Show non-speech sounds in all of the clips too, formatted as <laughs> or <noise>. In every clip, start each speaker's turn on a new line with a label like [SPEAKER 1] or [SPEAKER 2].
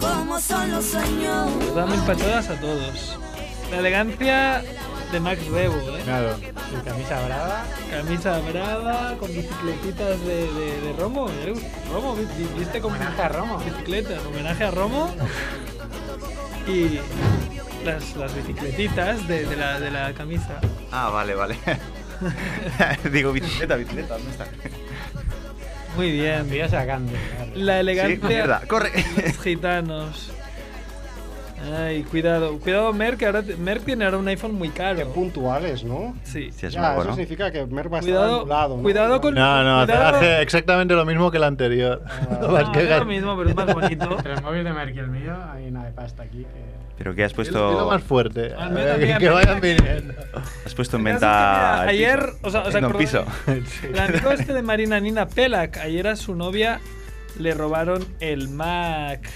[SPEAKER 1] como son los sueños.
[SPEAKER 2] Nos da mil patadas a todos. La elegancia de Max Rebo, ¿eh?
[SPEAKER 3] Claro, sin camisa brava.
[SPEAKER 2] Camisa brava, con bicicletitas de, de, de Romo. ¿eh? Romo, vi- vi- viste con
[SPEAKER 3] Homenaje a Romo.
[SPEAKER 2] bicicleta, homenaje a Romo. y las, las bicicletitas de, de la, de la camisa.
[SPEAKER 4] Ah, vale, vale. <laughs> Digo, bicicleta, bicicleta, ¿dónde está?
[SPEAKER 2] Muy bien.
[SPEAKER 3] Estoy sacando.
[SPEAKER 2] La
[SPEAKER 4] Sí,
[SPEAKER 2] elegancia
[SPEAKER 4] mierda, corre.
[SPEAKER 2] los gitanos. Ay, cuidado, cuidado Merck, que ahora te- Merck tiene ahora un iPhone muy
[SPEAKER 5] Qué
[SPEAKER 2] caro.
[SPEAKER 5] puntuales, ¿no?
[SPEAKER 2] Sí.
[SPEAKER 4] Sí, es
[SPEAKER 5] ya,
[SPEAKER 4] muy
[SPEAKER 5] eso
[SPEAKER 4] bueno.
[SPEAKER 5] significa que Merck va a estar
[SPEAKER 2] Cuidado-
[SPEAKER 5] anulado, ¿no?
[SPEAKER 2] cuidado con-
[SPEAKER 3] No, no, hace,
[SPEAKER 2] Cuidado.
[SPEAKER 3] hace exactamente lo mismo que el anterior.
[SPEAKER 2] Ah,
[SPEAKER 3] <laughs>
[SPEAKER 2] No,
[SPEAKER 3] Más que
[SPEAKER 2] es
[SPEAKER 3] gar-
[SPEAKER 2] lo mismo, pero es más bonito.
[SPEAKER 3] Entre el móvil de Merck y el mío hay una de pasta aquí. Que...
[SPEAKER 4] Pero que has
[SPEAKER 3] Dilo- dilo
[SPEAKER 4] puesto.
[SPEAKER 3] más fuerte.
[SPEAKER 2] Al
[SPEAKER 3] a
[SPEAKER 2] menos
[SPEAKER 3] ver,
[SPEAKER 2] mira,
[SPEAKER 3] <laughs> que
[SPEAKER 2] mira.
[SPEAKER 3] vayan viniendo.
[SPEAKER 4] Has puesto en
[SPEAKER 2] El caso es que, mira,
[SPEAKER 4] venta. el
[SPEAKER 2] ayer,
[SPEAKER 4] piso.
[SPEAKER 2] o sea, o sea,
[SPEAKER 4] Venda un
[SPEAKER 2] acordé-
[SPEAKER 4] piso.
[SPEAKER 3] Sí.
[SPEAKER 2] El amigo este
[SPEAKER 3] <laughs>
[SPEAKER 2] de Marina Nina Pelak, ayer a su novia le robaron el Mac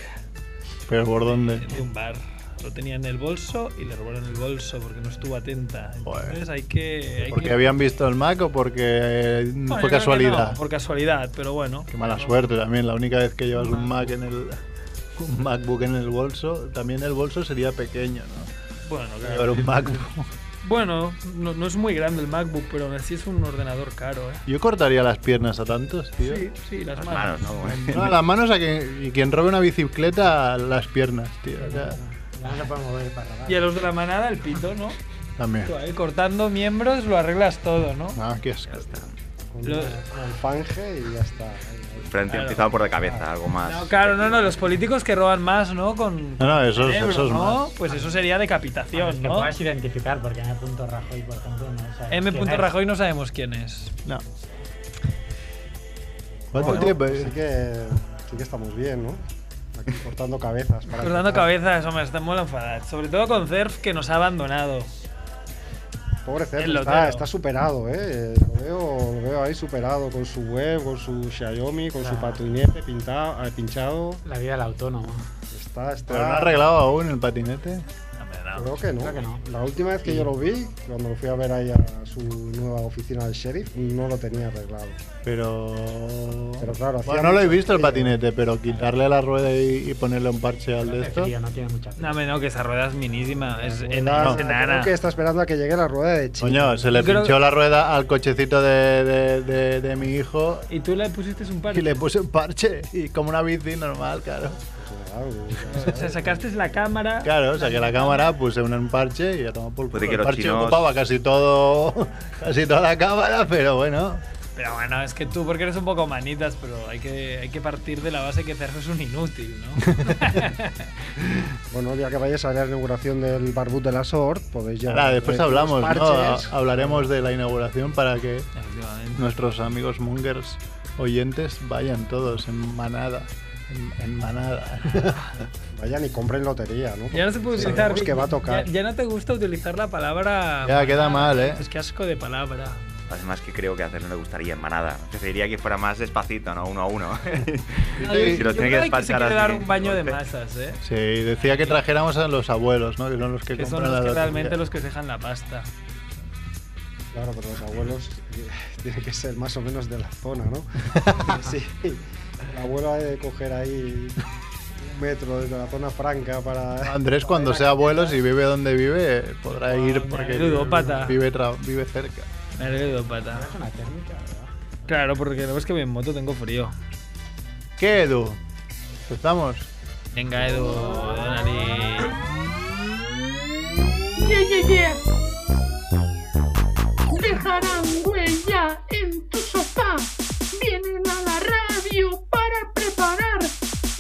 [SPEAKER 3] Pero ¿por dónde?
[SPEAKER 2] de un bar. Lo tenía en el bolso y le robaron el bolso porque no estuvo atenta.
[SPEAKER 3] Joder.
[SPEAKER 2] Entonces hay que. hay
[SPEAKER 3] ¿Porque
[SPEAKER 2] que-
[SPEAKER 3] habían visto el Mac o porque eh,
[SPEAKER 2] Bueno, yo creo
[SPEAKER 3] fue
[SPEAKER 2] que
[SPEAKER 3] casualidad?
[SPEAKER 2] no, por casualidad, pero bueno.
[SPEAKER 3] Qué mala
[SPEAKER 2] No.
[SPEAKER 3] suerte también. La única vez que llevas
[SPEAKER 2] Ah.
[SPEAKER 3] un Mac en el. Un MacBook en el bolso. También el bolso sería pequeño, ¿no?
[SPEAKER 2] Bueno, claro.
[SPEAKER 3] Llevar un <laughs> MacBook.
[SPEAKER 2] Bueno, no, no es muy grande el MacBook, pero aún así es un ordenador caro, ¿eh?
[SPEAKER 3] Yo cortaría las piernas a tantos, tío.
[SPEAKER 2] Sí, sí, las,
[SPEAKER 4] Las
[SPEAKER 2] manos.
[SPEAKER 4] manos, ¿no?
[SPEAKER 3] No, las manos a quien, y quien robe una bicicleta, las piernas, tío. o sea,
[SPEAKER 2] Ah.
[SPEAKER 5] Ya no se puede mover para nada.
[SPEAKER 2] Y a los de la manada, el pito, ¿no?
[SPEAKER 3] también.
[SPEAKER 2] Tú ahí cortando miembros lo arreglas todo, ¿no?
[SPEAKER 3] Ah, qué asco.
[SPEAKER 5] Con
[SPEAKER 2] Lo-
[SPEAKER 5] una alfanje y ya está. Ahí, ahí.
[SPEAKER 4] Fran te ha empezado por la cabeza, algo más.
[SPEAKER 2] No, claro, no, no, los políticos que roban más, ¿no? Con
[SPEAKER 3] No, no, esos,
[SPEAKER 2] cerebro,
[SPEAKER 3] esos
[SPEAKER 2] ¿no?
[SPEAKER 3] más.
[SPEAKER 2] Pues eso sería
[SPEAKER 6] Vamos,
[SPEAKER 2] decapitación,
[SPEAKER 6] que
[SPEAKER 2] ¿no?
[SPEAKER 6] puedas identificar, porque M. Rajoy, por ejemplo, no sabes
[SPEAKER 2] M.
[SPEAKER 6] quién es.
[SPEAKER 2] Rajoy no sabemos quién es.
[SPEAKER 3] No. ¿Cuánto
[SPEAKER 5] Bueno, pues
[SPEAKER 3] tiempo? eh.
[SPEAKER 5] sí que, sí que estamos bien, ¿no? Aquí cortando cabezas. Para
[SPEAKER 2] Cortando
[SPEAKER 5] empezar.
[SPEAKER 2] cabezas, hombre, están muy enfadados. Sobre todo con Cerf, que nos ha abandonado.
[SPEAKER 5] Pobre Cerf,
[SPEAKER 2] El
[SPEAKER 5] está,
[SPEAKER 2] Lotero.
[SPEAKER 5] está superado, ¿eh? Lo veo, lo veo ahí superado con su web, con su Xiaomi, con su
[SPEAKER 6] Ah.
[SPEAKER 5] patinete pintado, eh, pinchado.
[SPEAKER 6] La vida del autónomo.
[SPEAKER 5] Está, está.
[SPEAKER 3] ¿Pero no ha arreglado aún el patinete?
[SPEAKER 5] Creo que, no.
[SPEAKER 6] Creo que no.
[SPEAKER 5] La última vez que yo lo vi, cuando lo fui a ver ahí a su nueva oficina del sheriff, no lo tenía arreglado.
[SPEAKER 3] Pero...
[SPEAKER 5] Pero claro, hacía
[SPEAKER 3] Bueno, no lo he
[SPEAKER 5] mucho
[SPEAKER 3] visto el
[SPEAKER 5] frío.
[SPEAKER 3] patinete, pero quitarle la rueda y, y ponerle un parche al de
[SPEAKER 6] Hace
[SPEAKER 3] esto.
[SPEAKER 6] frío, no tiene mucha prisa.
[SPEAKER 2] No, hombre, no, que esa rueda es minísima.
[SPEAKER 3] Pues,
[SPEAKER 2] Es,
[SPEAKER 3] eh,
[SPEAKER 2] en,
[SPEAKER 5] Está-
[SPEAKER 2] es
[SPEAKER 5] creo
[SPEAKER 2] enana.
[SPEAKER 5] que está esperando a que llegue la rueda de China.
[SPEAKER 3] Coño, se le
[SPEAKER 2] Yo creo-
[SPEAKER 3] pinchó la rueda al cochecito de, de- de- de mi hijo
[SPEAKER 2] Y tú le pusiste un par.
[SPEAKER 3] y le puse un parche y como una bici normal, claro.
[SPEAKER 2] O sea, sacaste la cámara.
[SPEAKER 3] Claro, saqué la cámara, puse un en parche y ya tomó por culo.
[SPEAKER 4] Puede Pues que
[SPEAKER 3] El
[SPEAKER 4] los
[SPEAKER 3] parche
[SPEAKER 4] chinos-
[SPEAKER 3] ocupaba casi todo, <laughs> casi toda la cámara, pero bueno.
[SPEAKER 2] Pero bueno, es que tú, porque eres un poco manitas, pero hay que, hay que partir de la base que Cerf es un inútil, ¿no?
[SPEAKER 5] Bueno, ya que vayáis a la inauguración del barbut de la SORT, podéis llevar.
[SPEAKER 3] Ahora, después hablamos,
[SPEAKER 5] los
[SPEAKER 3] ¿no?
[SPEAKER 5] parches.
[SPEAKER 3] Ha- Hablaremos de la inauguración para que
[SPEAKER 2] Efectivamente.
[SPEAKER 3] nuestros amigos mongers oyentes vayan todos en manada. En, en
[SPEAKER 2] <laughs>
[SPEAKER 3] manada.
[SPEAKER 5] Vayan y compren lotería, ¿no?
[SPEAKER 2] Ya no se puede
[SPEAKER 5] Porque
[SPEAKER 2] utilizar.
[SPEAKER 5] sabemos que va a tocar.
[SPEAKER 2] Ya, ya no te gusta utilizar la palabra.
[SPEAKER 3] ya queda mal, ¿eh?
[SPEAKER 2] Es que asco de palabra.
[SPEAKER 4] Además, que creo que a hacer no le gustaría en manada. Preferiría que fuera más despacito, ¿no? Uno a uno. <laughs>
[SPEAKER 2] No,
[SPEAKER 3] Sí.
[SPEAKER 2] yo-
[SPEAKER 4] Si lo
[SPEAKER 2] yo creo
[SPEAKER 4] tiene que
[SPEAKER 2] que se
[SPEAKER 4] despachar
[SPEAKER 2] quiere dar
[SPEAKER 4] así,
[SPEAKER 2] un baño de
[SPEAKER 4] golpe.
[SPEAKER 2] masas, ¿eh?
[SPEAKER 3] Sí, decía que trajéramos a los abuelos, ¿no? Que son los que,
[SPEAKER 2] Que son
[SPEAKER 3] compran
[SPEAKER 2] los
[SPEAKER 3] la
[SPEAKER 2] que
[SPEAKER 3] lotería.
[SPEAKER 2] realmente los que se dejan la pasta.
[SPEAKER 5] Claro, pero los abuelos <laughs> eh, tienen que ser más o menos de la zona,
[SPEAKER 3] <laughs>
[SPEAKER 5] ¿no? sí. El abuelo ha de coger ahí un metro desde la zona franca para.
[SPEAKER 3] Andrés, cuando sea abuelo, si vive donde vive, podrá ir
[SPEAKER 2] Ah,
[SPEAKER 3] porque
[SPEAKER 2] ludópata.
[SPEAKER 3] vive, tra- vive cerca.
[SPEAKER 2] Me alegro, pata.
[SPEAKER 6] Es una técnica, ¿verdad?
[SPEAKER 2] Claro, porque no ves que voy en moto, tengo frío.
[SPEAKER 3] ¿Qué, Edu? ¿Estamos?
[SPEAKER 2] Venga, Edu,
[SPEAKER 6] Oh.
[SPEAKER 2] Donali.
[SPEAKER 7] Yeah, yeah, yeah. Dejarán huella en tu sofá. Vienen a la radio para preparar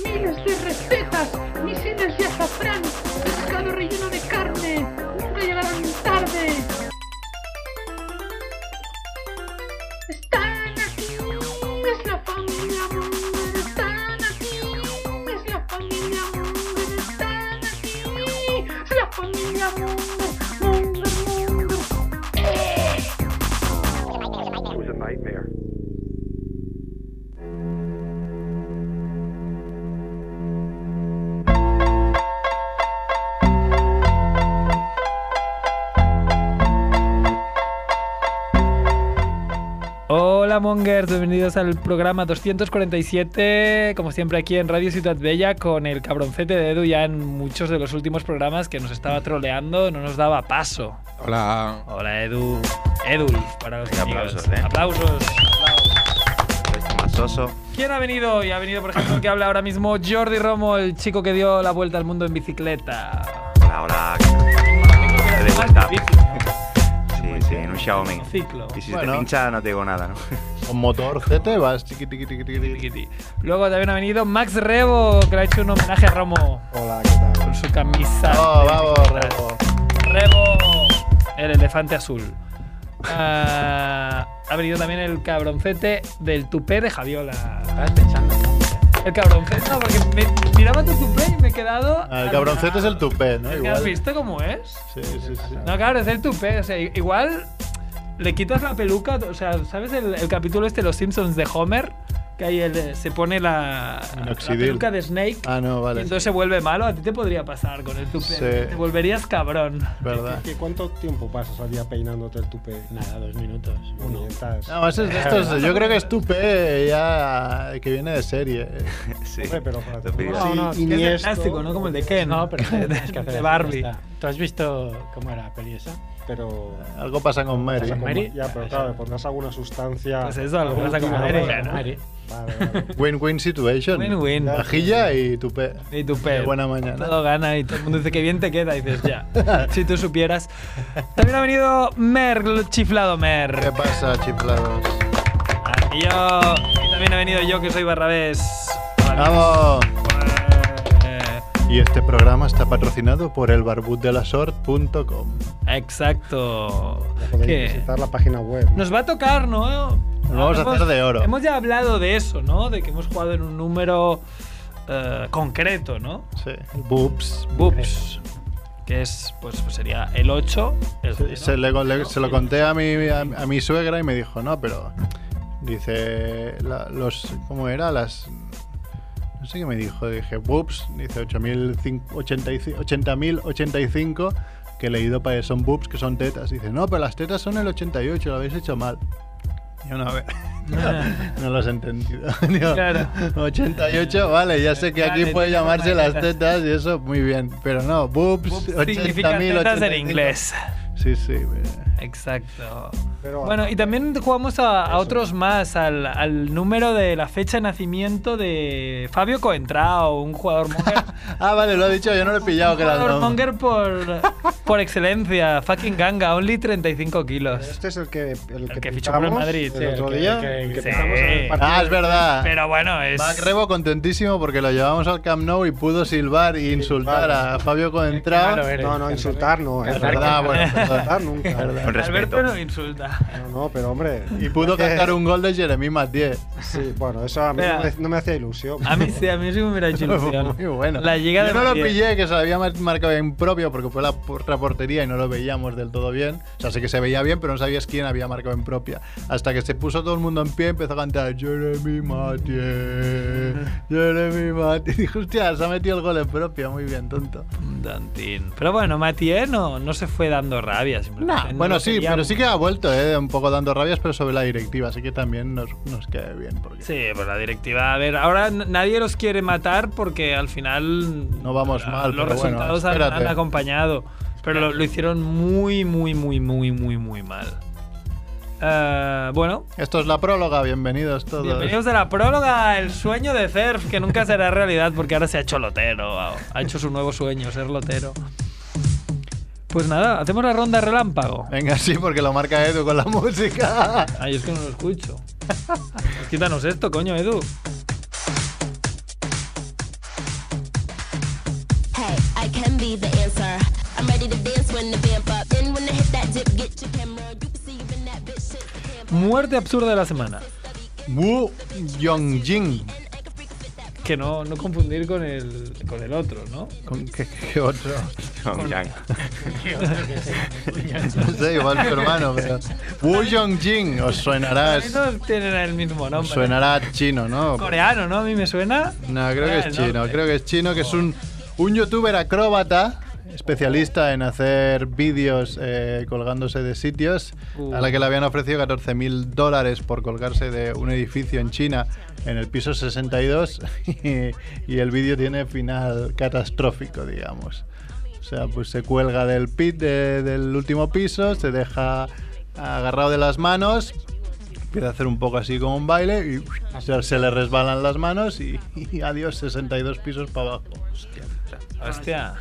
[SPEAKER 7] miles de recetas, misiles de azafrán, pescado relleno de carne. Nunca llegarán tarde. Están aquí, es la familia Munger. Están aquí, es la familia Munger. Están aquí, es la familia Munger. Munger, Munger.
[SPEAKER 2] Hola Mongers, bienvenidos al programa 247, como siempre aquí en Radio Ciudad Bella con el cabroncete de Edu ya en muchos de los últimos programas que nos estaba troleando, no nos daba paso.
[SPEAKER 1] Hola.
[SPEAKER 2] Hola Edu, Edu para los
[SPEAKER 4] Hay
[SPEAKER 2] amigos.
[SPEAKER 4] aplausos, ¿eh?
[SPEAKER 2] Aplausos.
[SPEAKER 4] Soy Este más soso.
[SPEAKER 2] ¿Quién ha venido hoy? Ha venido, por ejemplo, el que habla ahora mismo Jordi Romo, el chico que dio la vuelta al mundo en bicicleta.
[SPEAKER 4] Hola, hola. Estoy de vuelta. Sí, sí, en un Xiaomi.
[SPEAKER 2] Ciclo.
[SPEAKER 4] Y si
[SPEAKER 3] Bueno.
[SPEAKER 4] te pincha, no te digo nada, ¿no?
[SPEAKER 3] Con motor CT vas tiqui, tiqui, tiqui, tiqui, tiqui.
[SPEAKER 2] Tiquiti. Luego también ha venido Max Rebo, que le ha hecho un homenaje a Romo
[SPEAKER 5] Hola, ¿qué tal?
[SPEAKER 2] con su camisa.
[SPEAKER 3] Oh, vamos,
[SPEAKER 2] Tras-
[SPEAKER 3] Rebo.
[SPEAKER 2] Rebo, el elefante azul. Ah, ha venido también el cabroncete del tupé de Javiola.
[SPEAKER 6] Estabas pensando en nombre.
[SPEAKER 2] El cabroncete, no, porque me miraba tu tupé y me he quedado.
[SPEAKER 3] Ah, el cabroncete es el tupé, ¿no?
[SPEAKER 2] Es que, ¿Has
[SPEAKER 3] Igual.
[SPEAKER 2] visto cómo es?
[SPEAKER 3] Sí, sí, sí.
[SPEAKER 2] No, claro, es el tupé. O sea, i- igual le quitas la peluca. O sea, ¿sabes el, el capítulo este de Los Simpsons de Homer? Que ahí él, eh, se pone la, la
[SPEAKER 3] Minoxidil.
[SPEAKER 2] peluca de Snake.
[SPEAKER 3] Ah, no,
[SPEAKER 2] Y
[SPEAKER 3] vale.
[SPEAKER 2] entonces se vuelve malo, a ti te podría pasar con el tupé.
[SPEAKER 3] Sí.
[SPEAKER 2] Te volverías cabrón.
[SPEAKER 3] Verdad.
[SPEAKER 5] ¿Qué- ¿Cuánto tiempo pasas al día peinándote el tupé?
[SPEAKER 6] Nada, dos minutos. Uno.
[SPEAKER 5] Bueno, estás-
[SPEAKER 3] Nada más es de estos, yo creo que es tupé ya que viene de serie.
[SPEAKER 4] Sí.
[SPEAKER 5] Hombre, pero para
[SPEAKER 4] Lo pidió.
[SPEAKER 5] Sí,
[SPEAKER 2] No, no, es que es de
[SPEAKER 5] Iniesta.
[SPEAKER 2] plástico, ¿no? Como el de Ken.
[SPEAKER 6] No,
[SPEAKER 2] <laughs>
[SPEAKER 6] pero
[SPEAKER 2] de,
[SPEAKER 6] tienes que hacer
[SPEAKER 2] de
[SPEAKER 6] esa
[SPEAKER 2] Barbie.
[SPEAKER 6] fiesta. ¿Tú has visto cómo era la peli esa?
[SPEAKER 5] Pero.
[SPEAKER 3] Algo pasa con Mary.
[SPEAKER 6] Pasa con Mary.
[SPEAKER 5] Ya, pero claro, le pondrás alguna sustancia.
[SPEAKER 2] Pues eso, algo
[SPEAKER 5] alguna
[SPEAKER 2] pasa con
[SPEAKER 5] rutina,
[SPEAKER 2] Mary,
[SPEAKER 5] vale,
[SPEAKER 2] ¿no?
[SPEAKER 6] Mari.
[SPEAKER 5] Vale, vale.
[SPEAKER 3] Win-win situation.
[SPEAKER 2] Win-win.
[SPEAKER 3] Vajilla y tupé.
[SPEAKER 2] Y tupé.
[SPEAKER 3] De buena mañana.
[SPEAKER 2] Todo gana y todo el mundo dice que bien te queda. Y dices, ya. si tú supieras. También ha venido Merl, chiflado
[SPEAKER 3] ¿Qué
[SPEAKER 2] Merl.
[SPEAKER 3] pasa, chiflados?
[SPEAKER 2] Ah, Y yo. Y también ha venido yo, que soy Barrabés.
[SPEAKER 3] ¡Vamos!
[SPEAKER 2] Eh,
[SPEAKER 3] Y este programa está patrocinado por el barbuddelasort.com.
[SPEAKER 2] exacto.
[SPEAKER 5] Ya
[SPEAKER 2] <laughs>
[SPEAKER 5] podéis
[SPEAKER 2] ¿Qué?
[SPEAKER 5] visitar la página web. ¿no?
[SPEAKER 2] Nos va a tocar, ¿no?
[SPEAKER 3] Nos vamos a
[SPEAKER 2] Hemos-
[SPEAKER 3] hacer de oro.
[SPEAKER 2] Hemos ya hablado de eso, ¿no? De que hemos jugado en un número eh, concreto, ¿no?
[SPEAKER 3] Sí. Boops.
[SPEAKER 2] Bups. Que es, pues pues sería el 8. el
[SPEAKER 3] Se,
[SPEAKER 2] cero, <laughs>
[SPEAKER 3] se le- <laughs> le-
[SPEAKER 2] ¿no?
[SPEAKER 3] se lo conté a mi, a, a mi suegra y me dijo, no, pero. Dice. la- los, ¿Cómo era? Las. No sé qué me dijo. Dije, boops. Dice 80.085. Que he leído para son boobs, que son tetas. Dice, no, pero las tetas son el 88, lo habéis hecho mal. Yo no, a
[SPEAKER 2] <laughs>
[SPEAKER 3] ver. No lo has entendido. <laughs> Digo,
[SPEAKER 2] Claro.
[SPEAKER 3] 88, vale, ya sé que aquí
[SPEAKER 2] Vale,
[SPEAKER 3] puede
[SPEAKER 2] tetas,
[SPEAKER 3] llamarse
[SPEAKER 2] vale,
[SPEAKER 3] las tetas y eso, muy bien. Pero no, boobs,
[SPEAKER 2] Bups
[SPEAKER 3] 80.000,
[SPEAKER 2] significa tetas en
[SPEAKER 3] 85.
[SPEAKER 2] inglés.
[SPEAKER 3] Sí, sí. eh,
[SPEAKER 2] Exacto.
[SPEAKER 5] Pero-
[SPEAKER 2] bueno, y también jugamos a, a
[SPEAKER 5] Eso.
[SPEAKER 2] otros más, al, al número de la fecha de nacimiento de Fabio Coentrao, un jugador
[SPEAKER 3] <laughs>
[SPEAKER 2] monger.
[SPEAKER 3] Ah, vale, lo he dicho, yo no lo he pillado.
[SPEAKER 2] un
[SPEAKER 3] Que era el
[SPEAKER 2] jugador
[SPEAKER 3] nombre.
[SPEAKER 2] monger por, por excelencia, fucking ganga, only 35 kilos.
[SPEAKER 5] Este es el que, el que,
[SPEAKER 2] que fichó por el
[SPEAKER 5] pintamos
[SPEAKER 2] Madrid,
[SPEAKER 5] el
[SPEAKER 2] sí,
[SPEAKER 5] otro
[SPEAKER 6] el que-
[SPEAKER 5] día.
[SPEAKER 6] el que-
[SPEAKER 5] que
[SPEAKER 2] Sí.
[SPEAKER 5] pintamos en el partido.
[SPEAKER 3] Ah, es verdad.
[SPEAKER 2] Pero bueno, es...
[SPEAKER 3] Mac Rebo contentísimo porque lo llevamos al Camp Nou y pudo silbar e insultar a Fabio
[SPEAKER 6] Qué malo
[SPEAKER 2] eh.
[SPEAKER 3] Coentrao.
[SPEAKER 6] eres.
[SPEAKER 5] No, no, insultar no. Es
[SPEAKER 3] Es
[SPEAKER 5] verdad.
[SPEAKER 3] verdad, bueno, perdón.
[SPEAKER 5] insultar nunca.
[SPEAKER 4] Con respeto.
[SPEAKER 2] Alberto no insulta.
[SPEAKER 5] No, no, pero hombre.
[SPEAKER 3] Y pudo
[SPEAKER 5] que-
[SPEAKER 3] cantar un gol de Jeremy Mathieu.
[SPEAKER 5] Sí, bueno, eso a mí
[SPEAKER 2] Espera.
[SPEAKER 5] no me, no me hacía ilusión.
[SPEAKER 2] A mí sí, a mí sí me hubiera
[SPEAKER 3] <laughs>
[SPEAKER 2] hecho ilusión.
[SPEAKER 3] Muy bueno.
[SPEAKER 2] La llegada
[SPEAKER 3] Yo no
[SPEAKER 2] de
[SPEAKER 3] lo
[SPEAKER 2] Matías.
[SPEAKER 3] pillé, que se lo había mar- marcado impropio porque fue la por- otra portería y no lo veíamos del todo bien. O sea, sé que se veía bien, pero no sabías quién había marcado impropia. Hasta que se puso todo el mundo en pie y empezó a cantar Jeremy Mathieu, Jeremy Mathieu. <laughs> Y dije, hostia, se ha metido el gol en propia. Muy bien, tonto.
[SPEAKER 2] Dantín. Pero bueno, Mathieu no, no se fue dando rabia. simplemente. No
[SPEAKER 3] Bueno,
[SPEAKER 2] lo
[SPEAKER 3] sí,
[SPEAKER 2] quería
[SPEAKER 3] pero sí que ha vuelto, ¿eh? un poco dando rabias, pero sobre la directiva, así que también nos, nos cae bien. Porque...
[SPEAKER 2] Sí, pues la directiva. A ver, ahora n- nadie los quiere matar porque al final.
[SPEAKER 3] No vamos
[SPEAKER 2] la-
[SPEAKER 3] mal,
[SPEAKER 2] Los
[SPEAKER 3] pero bueno,
[SPEAKER 2] resultados han- han,
[SPEAKER 3] espérate.
[SPEAKER 2] acompañado. Pero lo, lo hicieron muy, muy, muy, muy, muy, muy mal. Eh, bueno,
[SPEAKER 3] Esto es la próloga, bienvenidos todos.
[SPEAKER 2] bienvenidos a la próloga. El sueño de Cerf, que nunca será realidad porque ahora se ha hecho lotero. Ha ha hecho su nuevo sueño, ser lotero. Pues nada, hacemos la ronda relámpago.
[SPEAKER 3] Venga, sí, porque lo marca Edu con la <laughs> música.
[SPEAKER 2] Ay, es que no lo escucho. Pues quítanos esto, coño, Edu.
[SPEAKER 8] Hey, I can be the answer. I'm ready to dance when the vamp up. Then when I hit that dip, get your camera. You can see you in that bitch shit. the camp.
[SPEAKER 2] Muerte absurda de la semana.
[SPEAKER 3] Wu Yongjing.
[SPEAKER 2] Que no, no confundir con el, con el otro,
[SPEAKER 3] <laughs>
[SPEAKER 2] ¿no?
[SPEAKER 3] ¿Con qué, qué otro? <laughs>
[SPEAKER 4] Con Yang.
[SPEAKER 3] No sé, igual su hermano, pero. Wu Yongjing, os
[SPEAKER 2] A
[SPEAKER 3] sonará.
[SPEAKER 2] mí no tienen el mismo
[SPEAKER 3] os
[SPEAKER 2] nombre.
[SPEAKER 3] sonará chino, ¿no?
[SPEAKER 2] Coreano, ¿no? A mí me suena.
[SPEAKER 3] No, creo que
[SPEAKER 2] Ah,
[SPEAKER 3] es
[SPEAKER 2] el
[SPEAKER 3] chino,
[SPEAKER 2] nombre.
[SPEAKER 3] creo que es chino, que es un, un youtuber acróbata especialista en hacer vídeos eh, colgándose de sitios,
[SPEAKER 2] Uh.
[SPEAKER 3] a la que le habían ofrecido 14 mil dólares por colgarse de un edificio en China en el piso 62 <laughs> y, y el vídeo tiene final catastrófico, digamos. O sea, pues se cuelga del pit de- del último piso, se deja agarrado de las manos, empieza a hacer un poco así como un baile y se, se le resbalan las manos y, y adiós 62 pisos para abajo.
[SPEAKER 2] Hostia.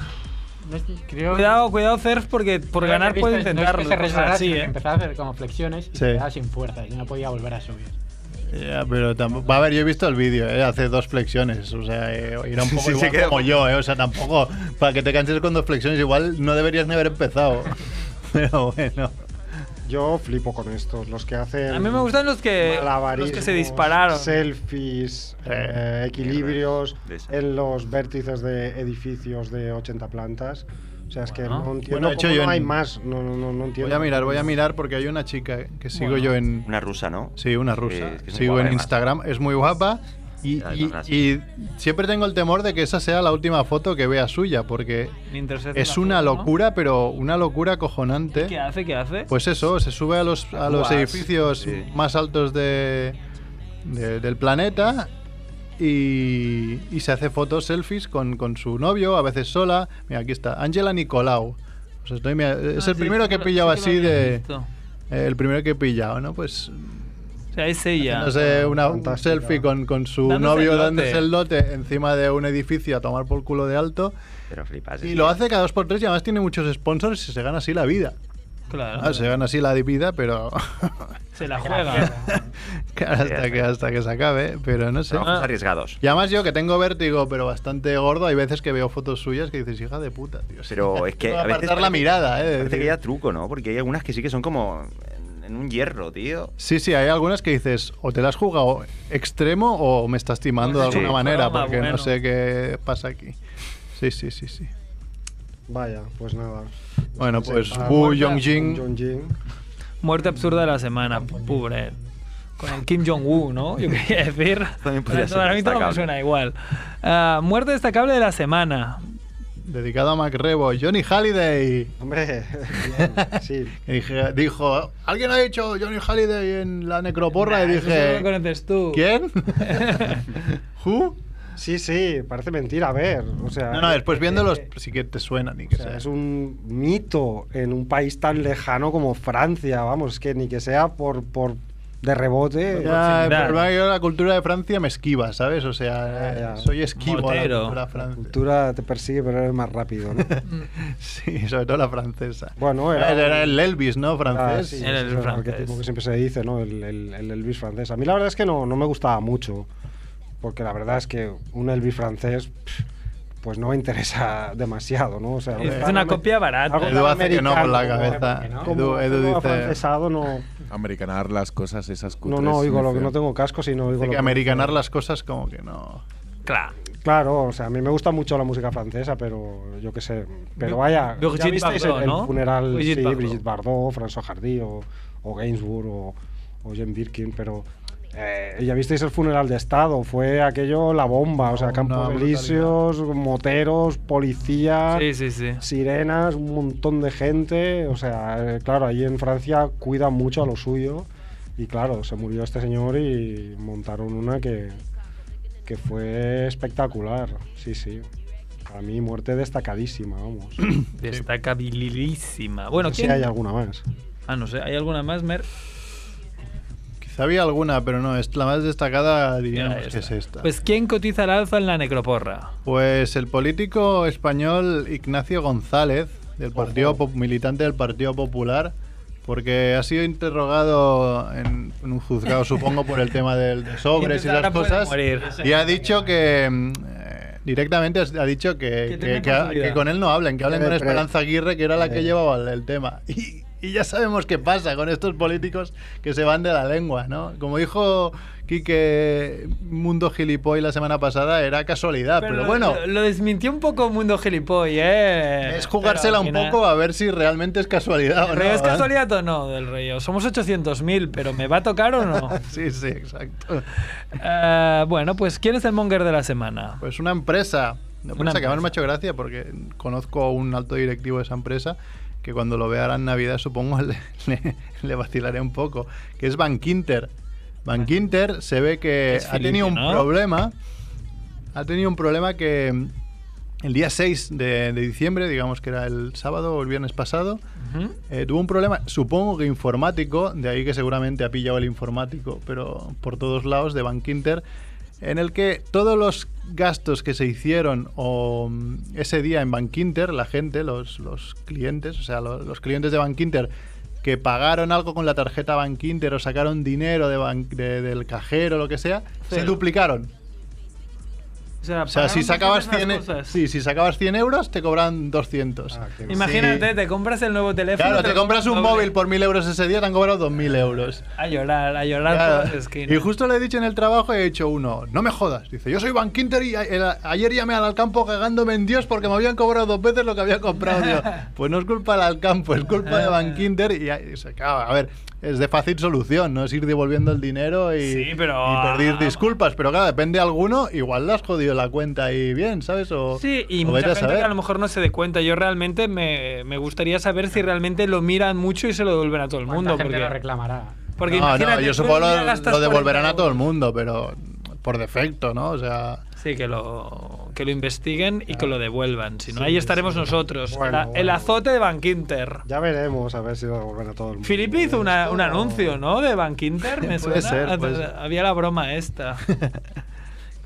[SPEAKER 6] No es- Creo
[SPEAKER 2] Cuidado, cuidado, Cerf, porque por
[SPEAKER 6] creo
[SPEAKER 2] ganar
[SPEAKER 6] que
[SPEAKER 2] puede
[SPEAKER 6] viste- No
[SPEAKER 2] intentarlo.
[SPEAKER 6] es que se
[SPEAKER 2] cosas
[SPEAKER 6] resbalara,
[SPEAKER 2] así,
[SPEAKER 6] sino que
[SPEAKER 2] ¿eh?
[SPEAKER 6] empezaba a hacer como flexiones y
[SPEAKER 3] Sí.
[SPEAKER 6] se quedaba sin fuerza y no podía volver a subir.
[SPEAKER 3] Ya, pero tampoco. Va a ver, yo he visto el vídeo, ¿eh? hace dos flexiones. O sea, eh, era un poco
[SPEAKER 4] Sí, se
[SPEAKER 3] igual
[SPEAKER 4] queda-
[SPEAKER 3] como yo, ¿eh? O sea, tampoco. Para que te canses con dos flexiones, igual no deberías ni haber empezado. <laughs> Pero bueno.
[SPEAKER 5] Yo flipo con estos, los que hacen.
[SPEAKER 2] A mí me gustan Eh, los que, los
[SPEAKER 5] malabarismos,
[SPEAKER 2] que se dispararon.
[SPEAKER 5] Selfies, eh, equilibrios
[SPEAKER 4] de esas.
[SPEAKER 5] en los vértices de edificios de 80 plantas. O sea, es que
[SPEAKER 2] Bueno.
[SPEAKER 5] no entiendo
[SPEAKER 3] Bueno, de hecho,
[SPEAKER 5] cómo
[SPEAKER 3] yo
[SPEAKER 5] no hay
[SPEAKER 3] en-
[SPEAKER 5] más. No, no, no, no entiendo.
[SPEAKER 3] Voy a mirar, voy a mirar, porque hay una chica que sigo yo en.
[SPEAKER 4] Una rusa, ¿no?
[SPEAKER 3] Sí, una rusa.
[SPEAKER 4] Eh, es que es muy
[SPEAKER 3] sigo
[SPEAKER 4] guapa,
[SPEAKER 3] en
[SPEAKER 4] además.
[SPEAKER 3] Instagram, es muy guapa. Y,
[SPEAKER 4] Además,
[SPEAKER 3] y-
[SPEAKER 4] gracias.
[SPEAKER 3] y siempre tengo el temor de que esa sea la última foto que vea suya, porque
[SPEAKER 2] Mientras se hace
[SPEAKER 3] es
[SPEAKER 2] la
[SPEAKER 3] una
[SPEAKER 2] foto, ¿no?
[SPEAKER 3] locura, pero una locura cojonante.
[SPEAKER 2] ¿Qué hace? ¿Qué hace?
[SPEAKER 3] Pues eso, se sube a los, a los
[SPEAKER 4] Guas,
[SPEAKER 3] edificios
[SPEAKER 4] sí.
[SPEAKER 3] más altos de, de- del planeta y, y se hace fotos, selfies con, con su novio, a veces sola. Mira, aquí está, Angela Nicolau. Os estoy mira- es
[SPEAKER 2] Ah,
[SPEAKER 3] el
[SPEAKER 2] sí,
[SPEAKER 3] primero
[SPEAKER 2] sí
[SPEAKER 3] que he
[SPEAKER 2] lo- sí
[SPEAKER 3] pillado
[SPEAKER 2] que
[SPEAKER 3] así
[SPEAKER 2] lo había
[SPEAKER 3] de...
[SPEAKER 2] visto.
[SPEAKER 3] eh, el primero que he pillado, ¿no? Pues,
[SPEAKER 2] O sea, es ella.
[SPEAKER 3] no sé, una un
[SPEAKER 5] fantástica.
[SPEAKER 3] selfie con, con su
[SPEAKER 2] Dándose
[SPEAKER 3] novio
[SPEAKER 2] el lote.
[SPEAKER 3] dándose el lote encima de un edificio a tomar por culo de alto.
[SPEAKER 4] Pero flipas.
[SPEAKER 3] Y
[SPEAKER 4] es
[SPEAKER 3] lo
[SPEAKER 4] que-
[SPEAKER 3] hace cada dos por tres y además tiene muchos sponsors y se gana así la vida.
[SPEAKER 2] Claro.
[SPEAKER 3] Ah, se gana así la vida,
[SPEAKER 4] <laughs>
[SPEAKER 3] pero
[SPEAKER 2] Se la juega.
[SPEAKER 3] Claro,
[SPEAKER 4] Sí,
[SPEAKER 3] hasta,
[SPEAKER 4] hasta
[SPEAKER 3] que, hasta que se acabe, pero no sé.
[SPEAKER 4] Trabajos arriesgados.
[SPEAKER 3] Y además yo que tengo vértigo, pero bastante gordo, hay veces que veo fotos suyas que dices, hija de puta, tío. <laughs>
[SPEAKER 4] Pero es que
[SPEAKER 3] No
[SPEAKER 4] a veces
[SPEAKER 3] apartar la
[SPEAKER 4] parece-
[SPEAKER 3] mirada, eh. de
[SPEAKER 4] Parece que
[SPEAKER 3] decir-
[SPEAKER 4] ya truco, ¿no? Porque hay algunas que sí que son como en- en un hierro, tío.
[SPEAKER 3] Sí, sí, hay algunas que dices, o te la has jugado extremo o me estás timando de
[SPEAKER 2] Sí,
[SPEAKER 3] alguna manera,
[SPEAKER 2] broma,
[SPEAKER 3] porque
[SPEAKER 2] bueno.
[SPEAKER 3] no sé qué pasa aquí. Sí, sí, sí, sí.
[SPEAKER 5] Vaya, pues nada.
[SPEAKER 3] Bueno,
[SPEAKER 5] Sí, Ah,
[SPEAKER 3] pues
[SPEAKER 5] para
[SPEAKER 3] Wu
[SPEAKER 5] Marta,
[SPEAKER 3] Yongjin,
[SPEAKER 5] Jung Jin.
[SPEAKER 2] Muerte absurda de la semana, pobre. Con el Kim Jong-un, ¿no? Yo
[SPEAKER 3] <laughs>
[SPEAKER 2] quería decir.
[SPEAKER 4] También podría ser
[SPEAKER 2] Para mí todo me
[SPEAKER 4] destacable.
[SPEAKER 2] suena igual. Ah, muerte destacable de la semana.
[SPEAKER 3] dedicado a MacRebo, Johnny Halliday.
[SPEAKER 5] Hombre, <laughs> bien, sí.
[SPEAKER 3] Y dije- dijo, ¿alguien ha dicho Johnny Halliday en la necroporra? y
[SPEAKER 2] Nah, eso solo
[SPEAKER 3] dije,
[SPEAKER 2] lo conoces tú.
[SPEAKER 3] <laughs>
[SPEAKER 2] <laughs>
[SPEAKER 3] ¿quién? ¿Who?
[SPEAKER 5] Sí, sí, parece mentira, a ver. O sea,
[SPEAKER 3] No, no, después viéndolos
[SPEAKER 5] eh,
[SPEAKER 3] sí que te suenan y
[SPEAKER 5] O
[SPEAKER 3] que
[SPEAKER 5] sea,
[SPEAKER 3] sea.
[SPEAKER 5] es un mito en un país tan lejano como Francia, vamos, que ni que sea por, por de rebote.
[SPEAKER 3] Ya,
[SPEAKER 2] proximidad.
[SPEAKER 3] pero el problema es que yo la cultura de Francia me esquiva, ¿sabes? O sea,
[SPEAKER 5] Ya, ya.
[SPEAKER 3] soy esquivo a la
[SPEAKER 2] Mortero.
[SPEAKER 3] cultura
[SPEAKER 5] La
[SPEAKER 3] francesa.
[SPEAKER 5] cultura te persigue, pero eres más rápido, ¿no?
[SPEAKER 3] Sí, <laughs> sobre todo la francesa.
[SPEAKER 5] Bueno, era-
[SPEAKER 3] el Elvis, ¿no?
[SPEAKER 5] Ah,
[SPEAKER 3] Francés.
[SPEAKER 5] sí,
[SPEAKER 2] Era
[SPEAKER 5] ese
[SPEAKER 2] el
[SPEAKER 5] es
[SPEAKER 2] francés.
[SPEAKER 5] arquetipo que siempre se dice, ¿no? El, el- el Elvis francés. A mí la verdad es que no, no me gustaba mucho, porque la verdad es que un Elvis francés, pff, pues no me interesa <laughs> demasiado, ¿no? O sea,
[SPEAKER 2] Es
[SPEAKER 5] algo tan
[SPEAKER 2] una
[SPEAKER 5] ame-
[SPEAKER 2] copia barata.
[SPEAKER 5] algo tan
[SPEAKER 3] Edu hace que no con la
[SPEAKER 5] americano, como-
[SPEAKER 3] cabeza. Edu,
[SPEAKER 5] como
[SPEAKER 3] Edu
[SPEAKER 5] algo
[SPEAKER 3] dice
[SPEAKER 5] afrancesado no,
[SPEAKER 1] Americanar las cosas esas
[SPEAKER 5] no,
[SPEAKER 1] cutres.
[SPEAKER 5] no oigo lo que
[SPEAKER 1] feo.
[SPEAKER 5] no tengo casco, sino oigo
[SPEAKER 3] dice
[SPEAKER 5] lo
[SPEAKER 3] que
[SPEAKER 5] que-
[SPEAKER 3] americanar las cosas como que no.
[SPEAKER 2] Claro.
[SPEAKER 5] Claro, o sea, a mí me gusta mucho la música francesa, pero yo qué sé. Pero
[SPEAKER 2] Bri-
[SPEAKER 5] vaya, ya
[SPEAKER 2] Brigitte
[SPEAKER 5] visteis
[SPEAKER 2] Bardot,
[SPEAKER 5] el, el
[SPEAKER 2] ¿no?
[SPEAKER 5] funeral
[SPEAKER 2] Brigitte
[SPEAKER 5] sí,
[SPEAKER 2] Bardot.
[SPEAKER 5] Brigitte Bardot, François Hardy o, o Gainsbourg o, o Jane Birkin, pero eh, ya visteis el funeral de Estado, fue aquello la bomba, o sea,
[SPEAKER 3] Una
[SPEAKER 5] campos
[SPEAKER 3] brutalidad.
[SPEAKER 5] elíseos, moteros,
[SPEAKER 3] Ah.
[SPEAKER 5] policía,
[SPEAKER 2] Sí, sí, sí.
[SPEAKER 5] sirenas, un montón de gente, o sea, eh, claro, ahí en Francia cuidan mucho a lo suyo y claro, se murió este señor y montaron una que, que fue espectacular, sí, sí. Para mí muerte destacadísima, vamos. No
[SPEAKER 2] Destacabilísima. Bueno,
[SPEAKER 5] sé si hay
[SPEAKER 2] ¿quién?
[SPEAKER 5] alguna más.
[SPEAKER 2] Ah, no sé. ¿Hay alguna más, Mer?
[SPEAKER 3] Quizá había alguna, pero no, es la más destacada, diríamos
[SPEAKER 2] Ya,
[SPEAKER 3] que es
[SPEAKER 2] esta.
[SPEAKER 3] esta. Pues,
[SPEAKER 2] Pues ¿quién cotiza al alza en la necroporra?
[SPEAKER 3] el político español Ignacio González, del partido Pop- militante del Partido Popular, porque ha sido interrogado en, en un juzgado, supongo, por el tema del,
[SPEAKER 2] <laughs>
[SPEAKER 3] de sobres y
[SPEAKER 2] Ahora
[SPEAKER 3] las
[SPEAKER 2] puede
[SPEAKER 3] cosas.
[SPEAKER 2] morir.
[SPEAKER 3] Y ha dicho que mm, eh, directamente ha dicho que,
[SPEAKER 2] Que
[SPEAKER 3] que,
[SPEAKER 2] tenga
[SPEAKER 3] que-
[SPEAKER 2] posibilidad.
[SPEAKER 3] que con él no hablen, que hablen
[SPEAKER 5] Que
[SPEAKER 3] con
[SPEAKER 5] le pre-
[SPEAKER 3] Esperanza Aguirre, que era la que
[SPEAKER 5] Eh.
[SPEAKER 3] llevaba el- el tema. <laughs> Y, y ya sabemos qué pasa con estos políticos que se van de la lengua, ¿no? Como dijo Quique Mundo Gilipoy la semana pasada, era casualidad, Ah, pero, bueno.
[SPEAKER 2] Lo, lo desmintió un poco Mundo Gilipoy, ¿eh?
[SPEAKER 3] es
[SPEAKER 2] Pero
[SPEAKER 3] jugársela un
[SPEAKER 2] al final-
[SPEAKER 3] poco a ver si realmente es casualidad o no.
[SPEAKER 2] Pero es
[SPEAKER 3] ¿eh?
[SPEAKER 2] casualidad o no del rollo. Somos 800.000, pero ¿me va a tocar o no?
[SPEAKER 3] Sí, sí, exacto.
[SPEAKER 2] Eh, bueno, pues ¿quién es el monger de la semana?
[SPEAKER 3] Pues una empresa No,
[SPEAKER 2] Una
[SPEAKER 3] pasa que además
[SPEAKER 2] empresa.
[SPEAKER 3] me ha hecho gracia porque conozco a un alto directivo de esa empresa que cuando lo vea ahora en Navidad supongo <laughs> le, le- le vacilaré un poco, que es Bankinter. Bankinter se ve que
[SPEAKER 2] Es
[SPEAKER 3] ha tenido un
[SPEAKER 2] Felipe, ¿no?
[SPEAKER 3] problema, ha tenido un problema que mm, el día 6 de, de diciembre, digamos que era el sábado o el viernes pasado,
[SPEAKER 2] Ujú.
[SPEAKER 3] eh, tuvo un problema, supongo que informático, de ahí que seguramente ha pillado el informático, pero por todos lados de Bankinter, en el que todos los gastos que se hicieron o, mm, ese día en Bankinter, la gente, los, los clientes, o sea, lo- los, clientes de Bankinter que pagaron algo con la tarjeta Bankinter o sacaron dinero de Ban- de- del cajero, lo que sea, se
[SPEAKER 2] Cero.
[SPEAKER 3] duplicaron. O sea, si sacabas, 100, e- sí, si sacabas 100 euros, te cobran 200.
[SPEAKER 5] Ah, qué
[SPEAKER 2] Imagínate,
[SPEAKER 3] Sí.
[SPEAKER 2] te compras el nuevo teléfono.
[SPEAKER 3] Claro,
[SPEAKER 2] te
[SPEAKER 3] te
[SPEAKER 2] lo
[SPEAKER 3] compras un
[SPEAKER 2] doble.
[SPEAKER 3] móvil por 1.000 euros ese día, te han cobrado 2.000 euros.
[SPEAKER 2] A llorar, a llorar
[SPEAKER 3] Claro.
[SPEAKER 2] por las esquinas.
[SPEAKER 3] Y justo le he dicho en el trabajo y he hecho uno, no me jodas. Dice, yo soy Van Quinter y a- el- ayer llamé al Alcampo cagándome en Dios porque me habían cobrado dos veces lo que había comprado.
[SPEAKER 2] <laughs>
[SPEAKER 3] Digo, pues no es culpa del Alcampo, es culpa de Van Quinter. Y, ahí se acaba. a ver, es de fácil solución, no es ir devolviendo el dinero y,
[SPEAKER 2] Sí, pero- ah,
[SPEAKER 3] y pedir disculpas. Pero claro, depende de alguno, igual le has jodido la cuenta ahí bien, ¿sabes? O,
[SPEAKER 2] Sí, y
[SPEAKER 3] o
[SPEAKER 2] mucha
[SPEAKER 3] vete a
[SPEAKER 2] gente
[SPEAKER 3] saber.
[SPEAKER 2] que a lo mejor no se dé cuenta. Yo realmente me, me gustaría saber si realmente lo miran mucho y se lo devuelven a todo el mundo.
[SPEAKER 6] gente lo
[SPEAKER 2] Porque,
[SPEAKER 6] reclamará.
[SPEAKER 2] porque
[SPEAKER 3] no, no,
[SPEAKER 2] imagínate,
[SPEAKER 3] yo
[SPEAKER 2] tú un
[SPEAKER 3] supongo
[SPEAKER 2] día
[SPEAKER 3] lo,
[SPEAKER 2] gastas
[SPEAKER 3] lo devolverán
[SPEAKER 2] 40
[SPEAKER 3] a todo el mundo, pero por defecto, ¿no? O sea...
[SPEAKER 2] Sí, que lo, que lo investiguen y que lo devuelvan. Si no, ahí estaremos nosotros.
[SPEAKER 5] Bueno,
[SPEAKER 2] La- El
[SPEAKER 5] bueno.
[SPEAKER 2] azote de Bankinter.
[SPEAKER 5] Ya veremos a ver si lo devuelven a todo el mundo.
[SPEAKER 2] Filipe hizo una- un
[SPEAKER 5] Esto-
[SPEAKER 2] anuncio, ¿no? De Bankinter, me
[SPEAKER 3] Puede
[SPEAKER 2] suena.
[SPEAKER 3] ser, puede ser.
[SPEAKER 2] Había la broma
[SPEAKER 3] <laughs>
[SPEAKER 2] esta.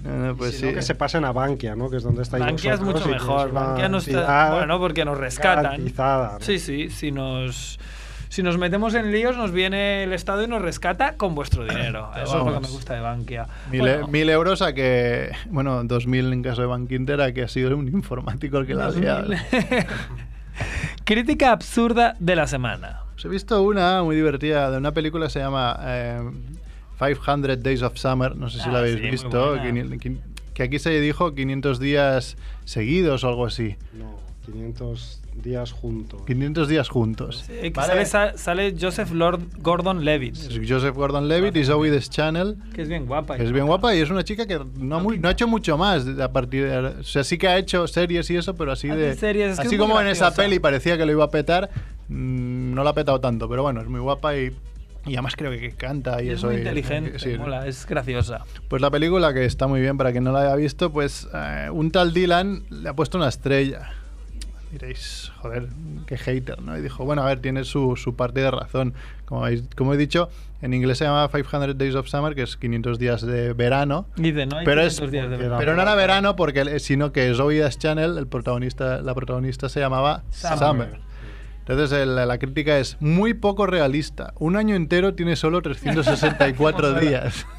[SPEAKER 3] no, no, pues
[SPEAKER 5] sino
[SPEAKER 3] sí.
[SPEAKER 5] que se pasen a Bankia, ¿no? Que es donde estáis
[SPEAKER 2] Bankia es
[SPEAKER 5] vosotros
[SPEAKER 2] mucho
[SPEAKER 5] y que es
[SPEAKER 2] mejor.
[SPEAKER 5] una
[SPEAKER 2] Bankia nos está-
[SPEAKER 5] entidad
[SPEAKER 3] ah,
[SPEAKER 2] bueno, porque nos rescatan.
[SPEAKER 5] garantizada, ¿no?
[SPEAKER 2] Sí, sí, si nos... Si nos metemos en líos, nos viene el Estado y nos rescata con vuestro dinero. Eso es lo que
[SPEAKER 3] Vamos.
[SPEAKER 2] me gusta de Bankia.
[SPEAKER 3] Mil, e-
[SPEAKER 2] Bueno,
[SPEAKER 3] mil euros a que, bueno, dos mil en caso de Bankinter a que ha sido un informático el que la ha liado.
[SPEAKER 2] <laughs> Crítica absurda de la semana.
[SPEAKER 3] Os Pues He visto una muy divertida de una película que se llama eh, 500 Days of Summer, no sé si
[SPEAKER 2] Ah,
[SPEAKER 3] la habéis
[SPEAKER 2] sí, muy
[SPEAKER 3] visto,
[SPEAKER 2] buena.
[SPEAKER 3] quini- quin- que aquí se dijo 500 días seguidos o algo así,
[SPEAKER 5] No, 500 días juntos.
[SPEAKER 3] 500 días juntos.
[SPEAKER 2] Eh, que sale,
[SPEAKER 3] Vale.
[SPEAKER 2] sa- sale Joseph Lord Gordon Levitt,
[SPEAKER 3] Es Joseph Gordon-Levitt y Zoe Deschanel.
[SPEAKER 2] que es bien guapa. ¿eh?
[SPEAKER 3] que Es bien guapa y es una chica que no, ha muy- no ha hecho mucho más de- a partir de... O sea, sí que ha hecho series y eso, pero así
[SPEAKER 2] Hace
[SPEAKER 3] de...
[SPEAKER 2] series, es que
[SPEAKER 3] así
[SPEAKER 2] es muy
[SPEAKER 3] como en esa
[SPEAKER 2] graciosa.
[SPEAKER 3] peli parecía que lo iba a petar, mm, no la ha petado tanto, pero bueno, es muy guapa y, y además creo que canta y
[SPEAKER 2] Y es
[SPEAKER 3] eso.
[SPEAKER 2] muy
[SPEAKER 3] y-
[SPEAKER 2] inteligente,
[SPEAKER 3] sí.
[SPEAKER 2] mola, es graciosa.
[SPEAKER 3] Pues la película, que está muy bien para quien no la haya visto, pues eh, un tal Dylan le ha puesto una estrella. Diréis, joder, qué hater, ¿no? Y dijo, bueno, a ver, tiene su, su parte de razón. Como, habéis- como he dicho, en inglés se llama 500 Days of Summer, que es 500 días de verano.
[SPEAKER 2] Dice, no hay
[SPEAKER 3] Pero es-
[SPEAKER 2] 500 días de
[SPEAKER 5] porque
[SPEAKER 2] verano.
[SPEAKER 5] la-
[SPEAKER 3] Pero no era verano, porque, eh, sino que Zoe Channel, el protagonista, la protagonista se llamaba
[SPEAKER 2] Summer.
[SPEAKER 3] Summer. Entonces el- la crítica es muy poco realista. Un año entero tiene
[SPEAKER 2] <laughs>
[SPEAKER 3] solo 364 días. <laughs>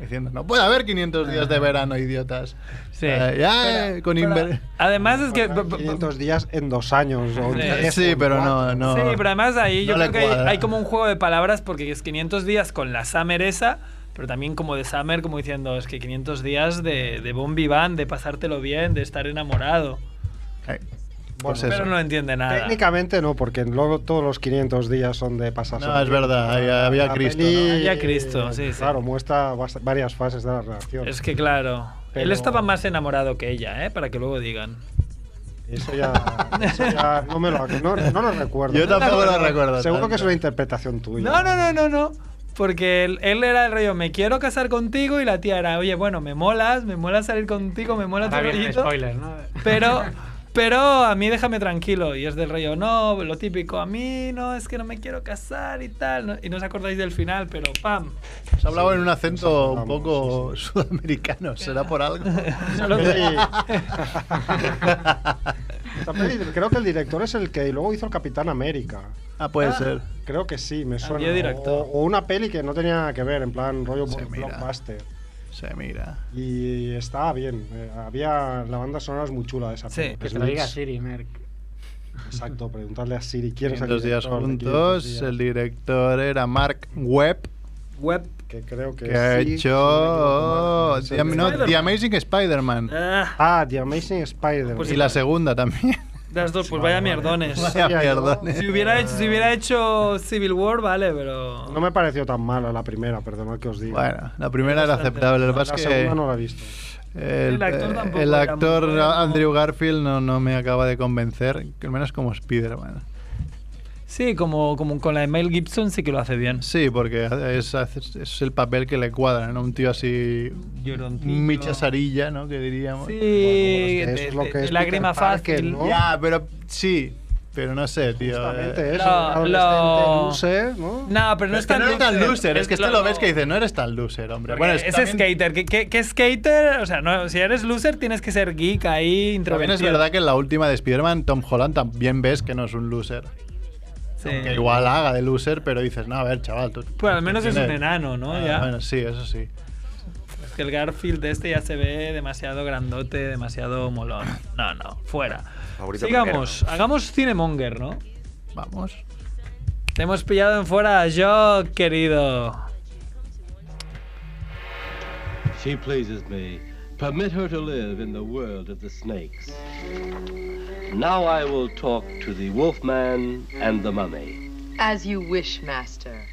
[SPEAKER 3] Diciendo, no puede haber 500 días de verano, idiotas.
[SPEAKER 2] Sí.
[SPEAKER 3] Eh, ya, eh, con inver-
[SPEAKER 2] Además es que...
[SPEAKER 5] Faltan 500 Pues días en dos años. O
[SPEAKER 2] Sí.
[SPEAKER 5] diez,
[SPEAKER 3] Eh, Sí,
[SPEAKER 5] o
[SPEAKER 3] pero
[SPEAKER 5] cuatro.
[SPEAKER 3] no, no.
[SPEAKER 2] Eh, Sí, pero además ahí yo
[SPEAKER 3] No le
[SPEAKER 2] creo que hay,
[SPEAKER 3] cuadra.
[SPEAKER 2] hay como un juego de palabras porque es 500 días con la Summer esa, pero también como de Summer, como diciendo, es que 500 días de, de bon vivant, de pasártelo bien, de estar enamorado.
[SPEAKER 3] Eh,
[SPEAKER 5] Bueno,
[SPEAKER 3] pues eso.
[SPEAKER 2] Pero no entiende nada.
[SPEAKER 5] Técnicamente no, porque luego todos los 500 días son de pasar.
[SPEAKER 3] No,
[SPEAKER 5] sobre-
[SPEAKER 3] es verdad, había- había
[SPEAKER 5] La
[SPEAKER 3] Cristo,
[SPEAKER 5] peli,
[SPEAKER 3] ¿no?
[SPEAKER 2] Había Cristo,
[SPEAKER 5] eh,
[SPEAKER 2] sí, sí.
[SPEAKER 5] Claro, muestra bas- varias fases de la relación.
[SPEAKER 2] Es que claro, él
[SPEAKER 5] Pero-
[SPEAKER 2] estaba más enamorado que ella, ¿eh? Para que luego digan.
[SPEAKER 5] Eso ya, eso ya no, me lo, no, no lo recuerdo.
[SPEAKER 3] Yo tampoco lo recuerdo
[SPEAKER 5] Seguro
[SPEAKER 3] tanto.
[SPEAKER 5] que es una interpretación tuya.
[SPEAKER 2] No, no, no, no, no. Porque él, él era el rollo, me quiero casar contigo y la tía era, oye, bueno, me molas, me mola salir contigo, me mola tu
[SPEAKER 6] Ahora viene el
[SPEAKER 2] rollito.
[SPEAKER 6] spoiler, ¿no? <laughs>
[SPEAKER 2] Pero, pero a mí déjame tranquilo. Y es del rollo, no, lo típico, a mí no, es que no me quiero casar y tal. no- y no os acordáis del final, pero pam.
[SPEAKER 3] Se hablaba en un acento un
[SPEAKER 5] acordamos,
[SPEAKER 3] poco sudamericano, será
[SPEAKER 2] <laughs>
[SPEAKER 3] por algo.
[SPEAKER 2] Solo
[SPEAKER 5] Sí. <laughs>
[SPEAKER 2] que-
[SPEAKER 5] Esta peli, creo que el director es el que luego hizo el Capitán América.
[SPEAKER 3] ah, puede ser.
[SPEAKER 5] Creo que sí,
[SPEAKER 2] Ah,
[SPEAKER 5] me suena.
[SPEAKER 2] Había director.
[SPEAKER 5] O, o una peli que no tenía nada que ver, en plan rollo
[SPEAKER 3] Sí, mira.
[SPEAKER 5] blockbuster.
[SPEAKER 3] Se mira.
[SPEAKER 5] Y estaba bien. eh, había la banda sonora es muy chula de esa
[SPEAKER 2] Sí,
[SPEAKER 5] peli.
[SPEAKER 2] que
[SPEAKER 6] Que
[SPEAKER 5] es
[SPEAKER 6] se lo diga
[SPEAKER 5] Mix.
[SPEAKER 6] Siri, Merck. <laughs>
[SPEAKER 5] Exacto, preguntarle a Siri quién es el
[SPEAKER 3] 500 días
[SPEAKER 5] director de 500
[SPEAKER 3] juntos.
[SPEAKER 5] días?
[SPEAKER 3] El director era Mark Webb.
[SPEAKER 2] Web.
[SPEAKER 5] que creo que,
[SPEAKER 3] que ha
[SPEAKER 5] sí, si
[SPEAKER 3] hecho
[SPEAKER 5] no me equivoco,
[SPEAKER 3] oh,
[SPEAKER 5] es el
[SPEAKER 3] The, Am- no,
[SPEAKER 2] Spider-Man.
[SPEAKER 3] The Amazing Oh, Spider-Man
[SPEAKER 2] Ah,
[SPEAKER 5] Ah, The Amazing Spider-Man.
[SPEAKER 2] Pues
[SPEAKER 3] y la
[SPEAKER 5] <laughs>
[SPEAKER 3] segunda también. <laughs>
[SPEAKER 2] las dos, pues vaya mierdones.
[SPEAKER 5] ya,
[SPEAKER 3] Vaya
[SPEAKER 5] ya.
[SPEAKER 3] mierdones.
[SPEAKER 2] Si hubiera, hecho, si hubiera hecho Civil War, vale, pero.
[SPEAKER 5] No me pareció tan mala la primera, perdonad que os diga.
[SPEAKER 3] Bueno, la primera era
[SPEAKER 2] Bastante.
[SPEAKER 3] aceptable, lo que
[SPEAKER 5] la
[SPEAKER 3] pasa es
[SPEAKER 5] segunda
[SPEAKER 3] que
[SPEAKER 5] no la he visto.
[SPEAKER 3] El,
[SPEAKER 2] El actor tampoco
[SPEAKER 3] el
[SPEAKER 2] era
[SPEAKER 3] actor
[SPEAKER 2] muy bueno.
[SPEAKER 3] Andrew Garfield no, no me acaba de convencer, que al menos como Spider-Man.
[SPEAKER 2] Sí, como, como con la de Mel Gibson sí que lo hace bien.
[SPEAKER 3] Sí, porque es, es el papel que le cuadra, ¿no? Un tío así.
[SPEAKER 2] Lloroncillo.
[SPEAKER 3] Micha Sarilla, ¿no? Que diríamos.
[SPEAKER 2] Sí,
[SPEAKER 5] es que
[SPEAKER 2] de-
[SPEAKER 5] es lo
[SPEAKER 2] de-
[SPEAKER 5] que
[SPEAKER 2] de
[SPEAKER 5] es
[SPEAKER 2] lágrima
[SPEAKER 5] Peter Parker,
[SPEAKER 2] fácil.
[SPEAKER 5] ¿no?
[SPEAKER 3] Ya, pero sí, pero no sé, tío.
[SPEAKER 5] Justamente
[SPEAKER 3] eh.
[SPEAKER 5] eso.
[SPEAKER 2] lo- lo-
[SPEAKER 5] Loser, ¿no?
[SPEAKER 2] No, pero no es
[SPEAKER 3] Es que
[SPEAKER 2] tan
[SPEAKER 3] no eres tan
[SPEAKER 2] loser.
[SPEAKER 3] loser, es que este lo ves que
[SPEAKER 2] dice
[SPEAKER 3] dices, no eres tan loser, hombre.
[SPEAKER 2] Bueno, es,
[SPEAKER 3] es- también-
[SPEAKER 2] skater. ¿Qué, qué, qué skater? O sea, no, si eres loser tienes que ser geek ahí,
[SPEAKER 3] También
[SPEAKER 2] introvertido.
[SPEAKER 3] es verdad que en la última de Spider-Man, Tom Holland también ves que no es un loser.
[SPEAKER 2] Sí.
[SPEAKER 3] Que igual haga de loser, pero dices, no, a ver, chaval, tú.
[SPEAKER 2] Pues al menos es un
[SPEAKER 3] ¿entiendes?
[SPEAKER 2] enano, ¿no?
[SPEAKER 3] Ah,
[SPEAKER 2] ya.
[SPEAKER 3] Bueno, sí, eso sí.
[SPEAKER 2] Es que el Garfield este ya se ve demasiado grandote, demasiado molón. No, no, fuera.
[SPEAKER 4] Favorito
[SPEAKER 2] Sigamos, hagamos Cinemonger, ¿no?
[SPEAKER 3] Vamos.
[SPEAKER 2] Te hemos pillado en fuera, yo, querido.
[SPEAKER 9] She pleases me. Permit her to live in the world of the snakes. Now I will talk to the wolfman and the mummy.
[SPEAKER 10] As you wish, master.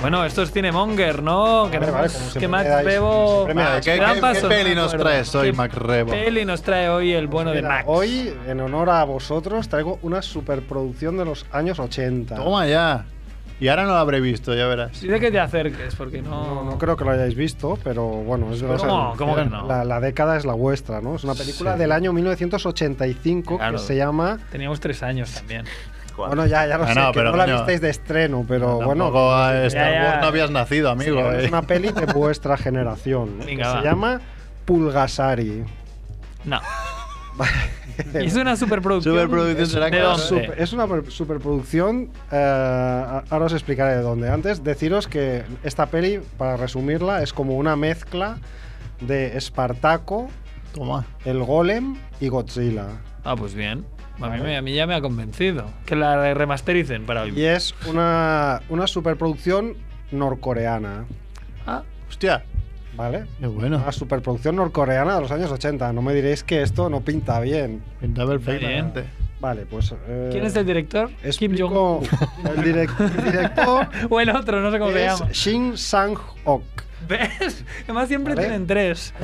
[SPEAKER 2] Bueno, esto es Cinemonger, ¿no? Queremos
[SPEAKER 5] vale, como siempre
[SPEAKER 2] que
[SPEAKER 5] me
[SPEAKER 2] Max
[SPEAKER 5] dais-
[SPEAKER 2] Bebo...
[SPEAKER 5] siempre me
[SPEAKER 3] Mira,
[SPEAKER 5] Ah,
[SPEAKER 2] Max,
[SPEAKER 3] ¿Qué,
[SPEAKER 2] me dan
[SPEAKER 3] qué-
[SPEAKER 2] paso,
[SPEAKER 3] qué
[SPEAKER 2] no me
[SPEAKER 3] peli nos
[SPEAKER 2] acuerdo.
[SPEAKER 3] traes hoy,
[SPEAKER 2] ¿Qué
[SPEAKER 3] Mac Rebo?
[SPEAKER 2] peli nos trae hoy el bueno de
[SPEAKER 5] Mira,
[SPEAKER 2] Max?
[SPEAKER 5] Hoy, en honor a vosotros, traigo una superproducción de los años 80.
[SPEAKER 3] Toma ya. Y ahora no lo habré visto, ya verás.
[SPEAKER 2] Dice que te acerques, porque
[SPEAKER 5] No,
[SPEAKER 2] no...
[SPEAKER 5] no creo que lo hayáis visto, pero bueno, es de los-
[SPEAKER 2] ¿Cómo? ¿Cómo que no?
[SPEAKER 5] La, la década es la vuestra, ¿no? Es una película del año 1985
[SPEAKER 2] Claro.
[SPEAKER 5] que se llama.
[SPEAKER 2] Teníamos tres años también.
[SPEAKER 5] Bueno, ya, ya lo
[SPEAKER 3] Ah,
[SPEAKER 5] sé,
[SPEAKER 3] no,
[SPEAKER 5] que
[SPEAKER 3] pero
[SPEAKER 5] no la
[SPEAKER 3] coño.
[SPEAKER 5] visteis de estreno, pero bueno. eh,
[SPEAKER 3] Tampoco a Star
[SPEAKER 2] Ya, ya.
[SPEAKER 3] Wars no habías nacido, amigo.
[SPEAKER 5] Es
[SPEAKER 3] eh.
[SPEAKER 5] una peli de vuestra generación. ¿no?
[SPEAKER 2] Venga,
[SPEAKER 5] que
[SPEAKER 2] va.
[SPEAKER 5] se llama Pulgasari.
[SPEAKER 2] No. <laughs> es una superproducción.
[SPEAKER 3] Superproducción, ¿será
[SPEAKER 2] ¿De
[SPEAKER 3] que
[SPEAKER 2] dónde?
[SPEAKER 5] Super- es una per- superproducción. eh, a- ahora os explicaré de dónde. Antes, deciros que esta peli, para resumirla, es como una mezcla de Espartaco,
[SPEAKER 3] Toma.
[SPEAKER 5] El Golem y Godzilla.
[SPEAKER 2] Ah, pues bien. A mí, me- a mí ya me ha convencido. Que la remastericen para hoy.
[SPEAKER 5] Y es una, una superproducción norcoreana.
[SPEAKER 2] Ah,
[SPEAKER 3] Hostia.
[SPEAKER 5] ¿Vale?
[SPEAKER 3] Qué bueno.
[SPEAKER 5] Una superproducción norcoreana de los años 80. No me diréis que esto no pinta bien.
[SPEAKER 3] Pinta perfectamente.
[SPEAKER 5] Vale, pues. eh,
[SPEAKER 2] ¿Quién es el director? Kim
[SPEAKER 5] explico-
[SPEAKER 2] Jong.
[SPEAKER 5] El, direc- el director
[SPEAKER 2] <laughs> O el otro, no sé cómo se
[SPEAKER 5] es
[SPEAKER 2] llama. <laughs>
[SPEAKER 5] Shin Sang-ok.
[SPEAKER 2] ¿Ves? Además siempre
[SPEAKER 5] Vale.
[SPEAKER 2] tienen tres.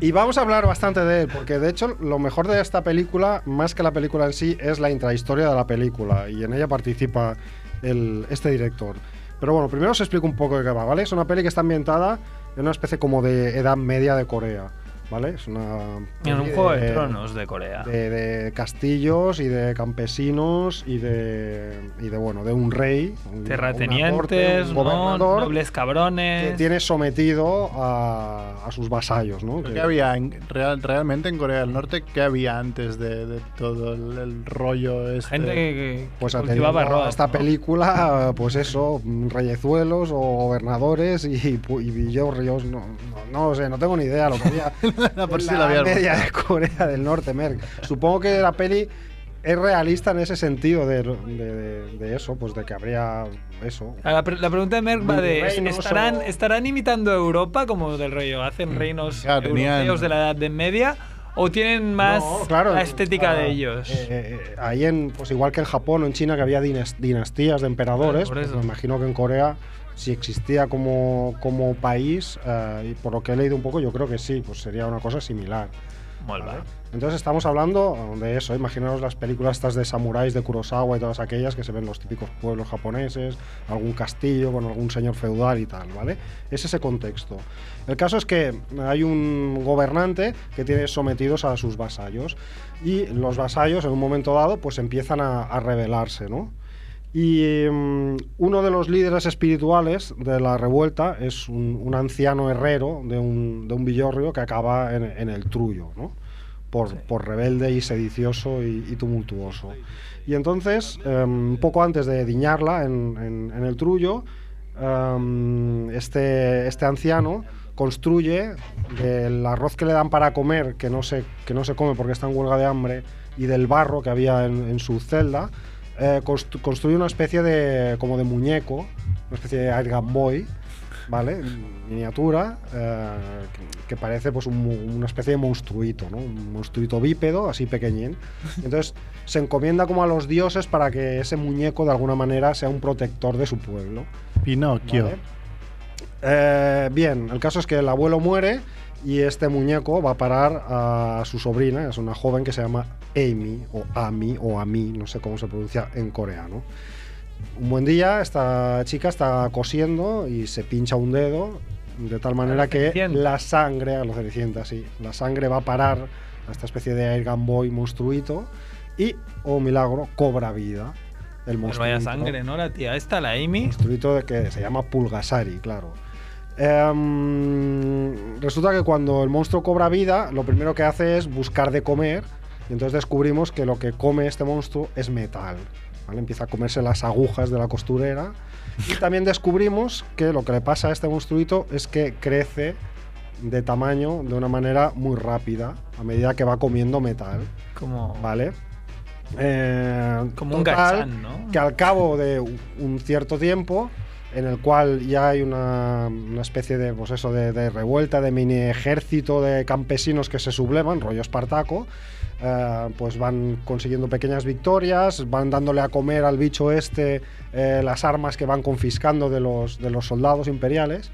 [SPEAKER 5] Y vamos a hablar bastante de él, porque de hecho lo mejor de esta película, más que la película en sí, es la intrahistoria de la película y en ella participa el- este director. Pero bueno, primero os explico un poco de qué va, ¿vale? Es una peli que está ambientada en una especie como de edad media de Corea, ¿vale? Es una...
[SPEAKER 2] En un
[SPEAKER 5] peli
[SPEAKER 2] juego de tronos de Corea.
[SPEAKER 5] Eh, De, de castillos y de campesinos y de, y de, bueno, de un rey. un- una corte,
[SPEAKER 2] Terratenientes,
[SPEAKER 5] un
[SPEAKER 2] ¿no?
[SPEAKER 5] gobernador
[SPEAKER 2] nobles
[SPEAKER 5] que
[SPEAKER 2] cabrones.
[SPEAKER 5] tiene sometido a, a sus vasallos, ¿no?
[SPEAKER 3] ¿Qué
[SPEAKER 5] Que-
[SPEAKER 3] había en- real- realmente en Corea del Norte? ¿Qué había antes de, de todo el, el rollo este?
[SPEAKER 2] Gente que, que
[SPEAKER 5] pues atendiendo
[SPEAKER 2] cultivaba
[SPEAKER 5] a
[SPEAKER 2] arroz.
[SPEAKER 5] esta
[SPEAKER 2] ¿no?
[SPEAKER 5] película, pues eso, mm, reyezuelos o gobernadores y, pu- y yo, ríos, no, no, no lo sé, no tengo ni idea lo que había.
[SPEAKER 3] No, por
[SPEAKER 5] en
[SPEAKER 3] si la habías
[SPEAKER 5] media de Corea del Norte, Merck. Supongo que la peli es realista en ese sentido de, de- de- de eso, pues de que habría eso.
[SPEAKER 2] Ah, La, pre- la pregunta de Merck va de:
[SPEAKER 5] Reinos
[SPEAKER 2] ¿estarán,
[SPEAKER 5] o-
[SPEAKER 2] ¿estarán imitando a Europa como del rollo?
[SPEAKER 5] Mm.
[SPEAKER 2] ¿Hacen reinos
[SPEAKER 3] Ya, tenían-
[SPEAKER 2] europeos de la Edad de Media? ¿O tienen más
[SPEAKER 5] No, claro,
[SPEAKER 2] la estética
[SPEAKER 5] ah,
[SPEAKER 2] de ellos?
[SPEAKER 5] eh, eh, ahí en, pues igual que en Japón o en China que había dinas- dinastías de emperadores,
[SPEAKER 2] Claro, por
[SPEAKER 5] pues
[SPEAKER 2] eso.
[SPEAKER 5] me imagino que en Corea si existía como, como país, eh, y por lo que he leído un poco, yo creo que sí, pues sería una cosa similar.
[SPEAKER 2] Molt
[SPEAKER 5] ¿vale?
[SPEAKER 2] bé.
[SPEAKER 5] Entonces estamos hablando um, de eso, imaginaros las películas estas de samuráis de Kurosawa y todas aquellas que se ven los típicos pueblos japoneses, algún castillo con algún señor feudal y tal, ¿vale? Es ese contexto. El caso es que hay un gobernante que tiene sometidos a sus vasallos y los vasallos en un momento dado pues empiezan a, a rebelarse, ¿no? Y mm, uno de los líderes espirituales de la revuelta es un, un anciano herrero de un, de un villorrio que acaba en, en el trullo, ¿no? Por, por rebelde y sedicioso y, y tumultuoso. Y entonces, em, un poco antes de diñarla en, en- en el trullo, em, este, este anciano construye del arroz que le dan para comer, que no se, que no se come porque está en huelga de hambre, y del barro que había en, en su celda, eh, constru- construye una especie de como de muñeco, una especie de Air Gun Boy, ¿vale? En Miniatura, eh, que, que parece pues un mu- una especie de monstruito, ¿no? Un monstruito bípedo, así pequeñín. Entonces se encomienda como a los dioses para que ese muñeco de alguna manera sea un protector de su pueblo.
[SPEAKER 3] Pinocchio.
[SPEAKER 5] Vale. Eh, bien, el caso es que el abuelo muere y este muñeco va a parar a su sobrina, es una joven que se llama Amy o Ami o Ami, no sé cómo se pronuncia en coreano. Un buen día esta chica está cosiendo y se pincha un dedo de tal manera que
[SPEAKER 2] Cenicienta.
[SPEAKER 5] la sangre, a los cenicientas, sí, la sangre va a parar a esta especie de Air Gun Boy monstruito y, oh milagro, cobra vida. El
[SPEAKER 2] Pues
[SPEAKER 5] monstruito.
[SPEAKER 2] vaya sangre, ¿no? La tía esta, la Amy.
[SPEAKER 5] monstruito de que se llama Pulgasari, claro. Em, resulta que cuando el monstruo cobra vida, lo primero que hace es buscar de comer. Y entonces descubrimos que lo que come este monstruo es metal. ¿vale? Empieza a comerse las agujas de la costurera. Y también descubrimos que lo que le pasa a este monstruito es que crece de tamaño de una manera muy rápida a medida que va comiendo metal.
[SPEAKER 2] Como,
[SPEAKER 5] ¿Vale? Eh,
[SPEAKER 2] como un
[SPEAKER 5] total,
[SPEAKER 2] gachán, ¿no?
[SPEAKER 5] que al cabo de u- un cierto tiempo, en el cual ya hay una, una especie de, pues eso, de, de revuelta, de mini ejército de campesinos que se sublevan, rollo espartaco, eh, pues van consiguiendo pequeñas victorias, van dándole a comer al bicho este eh, las armas que van confiscando de los, de los soldados imperiales.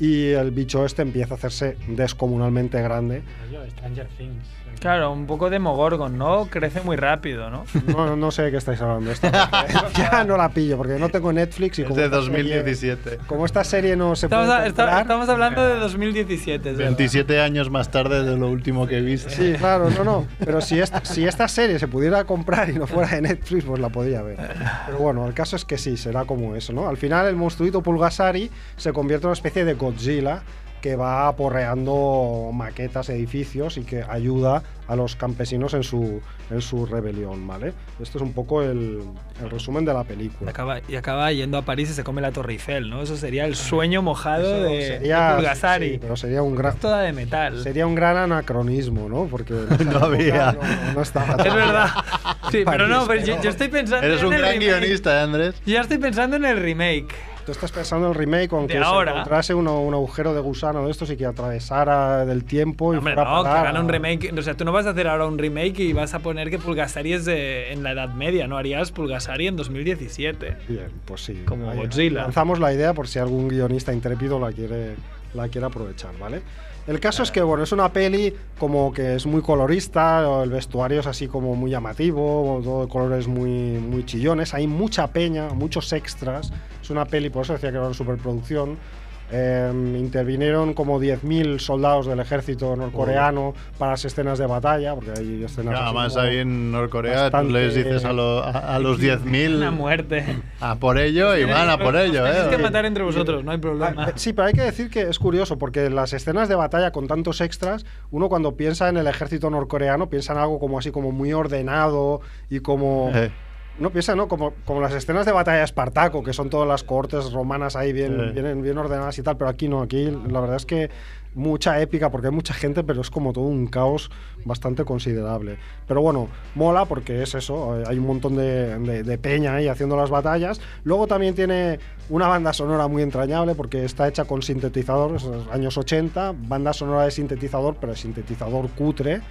[SPEAKER 5] Y el bicho este empieza a hacerse descomunalmente grande.
[SPEAKER 6] Rollo Stranger Things.
[SPEAKER 2] Claro, un poco de mogorgon, ¿no? Crece muy rápido, ¿no?
[SPEAKER 5] No, no sé de qué estáis hablando.
[SPEAKER 3] <laughs>
[SPEAKER 5] Esto, porque ya no la pillo porque no tengo Netflix y
[SPEAKER 3] Es
[SPEAKER 5] como
[SPEAKER 3] de
[SPEAKER 5] esta serie-
[SPEAKER 3] 2017.
[SPEAKER 5] Como esta serie no se puede
[SPEAKER 2] Estamos, a- esta-
[SPEAKER 5] comprar-
[SPEAKER 2] estamos hablando de 2017, es verdad.
[SPEAKER 3] 27 años más tarde de lo último que viste.
[SPEAKER 5] Sí, claro, no, no. Pero si esta, si esta serie se pudiera comprar y no fuera de Netflix, pues la podría ver. Pero bueno, el caso es que sí, será como eso, ¿no? Al final el monstruito Pulgasari se convierte en una especie de Godzilla que va aporreando maquetas, edificios y que ayuda a los campesinos en su, en su rebelión, ¿vale? Esto es un poco el, el resumen de la película.
[SPEAKER 2] Acaba, y acaba yendo a París y se come la Torre Eiffel, ¿no? Eso sería el sueño mojado
[SPEAKER 5] Eso
[SPEAKER 2] de,
[SPEAKER 5] sería-
[SPEAKER 2] de Pulgasari.
[SPEAKER 5] sí, pero sería un gran
[SPEAKER 2] Toda de metal.
[SPEAKER 5] sería un gran anacronismo, ¿no?
[SPEAKER 2] <laughs>
[SPEAKER 5] Porque en esa
[SPEAKER 3] No
[SPEAKER 5] época
[SPEAKER 3] había.
[SPEAKER 5] no, no estaba
[SPEAKER 2] Es verdad. Sí, pero no,
[SPEAKER 5] París,
[SPEAKER 2] pero yo,
[SPEAKER 5] pero-
[SPEAKER 2] yo estoy pensando
[SPEAKER 3] <laughs> Eres
[SPEAKER 2] en
[SPEAKER 3] un
[SPEAKER 2] el
[SPEAKER 3] gran
[SPEAKER 2] remake.
[SPEAKER 3] guionista, ¿eh, Andrés.
[SPEAKER 2] Yo ya estoy pensando en el remake.
[SPEAKER 5] Tú estás pensando en el remake, aunque
[SPEAKER 2] De
[SPEAKER 5] se
[SPEAKER 2] ahora.
[SPEAKER 5] encontrase uno- un agujero de gusano de estos y que atravesara del tiempo y
[SPEAKER 2] Hombre,
[SPEAKER 5] fuera a
[SPEAKER 2] no, que
[SPEAKER 5] parar
[SPEAKER 2] hagan
[SPEAKER 5] a-
[SPEAKER 2] un remake. O sea, tú no vas a hacer ahora un remake y vas a poner que Pulgasari es de- en la Edad Media, ¿no? Harías Pulgasari en 2017.
[SPEAKER 5] Bien, pues sí.
[SPEAKER 2] Como Godzilla.
[SPEAKER 5] Lanzamos la idea por si algún guionista intrépido la quiere, la quiere aprovechar, ¿vale? El caso es que, bueno, es una peli como que es muy colorista, el vestuario es así como muy llamativo, todo de colores muy, muy chillones, hay mucha peña, muchos extras, es una peli, por eso decía que era una superproducción. Eh, intervinieron como 10.000 soldados del ejército norcoreano para las escenas de batalla, porque hay escenas... así
[SPEAKER 3] Nada más
[SPEAKER 5] como-
[SPEAKER 3] ahí en Norcorea tú
[SPEAKER 5] bastante-
[SPEAKER 3] les dices a, lo- a- a los
[SPEAKER 2] Una
[SPEAKER 3] 10.000
[SPEAKER 2] muerte.
[SPEAKER 3] a por ello y van a por
[SPEAKER 2] Os
[SPEAKER 3] ello,
[SPEAKER 2] Tenéis que
[SPEAKER 3] ¿eh?
[SPEAKER 2] matar entre vosotros, no hay
[SPEAKER 5] Ah,
[SPEAKER 2] problema.
[SPEAKER 5] eh, Sí, pero hay que decir que es curioso, porque las escenas de batalla con tantos extras, uno cuando piensa en el ejército norcoreano, piensa en algo como así, como muy ordenado y como...
[SPEAKER 3] Eh,
[SPEAKER 5] No piensa, ¿no? Como, como las escenas de batalla de Espartaco, que son todas las cohortes romanas ahí bien,
[SPEAKER 3] Eh.
[SPEAKER 5] bien, bien ordenadas y tal, pero aquí no, aquí la verdad es que mucha épica, porque hay mucha gente, pero es como todo un caos bastante considerable. Pero bueno, mola porque es eso, eh, hay un montón de, de- de peña ahí haciendo las batallas. Luego también tiene una banda sonora muy entrañable, porque está hecha con sintetizador, es los años 80, banda sonora de sintetizador, pero sintetizador cutre,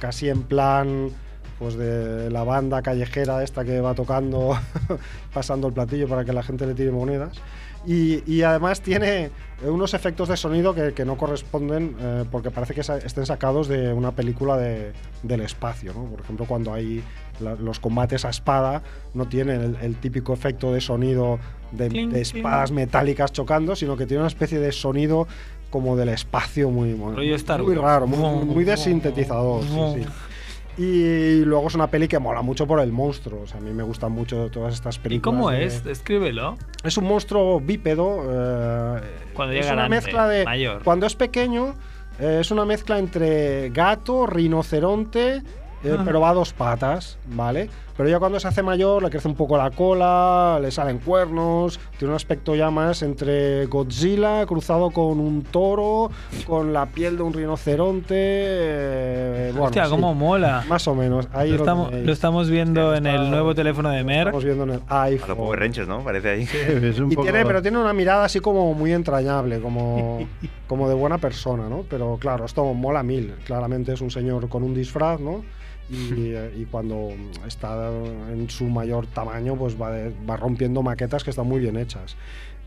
[SPEAKER 5] casi en plan pues de la banda callejera esta que va tocando, <laughs> pasando el platillo para que la gente le tire monedas. Y, y además tiene unos efectos de sonido que, que no corresponden eh, porque parece que sa- estén sacados de una película de- del espacio. ¿no? Por ejemplo, cuando hay la- los combates a espada, no tienen el, el típico efecto de sonido de,
[SPEAKER 2] Cling,
[SPEAKER 5] de espadas metálicas chocando, sino que tiene una especie de sonido como del espacio muy, muy,
[SPEAKER 2] Rollo Star
[SPEAKER 5] muy
[SPEAKER 2] Wars.
[SPEAKER 5] raro, muy, muy de sintetizador. sí, sí. Y luego es una peli que mola mucho por el monstruo. O sea, a mí me gustan mucho todas estas
[SPEAKER 2] ¿Y
[SPEAKER 5] películas.
[SPEAKER 2] cómo
[SPEAKER 5] de-
[SPEAKER 2] es? Escríbelo.
[SPEAKER 5] Es un monstruo bípedo. eh,
[SPEAKER 2] Cuando
[SPEAKER 5] es
[SPEAKER 2] llega
[SPEAKER 5] una
[SPEAKER 2] grande,
[SPEAKER 5] mezcla de.
[SPEAKER 2] mayor.
[SPEAKER 5] Cuando es pequeño, eh, es una mezcla entre gato, rinoceronte, eh, pero va a dos patas, ¿vale? Pero ya cuando se hace mayor le crece un poco la cola, le salen cuernos, tiene un aspecto ya más entre Godzilla cruzado con un toro, con la piel de un rinoceronte. eh, bueno,
[SPEAKER 2] Hostia,
[SPEAKER 5] sí.
[SPEAKER 2] cómo mola.
[SPEAKER 5] Más o menos. Ahí
[SPEAKER 2] Lo
[SPEAKER 5] lo
[SPEAKER 2] estamos,
[SPEAKER 5] tenéis.
[SPEAKER 2] lo estamos viendo en el
[SPEAKER 5] está-
[SPEAKER 2] nuevo teléfono de Mer.
[SPEAKER 5] Estamos viendo en el
[SPEAKER 4] A los
[SPEAKER 5] iPhone.
[SPEAKER 4] Power Rangers, ¿no? Parece ahí.
[SPEAKER 3] <laughs> Es un
[SPEAKER 5] Y
[SPEAKER 3] poco-
[SPEAKER 5] tiene, pero tiene una mirada así como muy entrañable,
[SPEAKER 3] <laughs>
[SPEAKER 5] como, como de buena persona, ¿no? Pero claro, esto mola mil. Claramente es un señor con un disfraz, ¿no? Y,
[SPEAKER 3] <laughs>
[SPEAKER 5] eh, y cuando está en su mayor tamaño, pues va, de- va rompiendo maquetas que están muy bien hechas.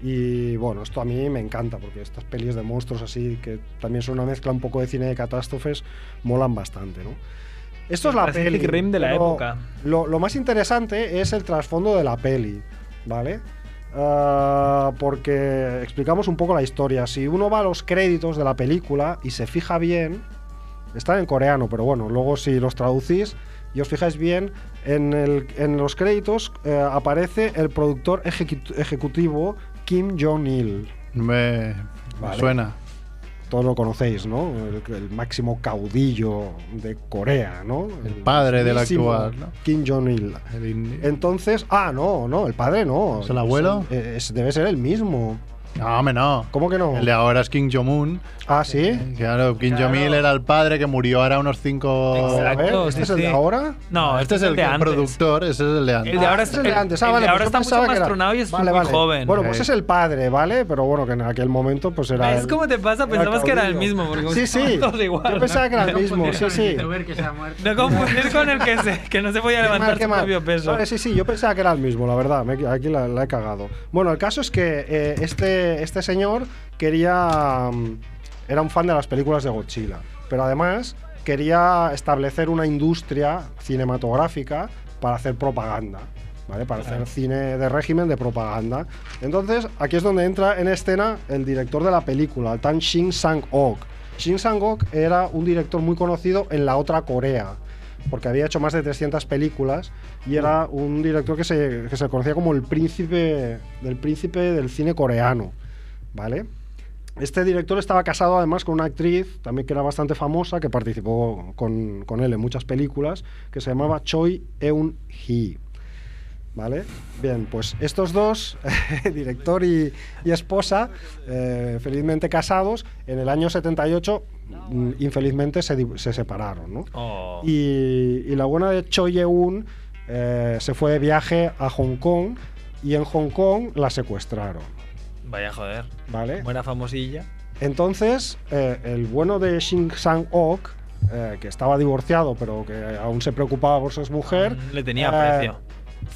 [SPEAKER 5] Y bueno, esto a mí me encanta, porque estas pelis de monstruos así, que también son una mezcla un poco de cine de catástrofes, molan bastante, ¿no? Esto es la
[SPEAKER 2] Pacific
[SPEAKER 5] peli.
[SPEAKER 2] Rim de la
[SPEAKER 5] pero
[SPEAKER 2] época.
[SPEAKER 5] Lo, lo más interesante es el trasfondo de la peli, ¿vale? Ah, porque explicamos un poco la historia. Si uno va a los créditos de la película y se fija bien, están en coreano, pero bueno, luego si los traducís y os fijáis bien, en, el- en los créditos eh, aparece el productor ejecu- ejecutivo Kim Jong-il.
[SPEAKER 3] Me, me
[SPEAKER 5] Vale.
[SPEAKER 3] suena.
[SPEAKER 5] Todos lo conocéis, ¿no? El, el máximo caudillo de Corea, ¿no?
[SPEAKER 3] El padre del
[SPEAKER 5] mismísimo
[SPEAKER 3] actual, ¿no?
[SPEAKER 5] Kim Jong-il.
[SPEAKER 3] El indi-
[SPEAKER 5] Entonces, ah, no, no, el padre no.
[SPEAKER 3] ¿Es el abuelo?
[SPEAKER 5] Es el- es- debe ser el mismo.
[SPEAKER 3] No, hombre, no.
[SPEAKER 5] ¿Cómo que no?
[SPEAKER 3] El de ahora es Kim Jong-un.
[SPEAKER 5] Ah, sí.
[SPEAKER 3] Claro, Kim Jong-il era el padre que murió ahora unos cinco...
[SPEAKER 5] A
[SPEAKER 2] Exacto.
[SPEAKER 5] ver,
[SPEAKER 2] Todos,
[SPEAKER 5] ¿este
[SPEAKER 2] sí,
[SPEAKER 5] es el de
[SPEAKER 2] sí.
[SPEAKER 5] ahora?
[SPEAKER 2] No, este es el de
[SPEAKER 3] que-
[SPEAKER 2] antes.
[SPEAKER 3] productor, ese es el de antes.
[SPEAKER 2] El de ahora,
[SPEAKER 5] Ah,
[SPEAKER 2] es,
[SPEAKER 5] este es el de antes. Ah,
[SPEAKER 2] el de
[SPEAKER 5] vale,
[SPEAKER 2] ahora
[SPEAKER 5] pues yo
[SPEAKER 2] está mucho
[SPEAKER 5] pensaba
[SPEAKER 2] más
[SPEAKER 5] que era-
[SPEAKER 2] tronado y es
[SPEAKER 5] Vale,
[SPEAKER 2] muy
[SPEAKER 5] vale.
[SPEAKER 2] joven.
[SPEAKER 5] Bueno, pues
[SPEAKER 3] Sí.
[SPEAKER 5] es el padre, ¿vale? Pero bueno, que en aquel momento pues era.
[SPEAKER 2] ¿Ves
[SPEAKER 5] el-
[SPEAKER 2] cómo te pasa?
[SPEAKER 5] era
[SPEAKER 2] Pensabas que era el
[SPEAKER 5] caudillo.
[SPEAKER 2] mismo. Porque
[SPEAKER 5] Sí,
[SPEAKER 2] estaban
[SPEAKER 5] sí.
[SPEAKER 2] todos igual,
[SPEAKER 5] Yo pensaba
[SPEAKER 2] ¿no?
[SPEAKER 5] que era el
[SPEAKER 2] No
[SPEAKER 5] mismo, sí, sí.
[SPEAKER 6] pues youtuber que se ha muerto.
[SPEAKER 2] No confundir con el que, se- que no se podía
[SPEAKER 5] Qué mal,
[SPEAKER 2] levantar
[SPEAKER 5] qué
[SPEAKER 2] su
[SPEAKER 5] mal.
[SPEAKER 2] propio peso.
[SPEAKER 5] Vale, sí, sí, yo pensaba que era el mismo, la verdad. me- aquí la, la he cagado. Bueno, el caso es que eh, este, este señor quería. mm, Era un fan de las películas de Godzilla. Pero además quería establecer una industria cinematográfica para hacer propaganda. ¿Vale? Para hacer cine de régimen de propaganda. Entonces, aquí es donde entra en escena el director de la película, el Tan Shin Sang-ok. Shin Sang-ok era un director muy conocido en la otra Corea porque había hecho más de 300 películas y era un director que se, que se conocía como el príncipe del príncipe del cine coreano, ¿vale? Este director estaba casado además con una actriz también que era bastante famosa, que participó con, con él en muchas películas, que se llamaba Choi Eun-hee. ¿Vale? Bien, pues estos dos, <laughs> director y, y esposa, eh, felizmente casados, en el año 78, mm, infelizmente, se, di- se separaron. ¿no?
[SPEAKER 2] Oh.
[SPEAKER 5] Y, y la buena de Choi Yeun eh, se fue de viaje a Hong Kong y en Hong Kong la secuestraron,
[SPEAKER 2] Vaya joder.
[SPEAKER 5] ¿vale?
[SPEAKER 2] Buena famosilla.
[SPEAKER 5] Entonces, eh, el bueno de Shin Sang-ok, eh, que estaba divorciado pero que aún se preocupaba por su mujer,
[SPEAKER 2] Le
[SPEAKER 5] eh,
[SPEAKER 2] tenía aprecio.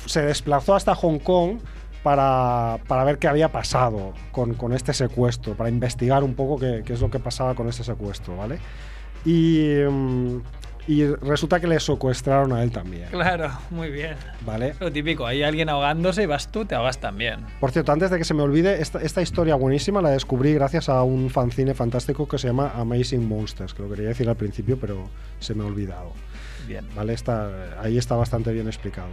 [SPEAKER 5] se desplazó hasta Hong Kong para, para ver qué había pasado con, con este secuestro, para investigar un poco qué, qué es lo que pasaba con este secuestro, ¿vale? Y, mm, y resulta que le secuestraron a él también,
[SPEAKER 2] Claro, muy bien.
[SPEAKER 5] ¿vale?
[SPEAKER 2] Lo típico, hay alguien ahogándose y vas tú, te ahogas también.
[SPEAKER 5] Por cierto, antes de que se me olvide, esta, esta historia buenísima la descubrí gracias a un fanzine fantástico que se llama Amazing Monsters, que lo quería decir al principio, pero se me ha olvidado.
[SPEAKER 2] Bien.
[SPEAKER 5] ¿vale? Está, ahí está bastante bien explicado.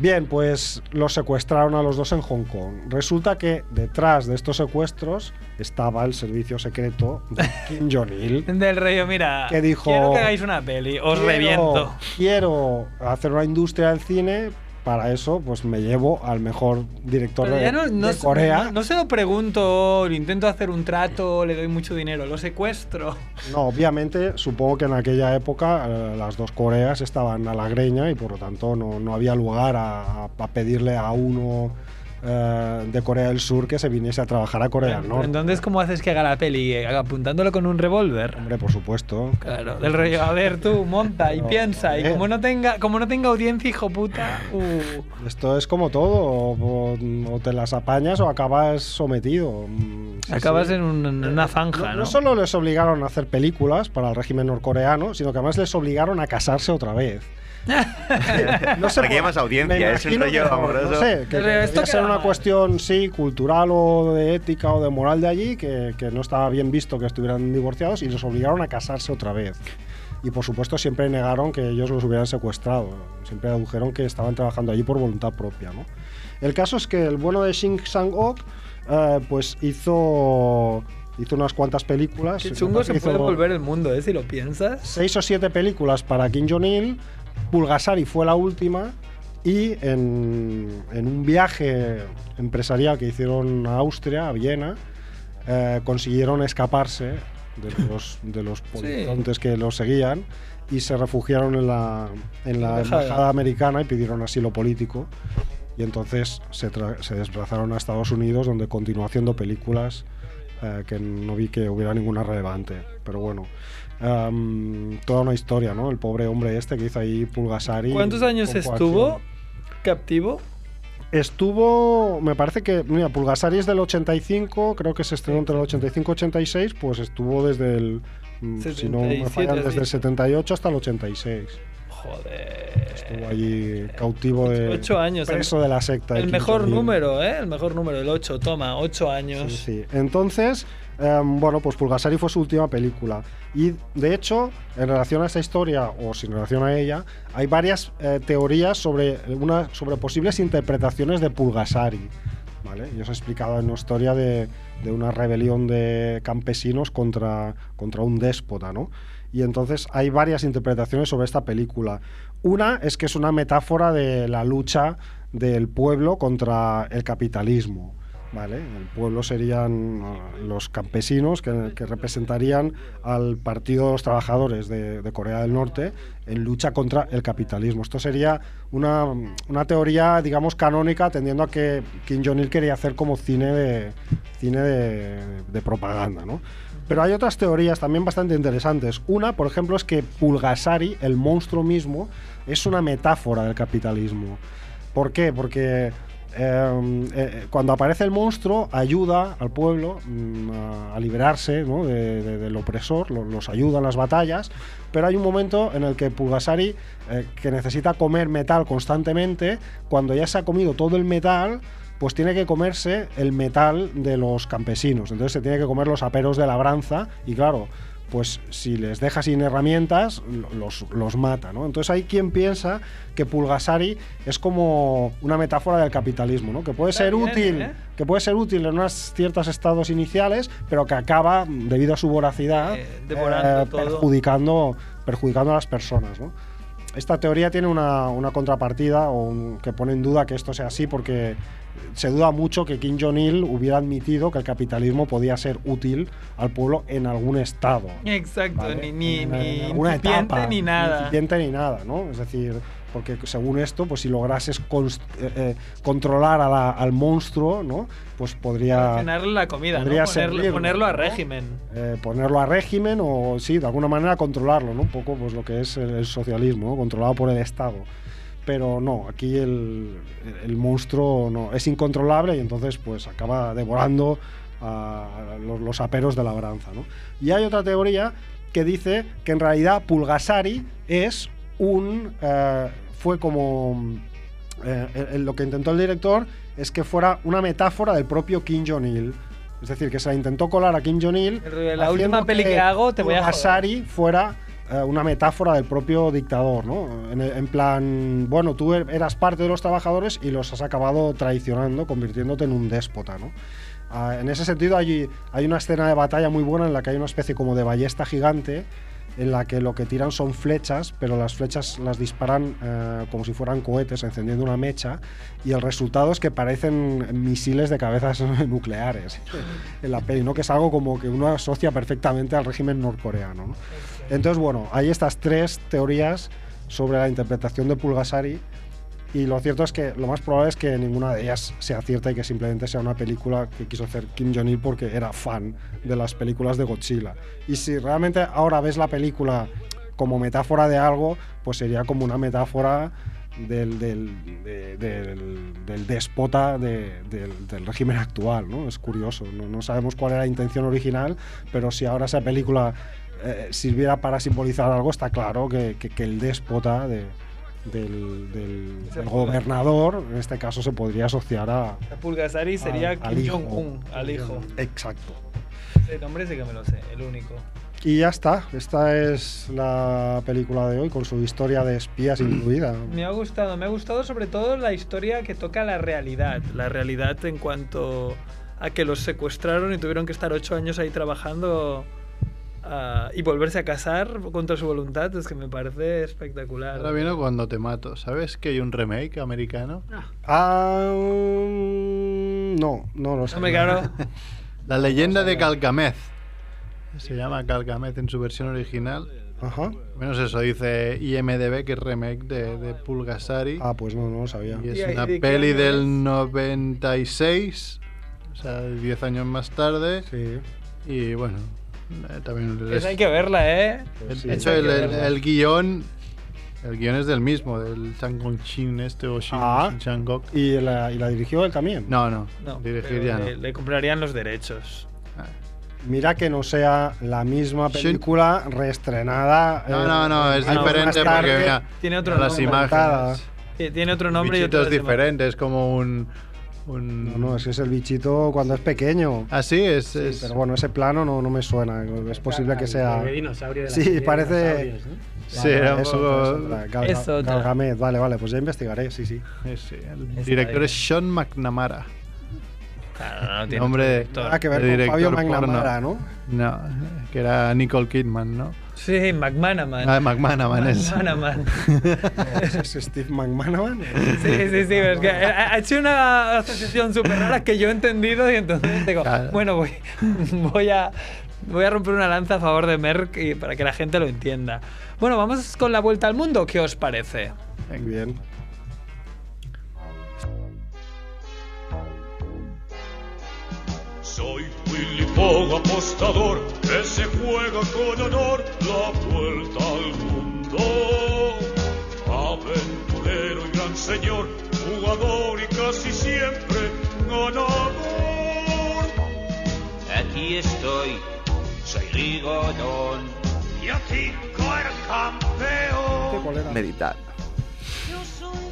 [SPEAKER 5] Bien, pues los secuestraron a los dos en Hong Kong. Resulta que detrás de estos secuestros estaba el servicio secreto
[SPEAKER 2] <laughs>
[SPEAKER 5] de Kim Jong-il.
[SPEAKER 2] Del rey, mira.
[SPEAKER 5] ¿Qué dijo?
[SPEAKER 2] Quiero que hagáis una peli, os
[SPEAKER 5] Quiero-
[SPEAKER 2] reviento.
[SPEAKER 5] Quiero hacer una industria del cine. Para eso, pues me llevo al mejor director
[SPEAKER 2] Pero
[SPEAKER 5] de,
[SPEAKER 2] ya no, no
[SPEAKER 5] de
[SPEAKER 2] se-
[SPEAKER 5] Corea.
[SPEAKER 2] no- no se lo pregunto, le intento hacer un trato, le doy mucho dinero, lo secuestro.
[SPEAKER 5] No, obviamente, supongo que en aquella época eh, las dos Coreas estaban a la greña y por lo tanto no, no había lugar a, a- a pedirle a uno eh, de Corea del Sur que se viniese a trabajar a Corea del Norte.
[SPEAKER 2] Entonces, ¿cómo haces que haga la peli? Eh, ¿Apuntándolo con un revólver?
[SPEAKER 5] Hombre, por supuesto.
[SPEAKER 2] Claro, del rollo, a ver tú, monta y
[SPEAKER 5] Pero,
[SPEAKER 2] piensa, y
[SPEAKER 5] joder.
[SPEAKER 2] como no tenga, como no tenga audiencia, hijo puta, uh,
[SPEAKER 5] Esto es como todo, o, o- o te las apañas o acabas sometido. Mm, sí,
[SPEAKER 2] acabas
[SPEAKER 5] sí.
[SPEAKER 2] en, un- en una zanja,
[SPEAKER 5] No-
[SPEAKER 2] ¿no?
[SPEAKER 5] no solo les obligaron a hacer películas para el régimen norcoreano, sino que además les obligaron a casarse otra vez. no
[SPEAKER 4] <laughs> Para que haya más audiencia, ¿eh?
[SPEAKER 5] me
[SPEAKER 4] es un
[SPEAKER 5] imagino
[SPEAKER 4] rollo
[SPEAKER 5] que no,
[SPEAKER 4] amoroso.
[SPEAKER 5] No sé, que
[SPEAKER 2] Pero
[SPEAKER 5] debía
[SPEAKER 2] esto
[SPEAKER 5] ser
[SPEAKER 2] queda
[SPEAKER 5] una
[SPEAKER 2] mal.
[SPEAKER 5] cuestión, sí, cultural o de ética o de moral de allí, que, que no estaba bien visto que estuvieran divorciados y los obligaron a casarse otra vez. Y por supuesto siempre negaron que ellos los hubieran secuestrado, siempre adujeron que estaban trabajando allí por voluntad propia. ¿no? El caso es que el bueno de Shin Sang-ok eh, pues hizo hizo unas cuantas películas.
[SPEAKER 2] Qué chungo se
[SPEAKER 5] Hizo
[SPEAKER 2] puede volver el mundo, ¿eh? Si lo piensas.
[SPEAKER 5] Seis o siete películas para Kim Jong-il. Pulgasari fue la última. Y en, en un viaje empresarial que hicieron a Austria, a Viena, eh, consiguieron escaparse de los, de los polizontes que los seguían y se refugiaron en la, en la
[SPEAKER 2] Embajada.
[SPEAKER 5] embajada americana y pidieron asilo político. Y entonces se, tra- se desplazaron a Estados Unidos, donde continuó haciendo películas eh, que no vi que hubiera ninguna relevante. Pero bueno, Am, toda una historia, ¿no? El pobre hombre este que hizo ahí Pulgasari.
[SPEAKER 2] ¿Cuántos años
[SPEAKER 5] con coacción.
[SPEAKER 2] estuvo captivo?
[SPEAKER 5] Estuvo, me parece que, mira, Pulgasari es del 85, creo que se estrenó entre el 85 y 86, pues estuvo desde el, mm, si no me
[SPEAKER 2] 77,
[SPEAKER 5] fallan,
[SPEAKER 2] has
[SPEAKER 5] desde el
[SPEAKER 2] dicho.
[SPEAKER 5] 78 hasta el 86.
[SPEAKER 2] Joder.
[SPEAKER 5] Estuvo allí cautivo de...
[SPEAKER 2] Eh, Ocho años,
[SPEAKER 5] Preso
[SPEAKER 2] el-
[SPEAKER 5] de la secta. de
[SPEAKER 2] El
[SPEAKER 5] Kim
[SPEAKER 2] mejor
[SPEAKER 5] Jong-il.
[SPEAKER 2] número, ¿eh? El mejor número, el 8. Toma, 8 años.
[SPEAKER 5] Sí, sí. Entonces, em, bueno, pues Pulgasari fue su última película. Y de hecho, en relación a esta historia, o sin relación a ella, hay varias eh, teorías sobre, una, sobre posibles interpretaciones de Pulgasari. ¿Vale? Y os he explicado en una historia de, de una rebelión de campesinos contra, contra un déspota, ¿no? Y entonces hay varias interpretaciones sobre esta película. Una es que es una metáfora de la lucha del pueblo contra el capitalismo. ¿vale? El pueblo serían eh, los campesinos que, que representarían al Partido de los Trabajadores de, de Corea del Norte en lucha contra el capitalismo. Esto sería una, una teoría, digamos, canónica, tendiendo a que Kim Jong-il quería hacer como cine de, cine de, de propaganda. ¿no? Pero hay otras teorías también bastante interesantes. Una, por ejemplo, es que Pulgasari, el monstruo mismo, es una metáfora del capitalismo. ¿Por qué? Porque eh, eh, cuando aparece el monstruo ayuda al pueblo mm, a, a liberarse ¿no? de- de- del opresor, lo- los ayuda en las batallas, pero hay un momento en el que Pulgasari, eh, que necesita comer metal constantemente, cuando ya se ha comido todo el metal, pues tiene que comerse el metal de los campesinos, entonces se tiene que comer los aperos de labranza y claro, pues si les deja sin herramientas, lo- los, los mata, ¿no? Entonces hay quien piensa que Pulgasari es como una metáfora del capitalismo, ¿no? Que puede
[SPEAKER 2] Está
[SPEAKER 5] ser
[SPEAKER 2] bien,
[SPEAKER 5] útil,
[SPEAKER 2] ¿eh?
[SPEAKER 5] que puede ser útil en unos ciertos estados iniciales, pero que acaba, mm, debido a su voracidad,
[SPEAKER 2] Eh, devorando todo.
[SPEAKER 5] perjudicando, perjudicando a las personas, ¿no? Esta teoría tiene una, una contrapartida o un- que pone en duda que esto sea así porque se duda mucho que Kim Jong-il hubiera admitido que el capitalismo podía ser útil al pueblo en algún estado.
[SPEAKER 2] Exacto,
[SPEAKER 5] ¿vale?
[SPEAKER 2] ni, ni,
[SPEAKER 5] En-
[SPEAKER 2] ni
[SPEAKER 5] en alguna
[SPEAKER 2] incipiente
[SPEAKER 5] etapa,
[SPEAKER 2] ni nada.
[SPEAKER 5] incipiente ni nada, ¿no? Es decir, porque según esto, pues si lograses const- eh, eh, controlar a la- al monstruo, ¿no? Pues podría
[SPEAKER 2] Llenarle la comida, ¿no?
[SPEAKER 5] Podría
[SPEAKER 2] Ponerlo-
[SPEAKER 5] servirlo,
[SPEAKER 2] ponerlo a
[SPEAKER 5] ¿no?
[SPEAKER 2] régimen.
[SPEAKER 5] eh, ponerlo a régimen o sí, de alguna manera controlarlo, ¿no? Un poco pues lo que es el, el socialismo, ¿no? controlado por el Estado. Pero no, aquí el, el monstruo no, es incontrolable y entonces pues acaba devorando a los, los aperos de labranza, ¿no? Y hay otra teoría que dice que en realidad Pulgasari es un... eh, fue como... Eh, eh, eh, lo que intentó el director es que fuera una metáfora del propio Kim Jong-il. Es decir, que se la intentó colar a Kim Jong-il.
[SPEAKER 2] El rollo de la
[SPEAKER 5] haciendo
[SPEAKER 2] última peli que hago te voy a joder.
[SPEAKER 5] Asari fuera eh, una metáfora del propio dictador, ¿no? En, en plan, bueno, tú er- eras parte de los trabajadores y los has acabado traicionando, convirtiéndote en un déspota, ¿no? Ah, en ese sentido, hay, hay una escena de batalla muy buena en la que hay una especie como de ballesta gigante en la que lo que tiran son flechas, pero las flechas las disparan eh, como si fueran cohetes, encendiendo una mecha, y el resultado es que parecen misiles de cabezas <laughs> nucleares en la peli, ¿no? que es algo como que uno asocia perfectamente al régimen norcoreano. ¿no? Entonces, bueno, hay estas tres teorías sobre la interpretación de Pulgasari, y lo cierto es que lo más probable es que ninguna de ellas sea cierta y que simplemente sea una película que quiso hacer Kim Jong-il porque era fan de las películas de Godzilla. Y si realmente ahora ves la película como metáfora de algo, pues sería como una metáfora del, del, de- del- del déspota de- del, del régimen actual, ¿no? Es curioso, no, no sabemos cuál era la intención original, pero si ahora esa película eh, sirviera para simbolizar algo, está claro que, que- que el déspota de- del, del- del gobernador, en este caso, se podría asociar a...
[SPEAKER 2] La Pulgasari sería
[SPEAKER 5] al- al
[SPEAKER 2] Kim
[SPEAKER 5] hijo.
[SPEAKER 2] Jong-un, al hijo.
[SPEAKER 5] Exacto.
[SPEAKER 2] Ese nombre sí que me lo sé, el único.
[SPEAKER 5] Y ya está, esta es la película de hoy con su historia de espías incluida.
[SPEAKER 2] Me ha gustado, me ha gustado sobre todo la historia que toca la realidad. La realidad en cuanto a que los secuestraron y tuvieron que estar ocho años ahí trabajando ah, y volverse a casar contra su voluntad. Es que me parece espectacular.
[SPEAKER 3] Ahora viene cuando te mato. ¿Sabes que hay un remake americano?
[SPEAKER 5] Ah, mm, no, no lo sé.
[SPEAKER 2] Hombre,
[SPEAKER 3] <laughs>
[SPEAKER 2] claro.
[SPEAKER 3] La leyenda de Calcamez. Se llama Calcamez en su versión original.
[SPEAKER 5] Ajá.
[SPEAKER 3] Al menos eso dice IMDB, que es remake de, de Pulgasari.
[SPEAKER 5] Ah, pues no, no lo sabía.
[SPEAKER 3] Y
[SPEAKER 2] ¿Y
[SPEAKER 3] es
[SPEAKER 2] ahí
[SPEAKER 3] una
[SPEAKER 2] de qué
[SPEAKER 3] peli
[SPEAKER 2] año es?
[SPEAKER 3] del 96, o sea, 10 años más tarde.
[SPEAKER 5] Sí.
[SPEAKER 3] Y bueno, eh, también... el-
[SPEAKER 2] Esa hay que verla, ¿eh?
[SPEAKER 5] pues sí.
[SPEAKER 3] de hecho,
[SPEAKER 2] hay
[SPEAKER 3] el,
[SPEAKER 2] que
[SPEAKER 3] el-
[SPEAKER 2] verla.
[SPEAKER 3] el guión... El guión es del mismo, del Chang Gong Chin este o Shin,
[SPEAKER 5] Ah.
[SPEAKER 3] Shin Chang Gok.
[SPEAKER 5] ¿Y la, y la dirigió él también?
[SPEAKER 3] No, no, Ah.
[SPEAKER 2] No,
[SPEAKER 3] dirigir
[SPEAKER 2] pero
[SPEAKER 3] ya no.
[SPEAKER 2] le, le comprarían los derechos.
[SPEAKER 5] Mira que no sea la misma
[SPEAKER 3] Shin-
[SPEAKER 5] película reestrenada.
[SPEAKER 3] No,
[SPEAKER 5] eh,
[SPEAKER 3] no, no, es
[SPEAKER 5] años más
[SPEAKER 3] diferente
[SPEAKER 5] tarde.
[SPEAKER 3] porque mira,
[SPEAKER 2] Tiene otro
[SPEAKER 3] mira las
[SPEAKER 2] nombre.
[SPEAKER 3] imágenes.
[SPEAKER 2] Eh, Tiene otro nombre y otro
[SPEAKER 3] Bichitos
[SPEAKER 2] tema.
[SPEAKER 3] diferentes, como un... un...
[SPEAKER 5] No, no, es que es el bichito cuando es pequeño.
[SPEAKER 3] Así es,
[SPEAKER 5] Sí,
[SPEAKER 3] es-
[SPEAKER 5] pero bueno, ese plano no, no me suena. Es posible que sea.
[SPEAKER 6] El dinosaurio de la
[SPEAKER 5] Sí,
[SPEAKER 6] serie de
[SPEAKER 5] parece-
[SPEAKER 6] dinosaurios, ¿no?
[SPEAKER 3] sí, era un
[SPEAKER 5] eso,
[SPEAKER 3] poco-
[SPEAKER 5] eso, otra, Gal-
[SPEAKER 2] Es otra.
[SPEAKER 5] Galgamet, vale, vale, pues ya investigaré, sí, sí.
[SPEAKER 3] Sí, sí, el
[SPEAKER 2] Está
[SPEAKER 3] director es
[SPEAKER 2] bien.
[SPEAKER 3] Sean McNamara.
[SPEAKER 2] Claro, no, no tiene
[SPEAKER 3] Nombre de-
[SPEAKER 2] otro
[SPEAKER 5] Nada
[SPEAKER 2] director.
[SPEAKER 5] Ah, que ver
[SPEAKER 3] El
[SPEAKER 5] con Fabio
[SPEAKER 3] director porno.
[SPEAKER 5] Magnamara, ¿no? <laughs>
[SPEAKER 3] No, que era Nicole Kidman, ¿no?
[SPEAKER 2] Sí, McManaman.
[SPEAKER 3] Ah, McManaman es.
[SPEAKER 2] McManaman.
[SPEAKER 5] ¿Es Steve McManaman?
[SPEAKER 2] Sí, sí, sí, pero es que ha ha hecho una asociación súper rara que yo he entendido y entonces digo,
[SPEAKER 3] Claro.
[SPEAKER 2] bueno, voy, <laughs> voy, a, voy a romper una lanza a favor de Merck y- para que la gente lo entienda. Bueno, vamos con la vuelta al mundo, ¿qué os parece?
[SPEAKER 5] Bien.
[SPEAKER 11] Soy Willy Fogg, apostador, que se juega con honor la vuelta al mundo. Aventurero y gran señor, jugador y casi siempre ganador.
[SPEAKER 12] Aquí estoy, soy Rigodón.
[SPEAKER 11] Y aquí caer
[SPEAKER 5] Este
[SPEAKER 11] campeón.
[SPEAKER 4] Meditar.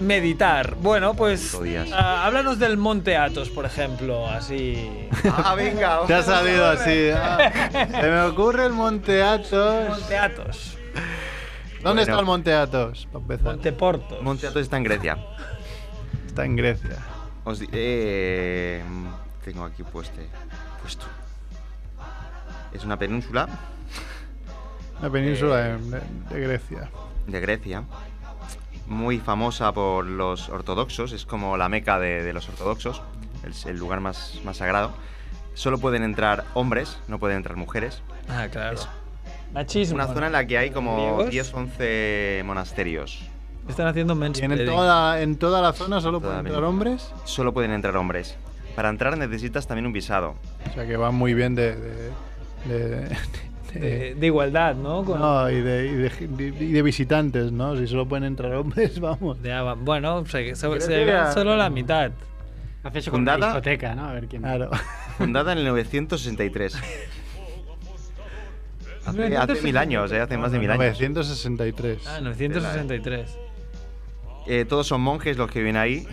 [SPEAKER 2] Meditar. Bueno, pues
[SPEAKER 4] Cinco días.
[SPEAKER 2] ah, háblanos del Monte Athos, por ejemplo,
[SPEAKER 4] <laughs>
[SPEAKER 2] así.
[SPEAKER 4] Ah, venga.
[SPEAKER 3] Te ha salido así. ah, se me ocurre el Monte Athos.
[SPEAKER 2] Monte Athos,
[SPEAKER 3] ¿Dónde está
[SPEAKER 4] Bueno.
[SPEAKER 3] el Monte Athos? Para empezar.
[SPEAKER 2] Monte Porto.
[SPEAKER 4] Monte Athos está en Grecia.
[SPEAKER 3] Está en Grecia.
[SPEAKER 4] Os diré. Tengo aquí puesto. puesto. Es una península
[SPEAKER 3] La península de, de Grecia.
[SPEAKER 4] de Grecia muy famosa por los ortodoxos, es como la meca de, de los ortodoxos, el, el lugar más, más sagrado. Solo pueden entrar hombres, no pueden entrar mujeres.
[SPEAKER 2] Ah, claro. Machismo.
[SPEAKER 4] Una zona en la que hay como
[SPEAKER 2] ¿Griegos?
[SPEAKER 4] 10, 11 monasterios.
[SPEAKER 2] Están haciendo
[SPEAKER 3] Y en,
[SPEAKER 2] mansplaining.
[SPEAKER 3] toda, en toda la zona solo
[SPEAKER 4] Toda
[SPEAKER 3] pueden
[SPEAKER 4] la
[SPEAKER 3] entrar
[SPEAKER 4] península.
[SPEAKER 3] hombres.
[SPEAKER 4] Solo pueden entrar hombres. Para entrar necesitas también un visado.
[SPEAKER 3] O sea que van muy bien de. de- de- de-
[SPEAKER 2] de, de igualdad, ¿no? Con-
[SPEAKER 3] no, y de, y de- y de visitantes, ¿no? Si solo pueden entrar hombres, <laughs> vamos.
[SPEAKER 2] de Ava- bueno, se, se,
[SPEAKER 3] Creo
[SPEAKER 2] se
[SPEAKER 3] que
[SPEAKER 2] ve
[SPEAKER 3] era-
[SPEAKER 2] solo la mitad.
[SPEAKER 6] Hace eso con una
[SPEAKER 4] Fundada-
[SPEAKER 6] discoteca, ¿no? A ver quién.
[SPEAKER 5] Ah,
[SPEAKER 3] Claro.
[SPEAKER 4] Fundada en el 963. Hace, hace
[SPEAKER 2] 963.
[SPEAKER 4] mil años, eh, hace más de mil años.
[SPEAKER 3] 963.
[SPEAKER 2] Ah, 963.
[SPEAKER 4] Eh, todos son monjes los que viven ahí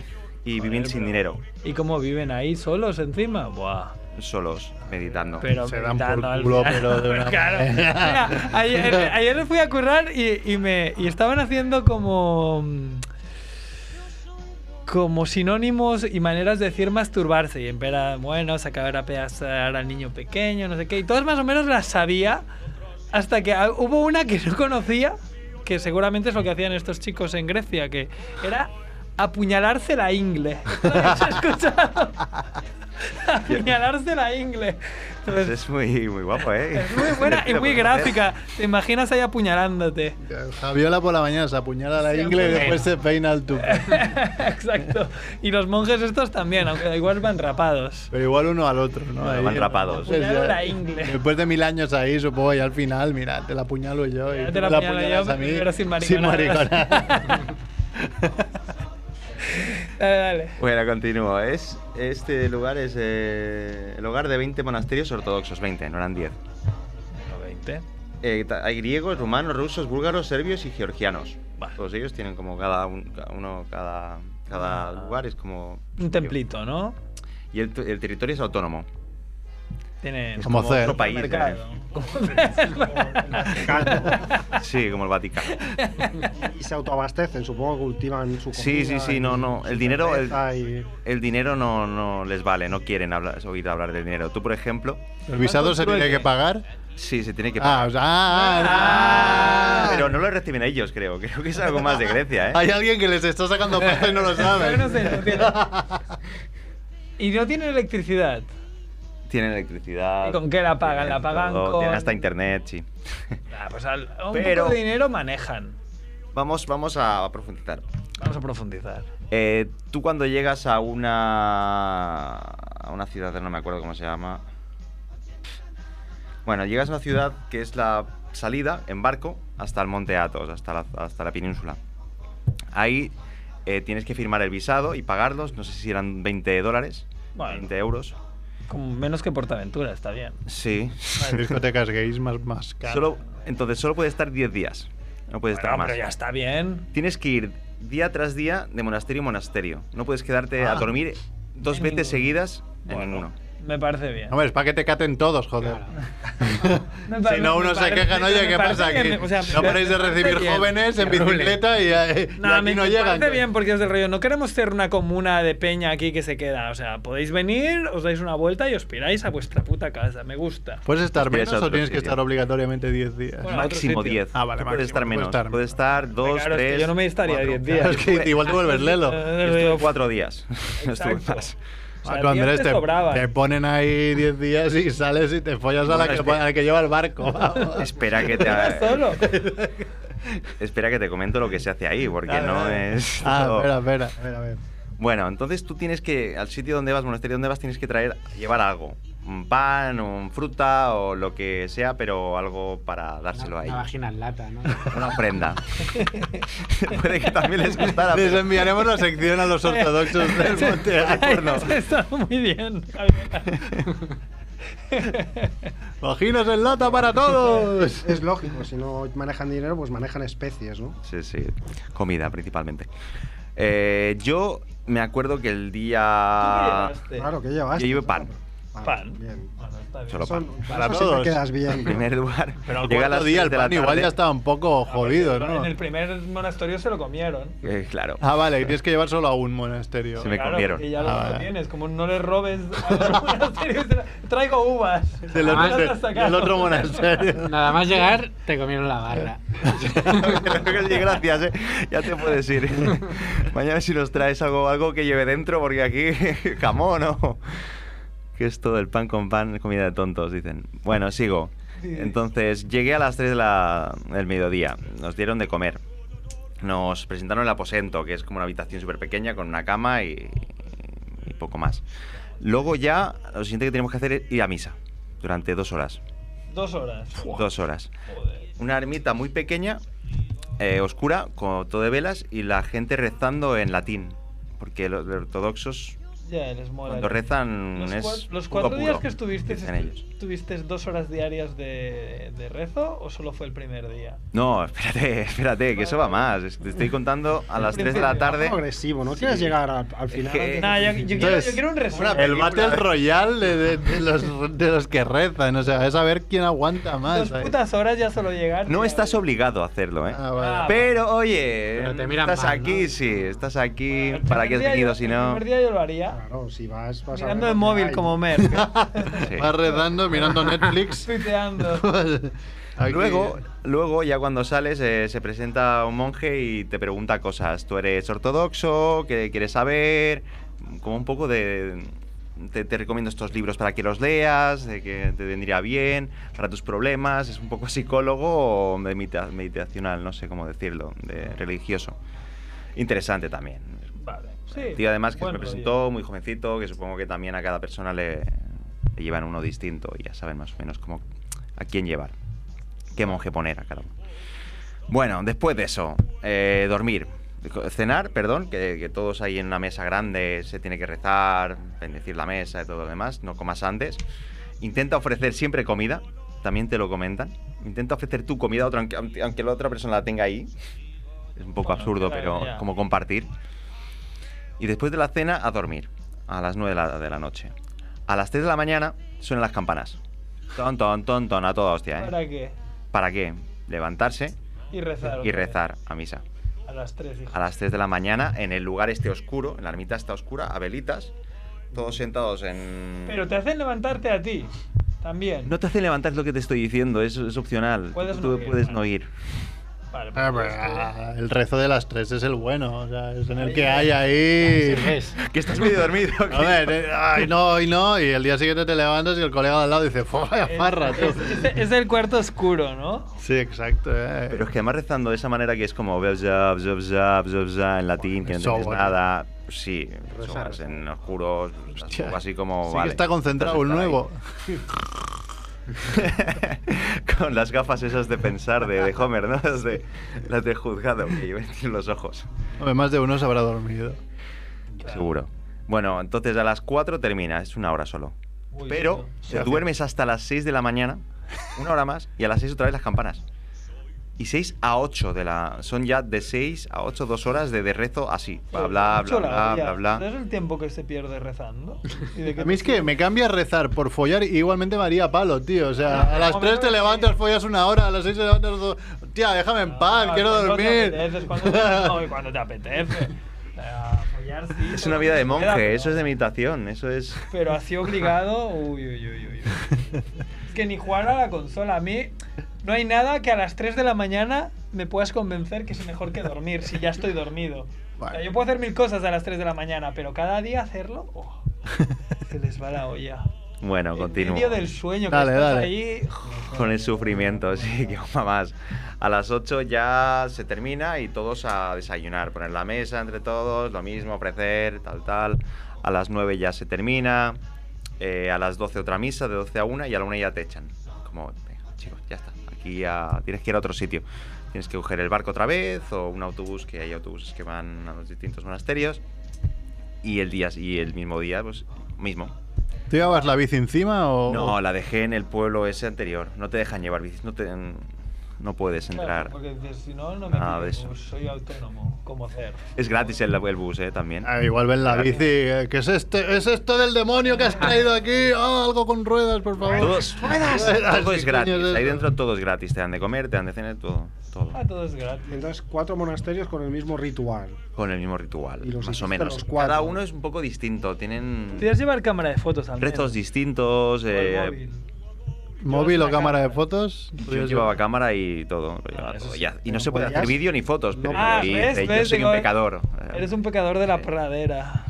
[SPEAKER 4] y viven sin dinero,
[SPEAKER 2] ¿Y cómo viven ahí solos encima? Buah.
[SPEAKER 4] solos, meditando.
[SPEAKER 2] Pero
[SPEAKER 3] Se dan
[SPEAKER 2] meditando
[SPEAKER 3] por
[SPEAKER 2] al <laughs>
[SPEAKER 3] culo,
[SPEAKER 2] final.
[SPEAKER 3] pero de una
[SPEAKER 2] Claro.
[SPEAKER 3] manera. <laughs>
[SPEAKER 2] Mira, ayer, ayer fui a currar y, y me y estaban haciendo como mm, como sinónimos y maneras de decir masturbarse y en era bueno sacar a pedacear al niño pequeño no sé qué y todas más o menos las sabía hasta que ah, hubo una que no conocía que seguramente es lo que hacían estos chicos en Grecia que era apuñalarse la
[SPEAKER 3] <laughs>
[SPEAKER 2] ingle ¿Esto lo habéis escuchado? <laughs> apuñalarse la ingle Entonces,
[SPEAKER 4] Es muy, muy guapo, ¿eh?
[SPEAKER 2] Pues es <laughs> muy buena y muy gráfica. Te imaginas ahí <laughs> apuñalándote.
[SPEAKER 3] Javiola por la mañana se apuñala la ingle y después se peina el tupe.
[SPEAKER 2] Exacto. Y los monjes estos también, aunque igual van rapados.
[SPEAKER 3] Pero igual uno al otro, ¿no?
[SPEAKER 4] Van
[SPEAKER 3] Ahí,
[SPEAKER 4] rapados.
[SPEAKER 3] ¿no? Pues ya-
[SPEAKER 2] Apuñalo la ingle.
[SPEAKER 3] Después de mil años ahí, supongo, y al final, mira, te la apuñalo yo y
[SPEAKER 2] Ya
[SPEAKER 3] tú
[SPEAKER 2] te
[SPEAKER 3] me
[SPEAKER 2] la
[SPEAKER 3] la
[SPEAKER 2] apuñalo yo,
[SPEAKER 3] apuñalas a mí.
[SPEAKER 2] pero sin mariconadas. <laughs>
[SPEAKER 3] mariconadas.
[SPEAKER 2] Dale, dale.
[SPEAKER 4] Bueno, continúo. Es, este lugar es eh, el hogar de 20 monasterios ortodoxos, 20, no eran 10. Eh, ta- hay griegos, rumanos, rusos, búlgaros, serbios y georgianos. Todos ellos tienen como cada un- ca- uno, cada,
[SPEAKER 2] Ah.
[SPEAKER 4] cada lugar es como...
[SPEAKER 2] Un templito, ¿no?
[SPEAKER 4] Y el, t- el territorio es autónomo.
[SPEAKER 2] Tienen
[SPEAKER 4] Es como
[SPEAKER 2] como
[SPEAKER 4] hacer-
[SPEAKER 2] otro país,
[SPEAKER 4] mercado.
[SPEAKER 2] ¿eh?
[SPEAKER 4] ¿eh? Sí, como el
[SPEAKER 2] <laughs>
[SPEAKER 4] Vaticano.
[SPEAKER 5] Y se autoabastecen, supongo que cultivan su comida.
[SPEAKER 4] Sí, sí, sí, no, no.
[SPEAKER 5] y
[SPEAKER 4] El
[SPEAKER 5] su
[SPEAKER 4] dinero, el,
[SPEAKER 5] cerveza y-
[SPEAKER 4] el dinero no, no les vale, no quieren hablar, oír hablar del dinero. Tú, por ejemplo.
[SPEAKER 3] ¿El visado se tiene que pagar?
[SPEAKER 4] Sí, se tiene que
[SPEAKER 3] Ah,
[SPEAKER 4] pagar.
[SPEAKER 3] o sea, ah,
[SPEAKER 4] Pero no lo reciben ellos, creo. Creo que es algo más de Grecia, ¿eh?
[SPEAKER 3] Hay alguien que les está sacando pasta y no lo
[SPEAKER 2] Yo no
[SPEAKER 3] sabe.
[SPEAKER 2] sé, no <laughs> tiene- y no tienen electricidad.
[SPEAKER 4] Tienen electricidad.
[SPEAKER 2] ¿Y con qué la pagan? La pagan
[SPEAKER 4] todo,
[SPEAKER 2] con.
[SPEAKER 4] Tienen hasta internet, sí.
[SPEAKER 2] Ah, pues al- un
[SPEAKER 4] Pero-
[SPEAKER 2] poco de dinero manejan.
[SPEAKER 4] Vamos, vamos a profundizar.
[SPEAKER 2] Vamos a profundizar.
[SPEAKER 4] Eh, tú cuando llegas a una a una ciudad, no me acuerdo cómo se llama. Bueno, llegas a una ciudad que es la salida en barco hasta el Monte Athos, hasta la, hasta la península. Ahí eh, tienes que firmar el visado y pagarlos, no sé si eran 20 dólares, 20 euros.
[SPEAKER 2] Como menos que Portaventura, está bien.
[SPEAKER 4] Sí.
[SPEAKER 3] Discotecas gays más, más caras.
[SPEAKER 4] Solo, entonces solo puedes estar 10 días. No puedes
[SPEAKER 2] No,
[SPEAKER 4] estar más.
[SPEAKER 2] pero ya está bien.
[SPEAKER 4] Tienes que ir día tras día de monasterio en monasterio. No puedes quedarte
[SPEAKER 2] Ah.
[SPEAKER 4] a dormir dos
[SPEAKER 2] En
[SPEAKER 4] veces
[SPEAKER 2] ninguno.
[SPEAKER 4] seguidas en ninguno.
[SPEAKER 2] Me parece bien.
[SPEAKER 3] Hombre, es para que te caten todos, joder.
[SPEAKER 2] Me pare-
[SPEAKER 3] Si no,
[SPEAKER 2] me
[SPEAKER 3] uno se
[SPEAKER 2] parece-
[SPEAKER 3] queja, no, oye,
[SPEAKER 2] me
[SPEAKER 3] ¿qué
[SPEAKER 2] parece
[SPEAKER 3] pasa aquí?
[SPEAKER 2] bien, o sea,
[SPEAKER 3] no
[SPEAKER 2] me
[SPEAKER 3] paráis de
[SPEAKER 2] parece
[SPEAKER 3] recibir
[SPEAKER 2] <laughs> bien.
[SPEAKER 3] jóvenes en
[SPEAKER 2] Que rule.
[SPEAKER 3] bicicleta y, eh, y
[SPEAKER 2] No,
[SPEAKER 3] aquí
[SPEAKER 2] me
[SPEAKER 3] no
[SPEAKER 2] me
[SPEAKER 3] llegan.
[SPEAKER 2] parece bien porque es del rollo. No queremos ser una comuna de peña aquí que se queda. O sea, podéis venir, os dais una vuelta y os piráis a vuestra puta casa. Me gusta.
[SPEAKER 3] ¿Puedes estar
[SPEAKER 4] Aspiras a
[SPEAKER 3] menos o
[SPEAKER 4] otro
[SPEAKER 3] tienes que
[SPEAKER 4] sitio.
[SPEAKER 3] estar obligatoriamente 10 días?
[SPEAKER 2] Bueno, a otro sitio.
[SPEAKER 4] máximo 10.
[SPEAKER 3] Ah, vale,
[SPEAKER 4] Tú puedes
[SPEAKER 3] máximo,
[SPEAKER 4] estar
[SPEAKER 3] puedes
[SPEAKER 4] menos.
[SPEAKER 3] estar
[SPEAKER 4] Puedes estar 2,
[SPEAKER 2] Claro, es que
[SPEAKER 4] 3.
[SPEAKER 2] yo no me estaría 10 días.
[SPEAKER 3] Es que igual
[SPEAKER 2] <laughs>
[SPEAKER 3] te vuelves lelo.
[SPEAKER 2] Yo-
[SPEAKER 4] Cuatro días. <laughs> Estuve
[SPEAKER 2] Exacto. <laughs>
[SPEAKER 4] más.
[SPEAKER 2] O sea,
[SPEAKER 3] Tú,
[SPEAKER 2] diez
[SPEAKER 3] Andrés,
[SPEAKER 2] te
[SPEAKER 3] te,
[SPEAKER 2] sobraban.
[SPEAKER 3] te ponen ahí 10 días y sales y te follas a la
[SPEAKER 4] Bueno,
[SPEAKER 3] que,
[SPEAKER 4] espera.
[SPEAKER 3] a la que lleva el barco. vamos.
[SPEAKER 4] Espera que te
[SPEAKER 2] Estás
[SPEAKER 3] eh,
[SPEAKER 2] solo.
[SPEAKER 4] espera que te comento lo que se hace ahí, porque
[SPEAKER 3] Dale,
[SPEAKER 4] no
[SPEAKER 3] dale.
[SPEAKER 4] es.
[SPEAKER 3] Ah,
[SPEAKER 4] todo.
[SPEAKER 3] espera, espera.
[SPEAKER 5] A ver, a ver.
[SPEAKER 4] Bueno, entonces tú tienes que, al sitio donde vas, monasterio donde vas, tienes que traer, llevar algo. Un pan, un fruta o lo que sea, pero algo para dárselo a
[SPEAKER 6] Una
[SPEAKER 4] ellos.
[SPEAKER 6] vagina en lata, ¿no?
[SPEAKER 4] <laughs> Una ofrenda. <laughs> Puede que también les gustara.
[SPEAKER 3] Les
[SPEAKER 4] pero-
[SPEAKER 3] enviaremos la sección a los ortodoxos
[SPEAKER 2] <laughs>
[SPEAKER 3] <laughs> del Monte Athos.
[SPEAKER 2] Está muy bien.
[SPEAKER 3] ¡Vaginas en lata para todos!
[SPEAKER 5] Es lógico, si no manejan dinero, pues manejan especies, ¿no?
[SPEAKER 4] Sí, sí. Comida, principalmente. Eh, yo me acuerdo que el día.
[SPEAKER 5] Claro, que
[SPEAKER 4] Yo
[SPEAKER 5] llevas?
[SPEAKER 4] llevé pan.
[SPEAKER 5] Ah,
[SPEAKER 2] Pan.
[SPEAKER 5] Bien.
[SPEAKER 4] Solo
[SPEAKER 5] Son-
[SPEAKER 4] pan.
[SPEAKER 5] con
[SPEAKER 3] Para
[SPEAKER 5] eso
[SPEAKER 3] todos.
[SPEAKER 5] siempre quedas bien.
[SPEAKER 4] En
[SPEAKER 5] ¿no?
[SPEAKER 4] primer lugar.
[SPEAKER 3] Pero al
[SPEAKER 4] llega a
[SPEAKER 3] cuarto día
[SPEAKER 4] las seis
[SPEAKER 3] el
[SPEAKER 4] de la
[SPEAKER 3] pan igual
[SPEAKER 4] tarde.
[SPEAKER 3] ya estaba un poco jodido,
[SPEAKER 2] En el
[SPEAKER 3] ¿no?
[SPEAKER 2] primer monasterio se lo comieron.
[SPEAKER 4] Eh, claro.
[SPEAKER 3] Ah, vale, y tienes que llevar solo a un monasterio.
[SPEAKER 4] Se me comieron.
[SPEAKER 2] Y ya
[SPEAKER 3] Ah,
[SPEAKER 2] lo
[SPEAKER 3] vale.
[SPEAKER 2] tienes. Como no le robes
[SPEAKER 3] <laughs>
[SPEAKER 2] al monasterio, tra- traigo uvas.
[SPEAKER 3] Del otro,
[SPEAKER 2] Ah, las
[SPEAKER 3] del-
[SPEAKER 2] has sacado.
[SPEAKER 3] del otro monasterio.
[SPEAKER 6] Nada más llegar, te comieron la barra.
[SPEAKER 4] Creo que <laughs> sí, gracias, eh. ya te puedes ir. Mañana si nos traes algo, algo que lleve dentro, porque aquí <laughs> jamón, ¿no? Que es todo el pan con pan, comida de tontos, dicen. Bueno, sigo. Entonces, llegué a las 3 de la- del mediodía, nos dieron de comer. Nos presentaron el aposento, que es como una habitación súper pequeña con una cama y, y poco más. Luego ya, lo siguiente que tenemos que hacer es ir a misa, durante dos horas.
[SPEAKER 2] Dos horas.
[SPEAKER 4] Dos horas
[SPEAKER 2] Joder.
[SPEAKER 4] una ermita muy pequeña, eh, oscura, con todo de velas y la gente rezando en latín. Porque los ortodoxos,
[SPEAKER 2] Ya, les mola.
[SPEAKER 4] cuando rezan,
[SPEAKER 2] Los,
[SPEAKER 4] es.
[SPEAKER 2] cua- los
[SPEAKER 4] fuego
[SPEAKER 2] cuatro días
[SPEAKER 4] puro,
[SPEAKER 2] que estuviste,
[SPEAKER 4] dicen ellos.
[SPEAKER 2] ¿tuviste dos horas diarias de, de rezo o solo fue el primer día?
[SPEAKER 4] No, espérate, <laughs> espérate, que eso va más. Es- Te estoy contando a las 3 de la tarde.
[SPEAKER 5] Progresivo, ¿no? Quieres llegar al, al final.
[SPEAKER 4] que-
[SPEAKER 5] antes de-
[SPEAKER 2] Nah, yo, yo quiero, yo
[SPEAKER 3] Entonces,
[SPEAKER 2] quiero un resumen.
[SPEAKER 3] El Battle Royale de, de- de los, de los que rezan, o sea, es a ver quién aguanta más.
[SPEAKER 2] Dos
[SPEAKER 3] ahí.
[SPEAKER 2] putas horas ya solo llegar.
[SPEAKER 4] No
[SPEAKER 2] tío.
[SPEAKER 4] estás obligado a hacerlo, ¿eh?
[SPEAKER 3] Ah, vale.
[SPEAKER 2] Ah,
[SPEAKER 4] Pero oye,
[SPEAKER 6] Pero te miran
[SPEAKER 4] estás
[SPEAKER 6] mal,
[SPEAKER 4] aquí,
[SPEAKER 6] ¿no?
[SPEAKER 4] sí, estás aquí.
[SPEAKER 2] El primer
[SPEAKER 4] ¿Para qué has
[SPEAKER 2] día
[SPEAKER 4] venido
[SPEAKER 2] yo-
[SPEAKER 4] si no? Ah,
[SPEAKER 2] El primer día yo lo haría.
[SPEAKER 5] Claro, si vas, vas a
[SPEAKER 2] Mirando
[SPEAKER 5] ver lo
[SPEAKER 2] el
[SPEAKER 5] que
[SPEAKER 2] móvil
[SPEAKER 5] hay.
[SPEAKER 2] como Mer.
[SPEAKER 4] <laughs> Sí.
[SPEAKER 3] Vas rezando, mirando Netflix.
[SPEAKER 2] Tuiteando.
[SPEAKER 3] Aquí.
[SPEAKER 4] Luego, luego, ya cuando sales, eh, se presenta un monje y te pregunta cosas. Tú eres ortodoxo, ¿qué quieres saber? Como un poco de... Te, te recomiendo estos libros para que los leas, de que te vendría bien, para tus problemas. Es un poco psicólogo o medita- meditacional, no sé cómo decirlo, de religioso. Interesante también.
[SPEAKER 2] Vale.
[SPEAKER 4] El
[SPEAKER 2] Sí.
[SPEAKER 4] tío además que
[SPEAKER 2] buen
[SPEAKER 4] me
[SPEAKER 2] rollo.
[SPEAKER 4] presentó muy jovencito, que supongo que también a cada persona le, le llevan uno distinto y ya saben más o menos cómo, a quién llevar, qué monje poner a cada uno. Bueno, después de eso, eh, dormir, cenar, perdón, que, que todos ahí en una mesa grande se tiene que rezar, bendecir la mesa y todo lo demás, no comas antes. Intenta ofrecer siempre comida, también te lo comentan. Intenta ofrecer tu comida a otro, aunque, aunque la otra persona la tenga ahí. Es un poco
[SPEAKER 2] Bueno,
[SPEAKER 4] absurdo,
[SPEAKER 2] claro,
[SPEAKER 4] pero
[SPEAKER 2] ya.
[SPEAKER 4] como compartir. Y después de la cena, a dormir. A las 9 de la, de la noche. A las 3 de la mañana suenan las campanas. Ton, ton, ton, ton, a toda hostia, ¿eh?
[SPEAKER 2] ¿Para qué?
[SPEAKER 4] ¿Para qué? Levantarse
[SPEAKER 2] Y rezar.
[SPEAKER 4] y
[SPEAKER 2] otra vez.
[SPEAKER 4] rezar a misa.
[SPEAKER 2] A las 3, hijo.
[SPEAKER 4] A las 3 de la mañana, en el lugar este oscuro, en la ermita está oscura, a velitas, todos sentados en...
[SPEAKER 2] Pero te hacen levantarte a ti. También.
[SPEAKER 4] No te hace levantar es lo que te estoy diciendo, es, es opcional.
[SPEAKER 2] Puedes
[SPEAKER 4] Tú
[SPEAKER 2] no ir,
[SPEAKER 4] puedes
[SPEAKER 2] vale. <laughs>
[SPEAKER 4] no ir.
[SPEAKER 2] Vale, pues
[SPEAKER 3] Ah,
[SPEAKER 2] pues,
[SPEAKER 3] pero, ah, el rezo de las tres es el bueno, o sea, es en el que
[SPEAKER 2] Ahí,
[SPEAKER 3] hay ahí.
[SPEAKER 4] Que estás medio dormido.
[SPEAKER 3] <laughs> A ver, eh, ay, no, y no, y el día siguiente te levantas y el colega de al lado dice, "Fua, vaya
[SPEAKER 2] <laughs>
[SPEAKER 3] farra, tú".
[SPEAKER 2] es, es el cuarto oscuro, ¿no?
[SPEAKER 3] Sí, exacto, eh.
[SPEAKER 4] Pero es que además rezando de esa manera que es como veo ya, veo ya, veo ya, en latín, que no
[SPEAKER 3] Eso,
[SPEAKER 4] entiendes
[SPEAKER 3] bueno.
[SPEAKER 4] nada. Sí, eso,
[SPEAKER 3] Rezar.
[SPEAKER 4] vas en oscuros,
[SPEAKER 3] <laughs> Hostia.
[SPEAKER 4] así como.
[SPEAKER 3] Sí que
[SPEAKER 4] vale,
[SPEAKER 3] está concentrado el
[SPEAKER 4] entonces estar
[SPEAKER 3] nuevo.
[SPEAKER 4] ahí. <laughs> Con las gafas esas de pensar de, de Homer, ¿no? Las de, las de juzgado, que lleven los ojos.
[SPEAKER 3] Hombre, más de uno se habrá dormido.
[SPEAKER 4] Seguro. Bueno, entonces a las 4 termina, es una hora solo. Pero te
[SPEAKER 3] Gracias.
[SPEAKER 4] duermes hasta las 6 de la mañana, una hora más, y a las 6 otra vez las campanas. Y 6 a 8 de la. Son ya de 6 a 8, dos horas de, de rezo así. Bla, bla, bla,
[SPEAKER 2] Mucho la
[SPEAKER 4] bla,
[SPEAKER 2] olla.
[SPEAKER 4] bla, bla.
[SPEAKER 2] ¿Sabes el tiempo que se pierde rezando? ¿Y
[SPEAKER 4] <laughs>
[SPEAKER 2] de
[SPEAKER 3] A
[SPEAKER 2] qué
[SPEAKER 3] mí es que me cambia rezar por follar y igualmente me haría palo, tío. O sea, a las 3 te levantas, follas una hora, a las 6 te levantas dos. Tía, déjame en paz, quiero
[SPEAKER 2] Ah, Cuando te
[SPEAKER 3] dormir.
[SPEAKER 2] apeteces, cuando
[SPEAKER 4] <laughs>
[SPEAKER 2] te- no, y cuando te apetece. O sea, follar sí,
[SPEAKER 4] Es
[SPEAKER 2] pero
[SPEAKER 4] una vida de
[SPEAKER 2] cuando te queda,
[SPEAKER 4] monje, eso es de meditación, eso es.
[SPEAKER 2] Pero así obligado, uy, uy, uy, uy. uy. Es que ni jugar a la consola. A mí no hay nada que a las 3 de la mañana me puedas convencer que es mejor que dormir, si ya estoy dormido. O sea, yo puedo hacer mil cosas a las 3 de la mañana, pero cada día hacerlo, oh, se les va la olla.
[SPEAKER 4] Bueno, continúo.
[SPEAKER 2] Medio del sueño, que
[SPEAKER 4] Dale,
[SPEAKER 2] estás
[SPEAKER 4] dale.
[SPEAKER 2] ahí...
[SPEAKER 4] <laughs> Con el sufrimiento, sí, <laughs> que va más. A las 8 ya se termina y todos a desayunar. Poner la mesa entre todos, lo mismo, ofrecer, tal, tal. A las 9 ya se termina. eh, a las 12 otra misa, de 12 a 1 y a la 1 ya te echan. Como, "Venga, chicos, ya está. Aquí ya tienes que ir a otro sitio. Tienes que coger el barco otra vez o un autobús, que hay autobuses que van a los distintos monasterios. Y el, día, y el mismo día, pues mismo,
[SPEAKER 3] <laughs> ¿Tú llevabas la bici encima o.?
[SPEAKER 4] no, la dejé en el pueblo ese anterior. No te dejan llevar bicis, no te no puedes
[SPEAKER 2] Claro,
[SPEAKER 4] entrar. Ah,
[SPEAKER 2] porque dices, si no, no me
[SPEAKER 4] Nada
[SPEAKER 2] pido
[SPEAKER 4] de eso.
[SPEAKER 2] bus, soy autónomo, como CER.
[SPEAKER 4] Es gratis el, el bus, eh, también.
[SPEAKER 3] Ah, igual ven la bici. eh, ¿Qué es este? ¿Es esto del demonio que has traído aquí? Ah, algo con ruedas, por
[SPEAKER 5] <laughs>
[SPEAKER 3] favor.
[SPEAKER 4] Todos- Todo
[SPEAKER 3] ¿qué
[SPEAKER 4] es
[SPEAKER 3] coño
[SPEAKER 4] gratis.
[SPEAKER 3] es
[SPEAKER 4] Ahí
[SPEAKER 3] esto?
[SPEAKER 4] dentro todo es gratis. Te dan de comer, te dan de cenar, todo. todo.
[SPEAKER 2] Ah, todo es gratis.
[SPEAKER 5] Entonces, cuatro monasterios con el mismo ritual.
[SPEAKER 4] Con el mismo ritual,
[SPEAKER 5] Y los
[SPEAKER 4] más o
[SPEAKER 5] hiciste
[SPEAKER 4] menos.
[SPEAKER 5] los cuatro.
[SPEAKER 4] Cada uno es un poco distinto. Tienen
[SPEAKER 2] Tienes llevar cámara de fotos al menos.
[SPEAKER 4] rezos distintos. eh,
[SPEAKER 2] móvil.
[SPEAKER 3] ¿Móvil o cámara de fotos?
[SPEAKER 4] yo llevaba cámara y todo. lo llevaba todo, ya. Y no se puede
[SPEAKER 3] podías-
[SPEAKER 4] hacer vídeo ni fotos. Pero
[SPEAKER 2] Ah,
[SPEAKER 4] yo,
[SPEAKER 2] ves,
[SPEAKER 4] hice, yo
[SPEAKER 2] ves,
[SPEAKER 4] soy
[SPEAKER 2] digo,
[SPEAKER 4] un pecador. eh,
[SPEAKER 2] Eres un pecador de la pradera.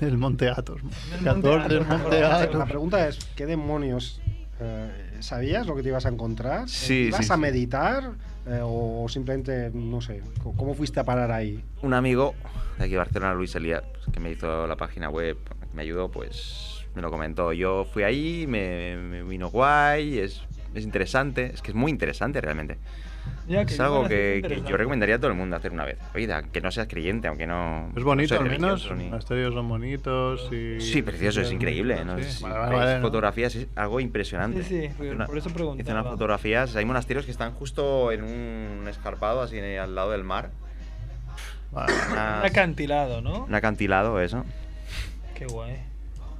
[SPEAKER 3] El Monte Athos.
[SPEAKER 2] Monte
[SPEAKER 3] 14 del
[SPEAKER 2] Athos,
[SPEAKER 3] Monte
[SPEAKER 5] La
[SPEAKER 3] Athos.
[SPEAKER 5] pregunta es, ¿qué demonios eh, sabías lo que te ibas a encontrar?
[SPEAKER 4] Sí,
[SPEAKER 5] ¿Ibas
[SPEAKER 4] sí,
[SPEAKER 5] a
[SPEAKER 4] sí.
[SPEAKER 5] meditar eh, o simplemente, no sé, co- cómo fuiste a parar ahí?
[SPEAKER 4] un amigo de aquí de Barcelona, Luis Elías, pues, que me hizo la página web, que me ayudó, pues me lo comentó. Yo fui ahí, me, me vino guay, es, es interesante, es que es muy interesante realmente.
[SPEAKER 2] Ya,
[SPEAKER 4] es
[SPEAKER 2] yo
[SPEAKER 4] algo
[SPEAKER 2] ahora sí
[SPEAKER 4] que,
[SPEAKER 2] interesante.
[SPEAKER 4] que yo recomendaría a todo el mundo hacer una vez. en la Vida, que no seas creyente, aunque no.
[SPEAKER 3] Es bonito,
[SPEAKER 4] no
[SPEAKER 3] al menos.
[SPEAKER 4] seas religioso
[SPEAKER 3] Los
[SPEAKER 4] ni-
[SPEAKER 3] monasterios son bonitos. Y...
[SPEAKER 4] Sí, precioso, es increíble. ¿no?
[SPEAKER 3] Sí.
[SPEAKER 4] Si
[SPEAKER 3] Vale, vale,
[SPEAKER 4] veis
[SPEAKER 3] vale, ¿no?
[SPEAKER 4] fotografías es algo impresionante.
[SPEAKER 2] Sí, sí,
[SPEAKER 4] Hice una-
[SPEAKER 2] por eso
[SPEAKER 4] Hice unas
[SPEAKER 2] preguntaba.
[SPEAKER 4] fotografías. Hay monasterios que están justo en un escarpado, así al lado del mar.
[SPEAKER 3] Vale.
[SPEAKER 4] Unas-
[SPEAKER 2] Un acantilado, ¿no?
[SPEAKER 4] un acantilado, eso.
[SPEAKER 2] Qué guay.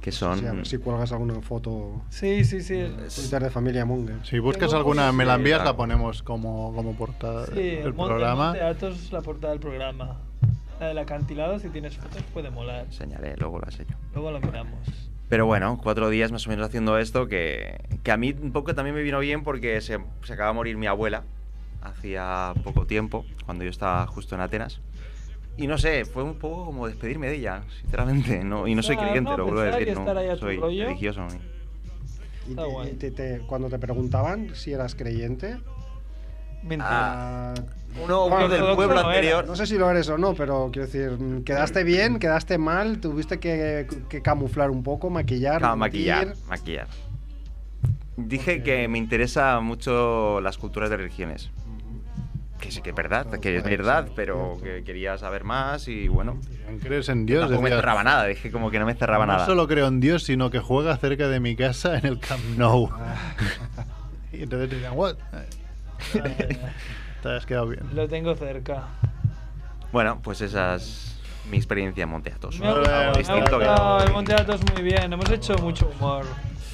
[SPEAKER 4] Que
[SPEAKER 5] Sí, a
[SPEAKER 4] son.
[SPEAKER 5] ver si cuelgas alguna foto
[SPEAKER 2] Sí, sí, sí.
[SPEAKER 4] Mm.
[SPEAKER 5] Twitter de familia Munger.
[SPEAKER 3] Si buscas
[SPEAKER 2] Yo-
[SPEAKER 3] alguna, me la
[SPEAKER 4] Sí,
[SPEAKER 3] envías,
[SPEAKER 4] claro.
[SPEAKER 3] la ponemos como, como portada
[SPEAKER 2] Sí,
[SPEAKER 3] del
[SPEAKER 2] el monte,
[SPEAKER 3] programa.
[SPEAKER 2] Monte Athos es la portada del programa. La del acantilado, si tienes fotos, puede molar.
[SPEAKER 4] Señalé, luego lo enseño.
[SPEAKER 2] Luego lo miramos.
[SPEAKER 4] Pero bueno, cuatro días más o menos haciendo esto que, que a mí un poco también me vino bien porque se, se acaba de morir mi abuela hacía poco tiempo, cuando yo estaba justo en Atenas. Y no sé, fue un poco como despedirme de ella, sinceramente. No, y no soy
[SPEAKER 2] Pensar,
[SPEAKER 4] creyente,
[SPEAKER 2] ¿no?
[SPEAKER 4] lo vuelvo a
[SPEAKER 2] Pensar y
[SPEAKER 4] decir,
[SPEAKER 2] estar ahí a
[SPEAKER 4] no
[SPEAKER 2] tu
[SPEAKER 4] soy
[SPEAKER 2] rollo.
[SPEAKER 4] religioso. ni-
[SPEAKER 5] Y
[SPEAKER 2] Está
[SPEAKER 5] te-
[SPEAKER 2] guay.
[SPEAKER 5] y te- te- cuando te preguntaban si eras creyente,
[SPEAKER 2] Mentira.
[SPEAKER 5] ah,
[SPEAKER 4] Uno, uno
[SPEAKER 5] Bueno,
[SPEAKER 4] del
[SPEAKER 2] ortodoxo
[SPEAKER 4] pueblo
[SPEAKER 2] no era,
[SPEAKER 4] anterior.
[SPEAKER 5] no sé si lo eres o no, pero quiero decir, mm, ¿quedaste bien? ¿Quedaste mal? ¿Tuviste que, que camuflar un poco, maquillar?
[SPEAKER 4] Ah,
[SPEAKER 5] mentir?
[SPEAKER 4] maquillar, maquillar. Dije que me interesa mucho las culturas de religiones. Que sí que es verdad, que es verdad, pero que quería saber más y bueno,
[SPEAKER 3] ¿Crees en Dios?
[SPEAKER 4] Tampoco me
[SPEAKER 3] Decías,
[SPEAKER 4] cerraba nada, dije como que no me cerraba
[SPEAKER 3] no
[SPEAKER 4] nada.
[SPEAKER 3] solo creo en Dios, sino que juega cerca de mi casa en el Camp Nou.
[SPEAKER 2] Ah.
[SPEAKER 3] <laughs> y entonces te dirán,
[SPEAKER 2] <laughs>
[SPEAKER 3] ¿what? <laughs> Te has quedado bien.
[SPEAKER 2] Lo tengo cerca.
[SPEAKER 4] Bueno, pues esas mi experiencia en Monte Athos.
[SPEAKER 2] Me ha gustado, me
[SPEAKER 4] Algo
[SPEAKER 2] ha
[SPEAKER 4] Pues distinto que-
[SPEAKER 2] gustado, el Monte Athos muy bien. Hemos hecho mucho humor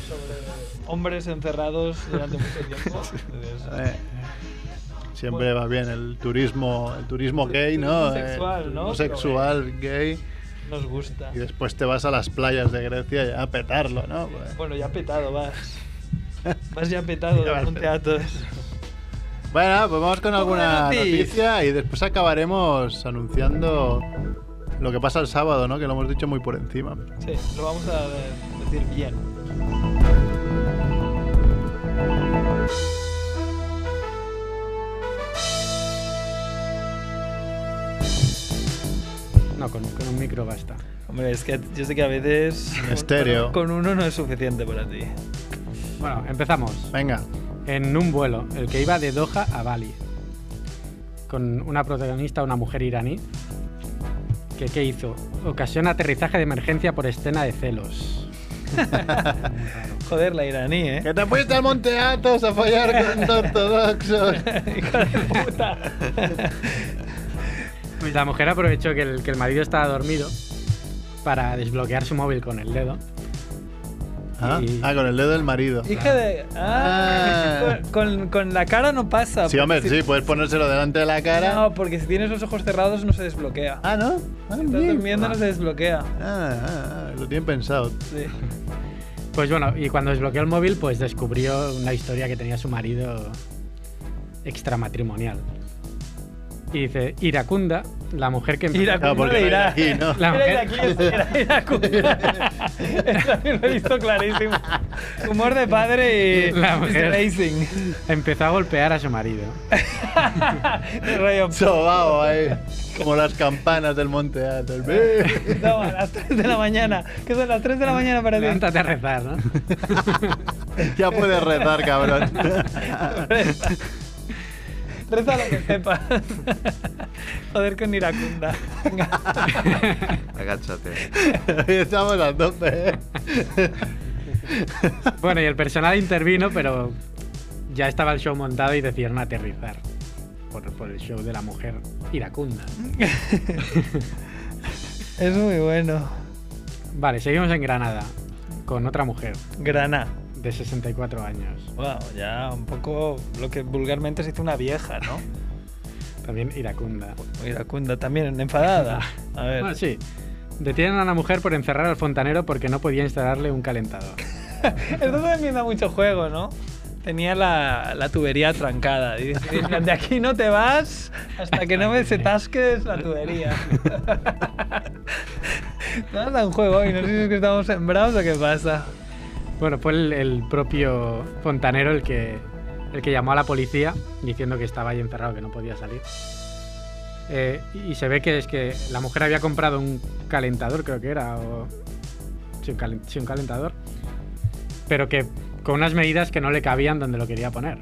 [SPEAKER 2] sobre hombres encerrados durante mucho tiempo. <laughs>
[SPEAKER 3] Eh, siempre va bien el turismo, el turismo gay, ¿no?
[SPEAKER 2] turismo sexual,
[SPEAKER 3] Eh,
[SPEAKER 2] ¿no?
[SPEAKER 3] turismo sexual, gay.
[SPEAKER 2] Nos gusta.
[SPEAKER 3] Y después te vas a las playas de Grecia ya a petarlo, ¿no? Pues,
[SPEAKER 2] Bueno, ya petado vas. Vas <laughs> ya petado del Monte Athos.
[SPEAKER 3] Bueno, pues vamos con alguna
[SPEAKER 2] noticia.
[SPEAKER 3] noticia y después acabaremos anunciando lo que pasa el sábado, ¿no? Que lo hemos dicho muy por encima.
[SPEAKER 2] Sí, lo vamos a decir bien.
[SPEAKER 6] No, con, con un micro basta.
[SPEAKER 2] Hombre, es que yo sé que a veces.
[SPEAKER 6] En estéreo.
[SPEAKER 2] Con uno no es suficiente para ti.
[SPEAKER 6] Bueno, empezamos.
[SPEAKER 3] Venga.
[SPEAKER 6] En un vuelo, el que iba de Doha a Bali, con una protagonista, una mujer iraní, que ¿qué hizo? Ocasiona aterrizaje de emergencia por escena de celos.
[SPEAKER 2] Joder, la iraní, ¿eh?
[SPEAKER 3] ¡Que te fuiste al Monte Athos a fallar con ortodoxos!
[SPEAKER 2] <laughs>
[SPEAKER 6] Pues la mujer aprovechó que el, que el marido estaba dormido para desbloquear su móvil con el dedo.
[SPEAKER 3] <laughs> Ah, ah, con el dedo del marido.
[SPEAKER 2] Hija de. Ah, Con, con la cara no pasa.
[SPEAKER 3] Sí, hombre, sí, puedes ponérselo delante de la cara.
[SPEAKER 2] No, porque si tienes los ojos cerrados no se desbloquea.
[SPEAKER 3] Ah, ¿no?
[SPEAKER 2] si estás durmiendo no se desbloquea.
[SPEAKER 3] Ah, ah, lo tienen pensado.
[SPEAKER 2] Sí.
[SPEAKER 6] Pues bueno, y cuando desbloqueó el móvil, pues descubrió una historia que tenía su marido extramatrimonial. Y dice, Iracunda, la mujer que...
[SPEAKER 2] Iracunda Claro, porque de <laughs> no era Irak. iraquí, ¿no?
[SPEAKER 6] La
[SPEAKER 2] Era
[SPEAKER 6] mujer-
[SPEAKER 2] iraquí, <laughs> era iracunda. Eso lo he visto clarísimo. Humor de padre y
[SPEAKER 6] La mujer
[SPEAKER 2] racing. <laughs>
[SPEAKER 6] empezó a golpear a su marido.
[SPEAKER 3] Sobao ahí, como las campanas del Monte Athos. ¡Ve!
[SPEAKER 2] Toma, a las 3 de la mañana. ¿Qué son las 3 de la mañana para ti?
[SPEAKER 6] Levántate a rezar,
[SPEAKER 2] <laughs>
[SPEAKER 6] ¿no?
[SPEAKER 3] ya puedes rezar, cabrón.
[SPEAKER 2] Reza. Reza lo que sepas. <laughs> Joder con iracunda. Venga. <laughs>
[SPEAKER 4] Agáchate.
[SPEAKER 3] Hoy estamos a tope, ¿eh?
[SPEAKER 6] Bueno, y el personal intervino, pero ya estaba el show montado y decidieron aterrizar por, por el show de la mujer iracunda.
[SPEAKER 2] Es muy bueno.
[SPEAKER 6] Vale, seguimos en Granada con otra mujer.
[SPEAKER 2] Granada.
[SPEAKER 6] De 64 años.
[SPEAKER 2] Wow, ya un poco lo que vulgarmente se dice una vieja, ¿no?
[SPEAKER 6] También iracunda.
[SPEAKER 2] Iracunda también, enfadada. A ver.
[SPEAKER 6] Bueno, sí. Detienen a una mujer por encerrar al fontanero porque no podía instalarle un calentador.
[SPEAKER 2] Esto también da mucho juego, ¿no? Tenía la, la tubería trancada. Y dice, en plan, de aquí no te vas hasta que no me se tasques la tubería. <laughs> Nos dan juego hoy, no sé si es que estamos sembrados o qué pasa.
[SPEAKER 6] Bueno, fue el, el propio fontanero el que, el que llamó a la policía diciendo que estaba ahí encerrado, que no podía salir. Eh, y y se ve que es que la mujer había comprado un calentador, creo que era, o... Sí, un, calen- sí, un calentador. Pero que con unas medidas que no le cabían donde lo quería poner.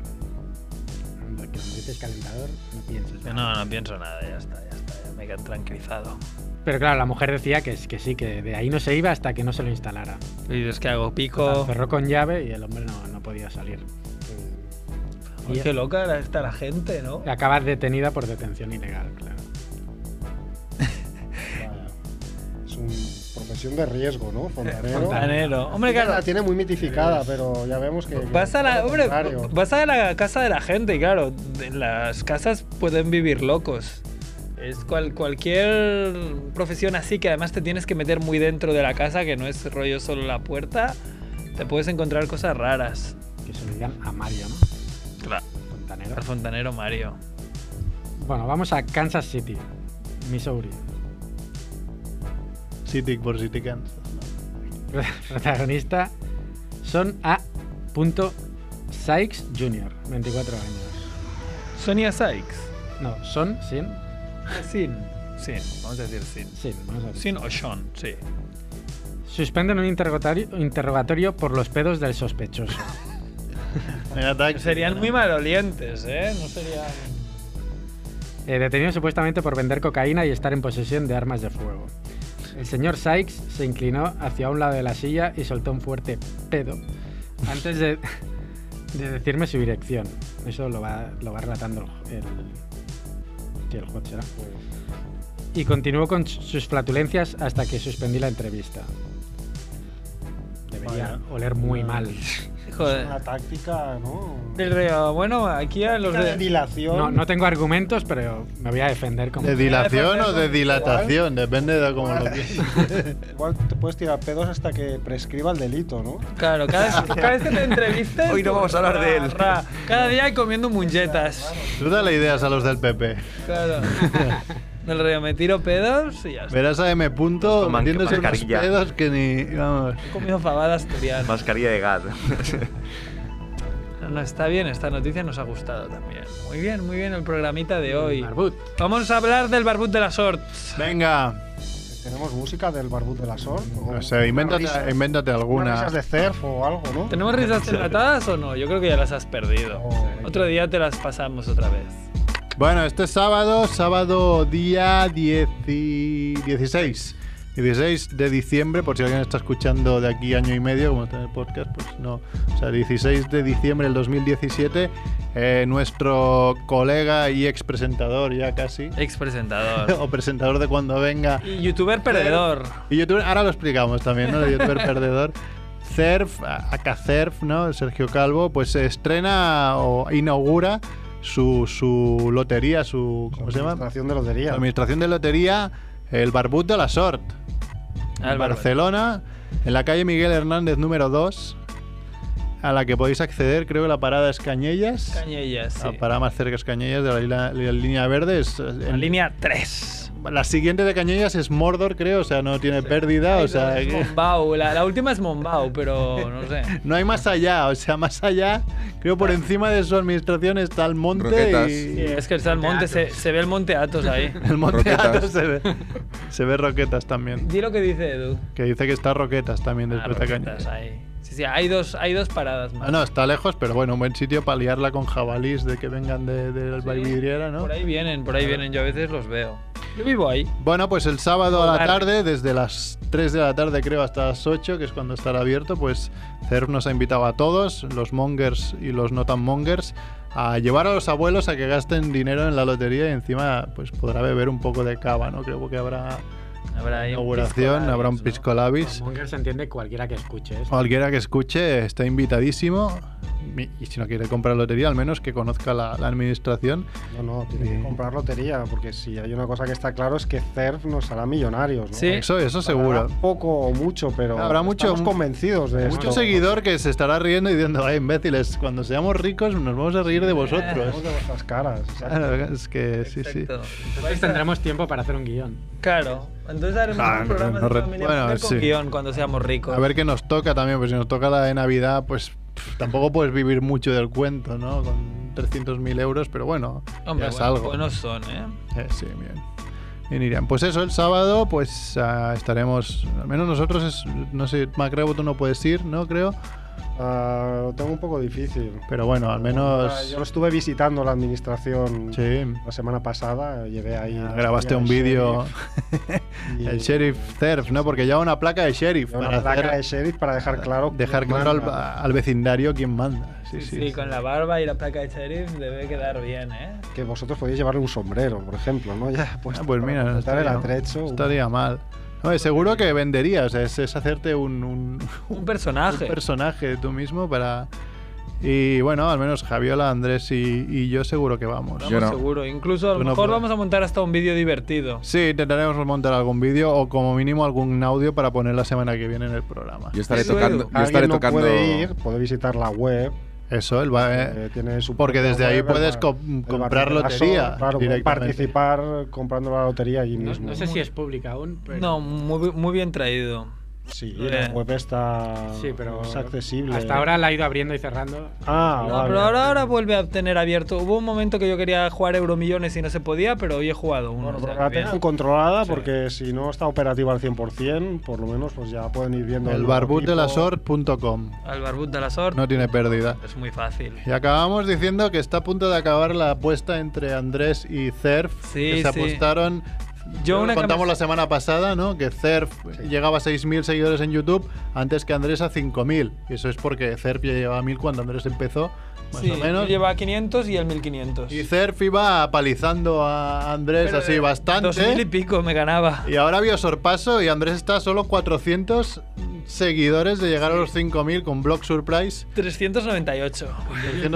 [SPEAKER 6] Cuando dices calentador, no piensas.
[SPEAKER 2] No, no pienso nada, ya está, ya está, ya me he tranquilizado.
[SPEAKER 6] Pero claro, la mujer decía que, es- que sí, que de ahí no se iba hasta que no se lo instalara.
[SPEAKER 2] Y es que hago
[SPEAKER 6] La
[SPEAKER 2] pico.
[SPEAKER 6] cerró con llave y el hombre no, no podía salir.
[SPEAKER 2] Ay, qué loca era esta la gente, ¿no?
[SPEAKER 6] Acaba detenida por detención ilegal, claro.
[SPEAKER 5] Es una profesión de riesgo,
[SPEAKER 2] <laughs>
[SPEAKER 5] ¿no? Fontanero.
[SPEAKER 2] Fontanero. Hombre, claro.
[SPEAKER 5] La tiene muy mitificada, pero ya vemos que.
[SPEAKER 2] Vas a, la,
[SPEAKER 5] todo lo
[SPEAKER 2] hombre,
[SPEAKER 5] contrario.
[SPEAKER 2] vas a la casa de la gente, y claro. En las casas pueden vivir locos. Es cual, cualquier profesión así que además te tienes que meter muy dentro de la casa, que no es rollo solo la puerta, te puedes encontrar cosas raras.
[SPEAKER 6] Que se lo digan a Mario, ¿no?
[SPEAKER 2] Claro.
[SPEAKER 6] Fontanero.
[SPEAKER 2] Al fontanero Mario.
[SPEAKER 6] Bueno, vamos a Kansas City, Missouri. <laughs>
[SPEAKER 3] City por City Kansas.
[SPEAKER 6] Protagonista son A. Sykes Jr., 24 años.
[SPEAKER 2] Sonia Sykes.
[SPEAKER 6] No, son, sin.
[SPEAKER 2] Sin. Sin, vamos a decir sin.
[SPEAKER 6] Sin, vamos a decir.
[SPEAKER 2] Sin o Sean, sí.
[SPEAKER 6] Suspenden un interrogatorio, interrogatorio por los pedos del sospechoso.
[SPEAKER 2] Serían muy malolientes, ¿eh? No serían...
[SPEAKER 6] Eh, detenido supuestamente por vender cocaína y estar en posesión de armas de fuego. El señor Sykes se inclinó hacia un lado de la silla y soltó un fuerte pedo antes de, <laughs> de decirme su dirección. Eso lo va, lo va relatando el, el, sí, el juez, será. y continuó con sus flatulencias hasta que suspendí la entrevista. Debería
[SPEAKER 5] Vaya.
[SPEAKER 6] oler muy mal.
[SPEAKER 5] Es una táctica, ¿no?
[SPEAKER 2] El reo, bueno, aquí a los
[SPEAKER 5] Táctica
[SPEAKER 2] de
[SPEAKER 5] de dilación.
[SPEAKER 6] No, no tengo argumentos, pero me voy a defender como...
[SPEAKER 3] ¿De dilación o de dilatación? Depende de cómo lo quieras.
[SPEAKER 5] Igual te puedes tirar pedos hasta que prescriba el delito, ¿no?
[SPEAKER 2] Claro, cada vez, cada vez que te entrevisten.
[SPEAKER 5] Hoy no vamos a hablar de él.
[SPEAKER 2] ra, cada día comiendo muñetas.
[SPEAKER 3] Tú dale ideas a los del PP.
[SPEAKER 2] Claro. Del reo, me tiro pedos y ya está.
[SPEAKER 3] Verás a M. Punto,
[SPEAKER 4] Con man-
[SPEAKER 3] metiéndose unos
[SPEAKER 4] mascarilla.
[SPEAKER 3] pedos que ni. Vamos.
[SPEAKER 2] He comido fabadas asturianas.
[SPEAKER 4] Mascarilla de gas.
[SPEAKER 3] <laughs>
[SPEAKER 2] No, está bien, esta noticia nos ha gustado también. Muy bien, muy bien el programita de hoy. Vamos a hablar del barbut de la sort.
[SPEAKER 3] Venga.
[SPEAKER 5] Tenemos música del barbut de la sort. O
[SPEAKER 3] No sé,
[SPEAKER 5] Unas
[SPEAKER 3] invéntate, invéntate
[SPEAKER 5] unas
[SPEAKER 3] alguna.
[SPEAKER 5] risas de surf o algo, ¿no?
[SPEAKER 2] ¿Tenemos risas enlatadas o no? Yo creo que ya las has perdido. Otro día te las pasamos otra vez.
[SPEAKER 3] Bueno, este sábado, sábado día 10 y- 16. 16 de diciembre, por si alguien está escuchando de aquí año y medio, como está en el podcast, pues no. O sea, 16 de diciembre del 2017, eh, nuestro colega y ex presentador ya casi,
[SPEAKER 2] Ex presentador.
[SPEAKER 3] <laughs>
[SPEAKER 5] <laughs>
[SPEAKER 3] o presentador de cuando venga,
[SPEAKER 2] y youtuber perdedor.
[SPEAKER 3] y youtuber, ahora lo explicamos también, ¿no? De youtuber perdedor. CERF, acá CERF, ¿no? Sergio Calvo, pues se estrena o inaugura su, su lotería, su. ¿Cómo se llama?
[SPEAKER 5] Administración de lotería.
[SPEAKER 3] Administración de lotería, el Barbut de la Sort.
[SPEAKER 2] Ah, el
[SPEAKER 3] en
[SPEAKER 2] Barbut.
[SPEAKER 3] Barcelona, en la calle Miguel Hernández número 2, a la que podéis acceder, creo que la parada es Cañellas.
[SPEAKER 2] Cañellas,
[SPEAKER 5] Ah,
[SPEAKER 2] sí.
[SPEAKER 3] La parada más cerca es Cañellas de la, isla- la línea verde. Es,
[SPEAKER 2] La línea 3.
[SPEAKER 3] la siguiente de Cañellas es Mordor, creo, o sea, no tiene pérdida, o sea,
[SPEAKER 2] Es
[SPEAKER 3] que-
[SPEAKER 2] Mombau. La, la última es Mombau, pero no sé.
[SPEAKER 3] no hay más allá, o sea, más allá, creo por encima de su administración está el monte
[SPEAKER 1] Roquetas.
[SPEAKER 3] y
[SPEAKER 2] Sí, es que está el monte, se, se ve el monte Atos ahí.
[SPEAKER 3] <laughs> el monte
[SPEAKER 1] Roquetas.
[SPEAKER 3] Athos se ve, se ve Roquetas también,
[SPEAKER 2] Di lo que dice Edu.
[SPEAKER 3] que dice que está Roquetas también
[SPEAKER 2] Ah,
[SPEAKER 3] después de
[SPEAKER 2] roquetas
[SPEAKER 3] Cañellas.
[SPEAKER 2] ahí. Sí, sí, hay dos, hay dos paradas más.
[SPEAKER 3] Ah, no, está lejos, pero bueno, un buen sitio para liarla con jabalís de que vengan de- del Valvidriera, ¿no? Ah.
[SPEAKER 2] Por ahí vienen, por ahí vienen. Yo a veces los veo. Yo vivo ahí.
[SPEAKER 3] Bueno, pues el sábado a la
[SPEAKER 2] Hogar.
[SPEAKER 3] tarde, desde las 3 de la tarde creo hasta las 8, que es cuando estará abierto, pues CERF nos ha invitado a todos, los mongers y los no tan mongers, a llevar a los abuelos a que gasten dinero en la lotería y encima pues podrá beber un poco de cava, ¿no? Creo que habrá
[SPEAKER 2] Habrá ahí un
[SPEAKER 3] inauguración,
[SPEAKER 2] pisco,
[SPEAKER 3] habrá un
[SPEAKER 2] ¿no?
[SPEAKER 3] pisco labis.
[SPEAKER 6] Monger se entiende cualquiera que escuche esto.
[SPEAKER 3] Cualquiera que escuche está invitadísimo. Mi- Y si no quiere comprar lotería, al menos que conozca la, la administración.
[SPEAKER 5] No, no, tiene que comprar lotería, porque si hay una cosa que está claro es que CERF nos hará millonarios, ¿no?
[SPEAKER 2] Sí.
[SPEAKER 3] Eso, eso seguro.
[SPEAKER 5] Habrá Poco o mucho, pero
[SPEAKER 3] Habrá mucho-
[SPEAKER 5] estamos convencidos de
[SPEAKER 3] Mucho
[SPEAKER 5] esto.
[SPEAKER 3] seguidor que se estará riendo y diciendo, ay, imbéciles, cuando seamos ricos nos vamos a reír de vosotros. <laughs>
[SPEAKER 5] Hablamos de vuestras caras. o sea,
[SPEAKER 3] Claro, es que sí, sí.
[SPEAKER 2] Exacto.
[SPEAKER 6] Entonces tendremos tiempo para hacer un guión.
[SPEAKER 2] Claro. Entonces haremos
[SPEAKER 3] Ah,
[SPEAKER 2] un programa
[SPEAKER 3] no
[SPEAKER 2] de
[SPEAKER 3] re-
[SPEAKER 2] familia
[SPEAKER 3] bueno,
[SPEAKER 2] Munger con
[SPEAKER 3] sí.
[SPEAKER 2] guión cuando seamos ricos.
[SPEAKER 3] A ver qué nos toca también, pues si nos toca la de Navidad, pues pff, tampoco puedes vivir mucho del cuento, ¿no? Con 300.000 euros, pero bueno,
[SPEAKER 2] Hombre,
[SPEAKER 3] ya es
[SPEAKER 2] bueno,
[SPEAKER 3] algo.
[SPEAKER 2] buenos son, ¿eh?
[SPEAKER 3] Eh, sí, bien. Bien, Iriam. Pues eso, el sábado, pues ah, estaremos. Al menos nosotros, es, no sé, Macrebo, tú no puedes ir, ¿no? Creo.
[SPEAKER 5] ah, lo tengo un poco difícil.
[SPEAKER 3] Pero bueno, al
[SPEAKER 5] Ah,
[SPEAKER 3] menos.
[SPEAKER 5] Yo estuve visitando la administración
[SPEAKER 3] Sí. Ah,
[SPEAKER 5] la semana pasada, llevé ahí. la
[SPEAKER 3] Grabaste
[SPEAKER 5] historia
[SPEAKER 3] un
[SPEAKER 5] del
[SPEAKER 3] vídeo.
[SPEAKER 5] sheriff y
[SPEAKER 3] <laughs> El sheriff Cerf, ¿no? Porque lleva una placa de sheriff.
[SPEAKER 5] Una
[SPEAKER 3] para
[SPEAKER 5] placa
[SPEAKER 3] hacer-
[SPEAKER 5] de sheriff para dejar claro.
[SPEAKER 3] dejar
[SPEAKER 5] quién
[SPEAKER 3] claro al,
[SPEAKER 5] manda.
[SPEAKER 3] al vecindario quién manda. Sí,
[SPEAKER 2] Sí,
[SPEAKER 3] sí.
[SPEAKER 2] con la barba y la placa de sheriff debe quedar bien, ¿eh?
[SPEAKER 5] Que vosotros podéis llevarle un sombrero, por ejemplo, ¿no? Ya, pues,
[SPEAKER 3] Ah, pues mira, no
[SPEAKER 5] el
[SPEAKER 3] estaría,
[SPEAKER 5] atrecho.
[SPEAKER 3] no estaría mal. Hombre, seguro que venderías, es, es hacerte un- un,
[SPEAKER 2] Un personaje.
[SPEAKER 3] un personaje tú mismo para. Y bueno, al menos Javiola, Andrés y, y yo seguro que vamos.
[SPEAKER 1] Yo
[SPEAKER 2] Vamos
[SPEAKER 1] no.
[SPEAKER 2] seguro. Incluso a lo
[SPEAKER 3] Tú no
[SPEAKER 2] mejor
[SPEAKER 3] puedes.
[SPEAKER 2] vamos a montar hasta un vídeo divertido.
[SPEAKER 3] Sí, intentaremos montar algún vídeo o como mínimo algún audio para poner la semana que viene en el programa.
[SPEAKER 1] Yo estaré
[SPEAKER 2] Eso,
[SPEAKER 1] tocando.
[SPEAKER 2] Edu.
[SPEAKER 1] Yo estaré
[SPEAKER 5] Alguien no
[SPEAKER 1] tocando.
[SPEAKER 5] puede ir, puede visitar la web.
[SPEAKER 3] Eso, el va- eh,
[SPEAKER 5] eh, tiene su
[SPEAKER 3] porque
[SPEAKER 5] propia
[SPEAKER 3] desde ahí
[SPEAKER 5] web, el
[SPEAKER 3] puedes
[SPEAKER 5] bar-
[SPEAKER 3] com-
[SPEAKER 5] el bar
[SPEAKER 3] comprar
[SPEAKER 5] de la Sol,
[SPEAKER 3] lotería
[SPEAKER 5] Claro, puedes
[SPEAKER 3] directamente.
[SPEAKER 5] participar comprando la lotería allí
[SPEAKER 6] No,
[SPEAKER 5] mismo.
[SPEAKER 6] no sé si es pública aún, pero...
[SPEAKER 2] No, muy, muy bien traído.
[SPEAKER 5] Sí,
[SPEAKER 2] Eh.
[SPEAKER 5] la web está
[SPEAKER 6] Sí, pero
[SPEAKER 5] es accesible.
[SPEAKER 13] ¿eh?
[SPEAKER 6] Hasta ahora la ha ido abriendo y cerrando.
[SPEAKER 5] Ah,
[SPEAKER 2] No,
[SPEAKER 5] vale.
[SPEAKER 2] pero ahora, ahora vuelve a tener abierto. Hubo un momento que yo quería jugar Euromillones y no se podía, pero hoy he jugado uno.
[SPEAKER 5] Bueno,
[SPEAKER 2] o sea,
[SPEAKER 5] pero la
[SPEAKER 2] que bien.
[SPEAKER 5] tengan controlada porque si no está operativa al 100%, por lo menos pues ya pueden ir viendo
[SPEAKER 3] El barbutdelasort.com.
[SPEAKER 2] Al barbut de la sort.
[SPEAKER 3] No tiene pérdida.
[SPEAKER 2] Es muy fácil.
[SPEAKER 3] Y acabamos diciendo que está a punto de acabar la apuesta entre Andrés y Cerf.
[SPEAKER 2] Sí,
[SPEAKER 3] que se
[SPEAKER 2] sí.
[SPEAKER 3] apostaron
[SPEAKER 2] Yo
[SPEAKER 3] Lo
[SPEAKER 2] una camiseta-
[SPEAKER 3] contamos la semana pasada, ¿no? Que CERF llegaba a 6.000 seguidores en YouTube antes que Andrés a 5.000. Y eso es porque CERF ya llevaba 1.000 cuando Andrés empezó, más
[SPEAKER 2] Sí,
[SPEAKER 3] o menos.
[SPEAKER 2] Lleva 500 y el 1500.
[SPEAKER 3] Y CERF iba apalizando a Andrés
[SPEAKER 2] Pero
[SPEAKER 3] así
[SPEAKER 2] de
[SPEAKER 3] bastante.
[SPEAKER 2] 2000 y pico me ganaba.
[SPEAKER 3] Y ahora vio sorpaso y Andrés está a solo 400 seguidores de llegar a los 5.000 con Block Surprise.
[SPEAKER 2] 398.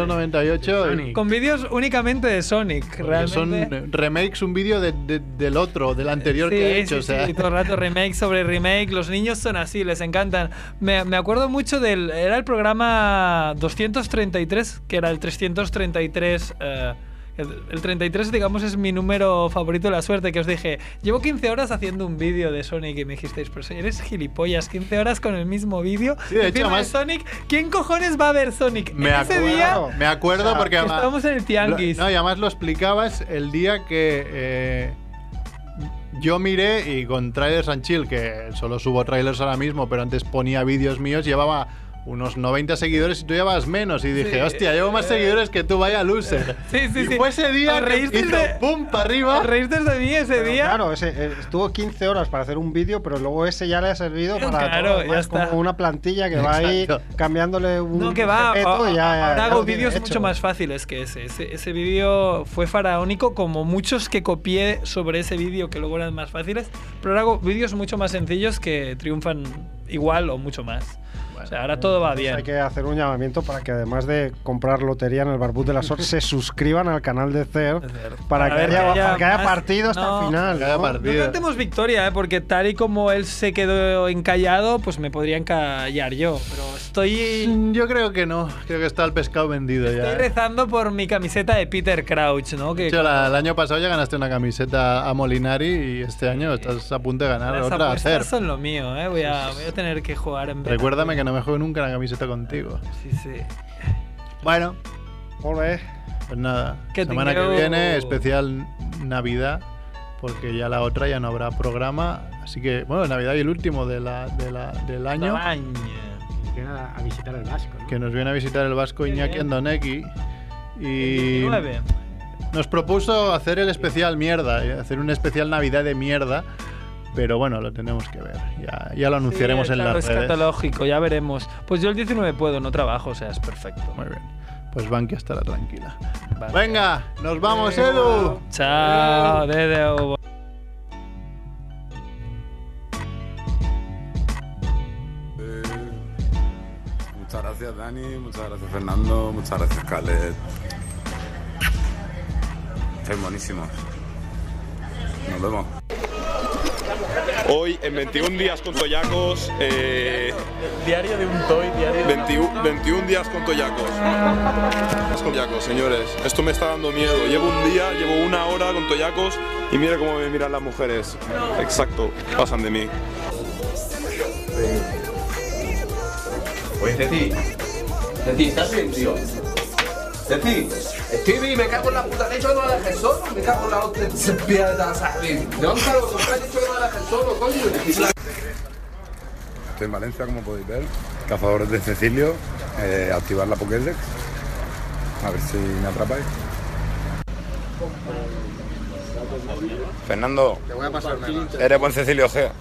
[SPEAKER 3] 398. y-
[SPEAKER 2] Con vídeos únicamente de Sonic,
[SPEAKER 3] Porque
[SPEAKER 2] realmente.
[SPEAKER 3] son eh, remakes, un vídeo de- de- del otro, del anterior
[SPEAKER 2] Sí,
[SPEAKER 3] que ha
[SPEAKER 2] sí,
[SPEAKER 3] hecho. o
[SPEAKER 2] sí,
[SPEAKER 3] sea.
[SPEAKER 2] y todo el rato remake sobre remake. Los niños son así, les encantan. Me, me acuerdo mucho del. Era el programa 233, que era el 333. eh, el el 33, digamos, es mi número favorito de la suerte, que os dije, llevo 15 horas haciendo un vídeo de Sonic y me dijisteis, pero si eres gilipollas, 15 horas con el mismo vídeo.
[SPEAKER 3] Sí, de hecho,
[SPEAKER 2] encima
[SPEAKER 3] además-
[SPEAKER 2] Sonic, ¿quién cojones va a ver Sonic?
[SPEAKER 3] <laughs> Me
[SPEAKER 2] Ese
[SPEAKER 3] acuerdo,
[SPEAKER 2] día
[SPEAKER 3] me acuerdo porque además-
[SPEAKER 2] estábamos en el tianguis.
[SPEAKER 3] Lo- no, y además lo explicabas el día que eh, yo miré y con Trailers and Chill, que solo subo trailers ahora mismo, pero antes ponía vídeos míos, llevaba unos 90 seguidores y tú llevabas menos. Y dije,
[SPEAKER 2] Sí.
[SPEAKER 3] hostia, llevo más seguidores que tú, vaya loser.
[SPEAKER 2] Sí, sí,
[SPEAKER 3] y
[SPEAKER 2] sí.
[SPEAKER 3] fue ese día
[SPEAKER 2] Os
[SPEAKER 3] que
[SPEAKER 2] reísteis
[SPEAKER 3] hizo
[SPEAKER 2] de-
[SPEAKER 3] pum para arriba.
[SPEAKER 2] os reísteis de mí ese
[SPEAKER 5] Pero
[SPEAKER 2] día.
[SPEAKER 5] Claro, ese, eh, estuvo 15 horas para hacer un vídeo, pero luego ese ya le ha
[SPEAKER 2] <laughs>
[SPEAKER 5] servido para todo
[SPEAKER 2] Claro,
[SPEAKER 5] lo demás,
[SPEAKER 2] ya está.
[SPEAKER 5] como una plantilla que va ahí cambiándole un
[SPEAKER 2] No, que va.
[SPEAKER 5] objeto
[SPEAKER 2] a-
[SPEAKER 5] y ya- ya
[SPEAKER 2] ahora
[SPEAKER 5] lo
[SPEAKER 2] hago
[SPEAKER 5] tiene
[SPEAKER 2] vídeos
[SPEAKER 5] hecho.
[SPEAKER 2] mucho más fáciles que ese. Ese, ese vídeo fue faraónico, como muchos que copié sobre ese vídeo que luego eran más fáciles. Pero ahora hago vídeos mucho más sencillos que triunfan igual o mucho más. o sea, ahora todo va
[SPEAKER 5] Entonces
[SPEAKER 2] bien.
[SPEAKER 5] Pues Hay que hacer un llamamiento para que además de comprar lotería en el Barbud de la
[SPEAKER 2] <laughs>
[SPEAKER 5] Sor, se suscriban al canal de CER para,
[SPEAKER 2] Para
[SPEAKER 5] que
[SPEAKER 2] ver que
[SPEAKER 5] haya,
[SPEAKER 2] haya
[SPEAKER 5] para que haya
[SPEAKER 2] más-
[SPEAKER 5] partido hasta
[SPEAKER 2] no.
[SPEAKER 5] el final. ¿no?
[SPEAKER 3] Cada
[SPEAKER 2] No
[SPEAKER 3] partido.
[SPEAKER 2] cantemos victoria, ¿eh? porque tal y como él se quedó encallado, pues me podría encallar yo. Pero estoy,
[SPEAKER 3] Mm, Yo creo que no, creo que está el pescado vendido ya.
[SPEAKER 2] estoy
[SPEAKER 3] ¿eh?
[SPEAKER 2] rezando por mi camiseta de Peter Crouch, ¿no?
[SPEAKER 3] De
[SPEAKER 2] Que
[SPEAKER 3] hecho, la- el año pasado ya ganaste una camiseta a Molinari y este año estás a punto de ganar
[SPEAKER 2] las
[SPEAKER 3] otra a
[SPEAKER 2] apuestas
[SPEAKER 3] hacer.
[SPEAKER 2] son lo mío, ¿eh? voy, a, voy a tener que jugar en verano.
[SPEAKER 3] Recuérdame que no me juego nunca la camiseta contigo.
[SPEAKER 2] Sí, sí.
[SPEAKER 3] Bueno,
[SPEAKER 5] Ole.
[SPEAKER 3] pues nada.
[SPEAKER 2] Que
[SPEAKER 3] semana
[SPEAKER 2] tingueu.
[SPEAKER 3] que viene, especial Navidad, porque ya la otra ya no habrá programa. Así que, bueno, Navidad y el último de la, de la- del año.
[SPEAKER 2] España.
[SPEAKER 6] Viene a, a visitar el Vasco, ¿no?
[SPEAKER 3] Que nos viene a visitar el vasco
[SPEAKER 2] Qué
[SPEAKER 3] Iñaki
[SPEAKER 2] bien.
[SPEAKER 3] Andoneki. Y
[SPEAKER 2] 19.
[SPEAKER 3] nos propuso hacer el especial mierda, eh, hacer un especial Navidad de mierda. Pero bueno, lo tenemos que ver. Ya, ya lo anunciaremos
[SPEAKER 2] Sí,
[SPEAKER 3] en
[SPEAKER 2] claro,
[SPEAKER 3] las
[SPEAKER 2] es
[SPEAKER 3] redes.
[SPEAKER 2] catalógico, ya veremos. Pues yo el 19 puedo, no trabajo, o sea, es perfecto.
[SPEAKER 3] Muy bien. Pues Bankia estará tranquila.
[SPEAKER 2] Vale.
[SPEAKER 3] Venga, nos vamos, Edu.
[SPEAKER 2] Chao, Dedeu.
[SPEAKER 14] Muchas gracias Dani, muchas gracias Fernando, muchas gracias Khaled. Estáis buenísimos. Nos vemos. Hoy en 21 días con Toyacos. diario de un toy, diario 21, 21 días con Toyacos. Días Con Toyacos, señores. Esto me está dando miedo. Llevo un día, llevo una hora con Toyacos y mira cómo me miran las mujeres. Exacto, pasan de mí.
[SPEAKER 15] Oye, Ceci. Ceci, ¿estás bien, tío? Ceci. Stevie, me cago en la puta. Te he dicho que no la dejes solo. Me cago en la otra. Se pierda, Sahib. Levantalo, que me has dicho que no la dejes solo, coño.
[SPEAKER 14] Estoy en Valencia, como podéis ver. Cazadores de Cecilio, eh, activar la Pokédex. A ver si me atrapáis. Fernando,
[SPEAKER 16] Te voy a pasar
[SPEAKER 14] eres buen Cecilio
[SPEAKER 16] <laughs>
[SPEAKER 14] Gea.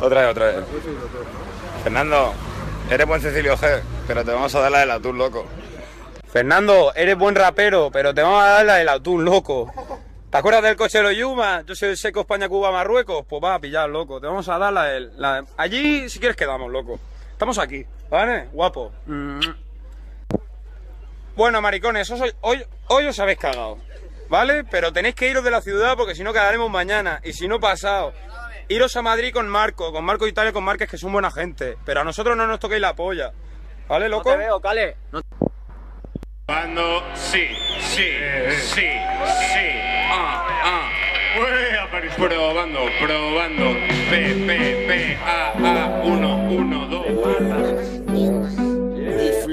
[SPEAKER 14] Otra vez, otra vez. Fernando, eres buen Cecilio G, pero te vamos a dar la del atún, loco.
[SPEAKER 15] Fernando, eres buen rapero, pero te vamos a dar la del atún, loco. ¿Te acuerdas del coche de los Yuma? Yo soy el seco España, Cuba, Marruecos. Pues vas a pillar, loco. Te vamos a dar la del. la- Allí, si quieres, quedamos, loco. Estamos aquí, ¿vale? Guapo. Mm. Bueno, maricones, os- hoy, hoy os habéis cagado, ¿vale? Pero tenéis que iros de la ciudad porque si no quedaremos mañana y si no pasado. Iros a Madrid con Marco, con Marco Italia, con Márquez, que son buena gente. Pero a nosotros no nos toquéis la polla, ¿vale, loco?
[SPEAKER 13] te veo,
[SPEAKER 15] Cale.
[SPEAKER 13] Cuando sí, sí, sí, sí. Ah, ah. Ué, apareció. Probando, probando. P, P, P, A, A, 1, 1, 2. Me está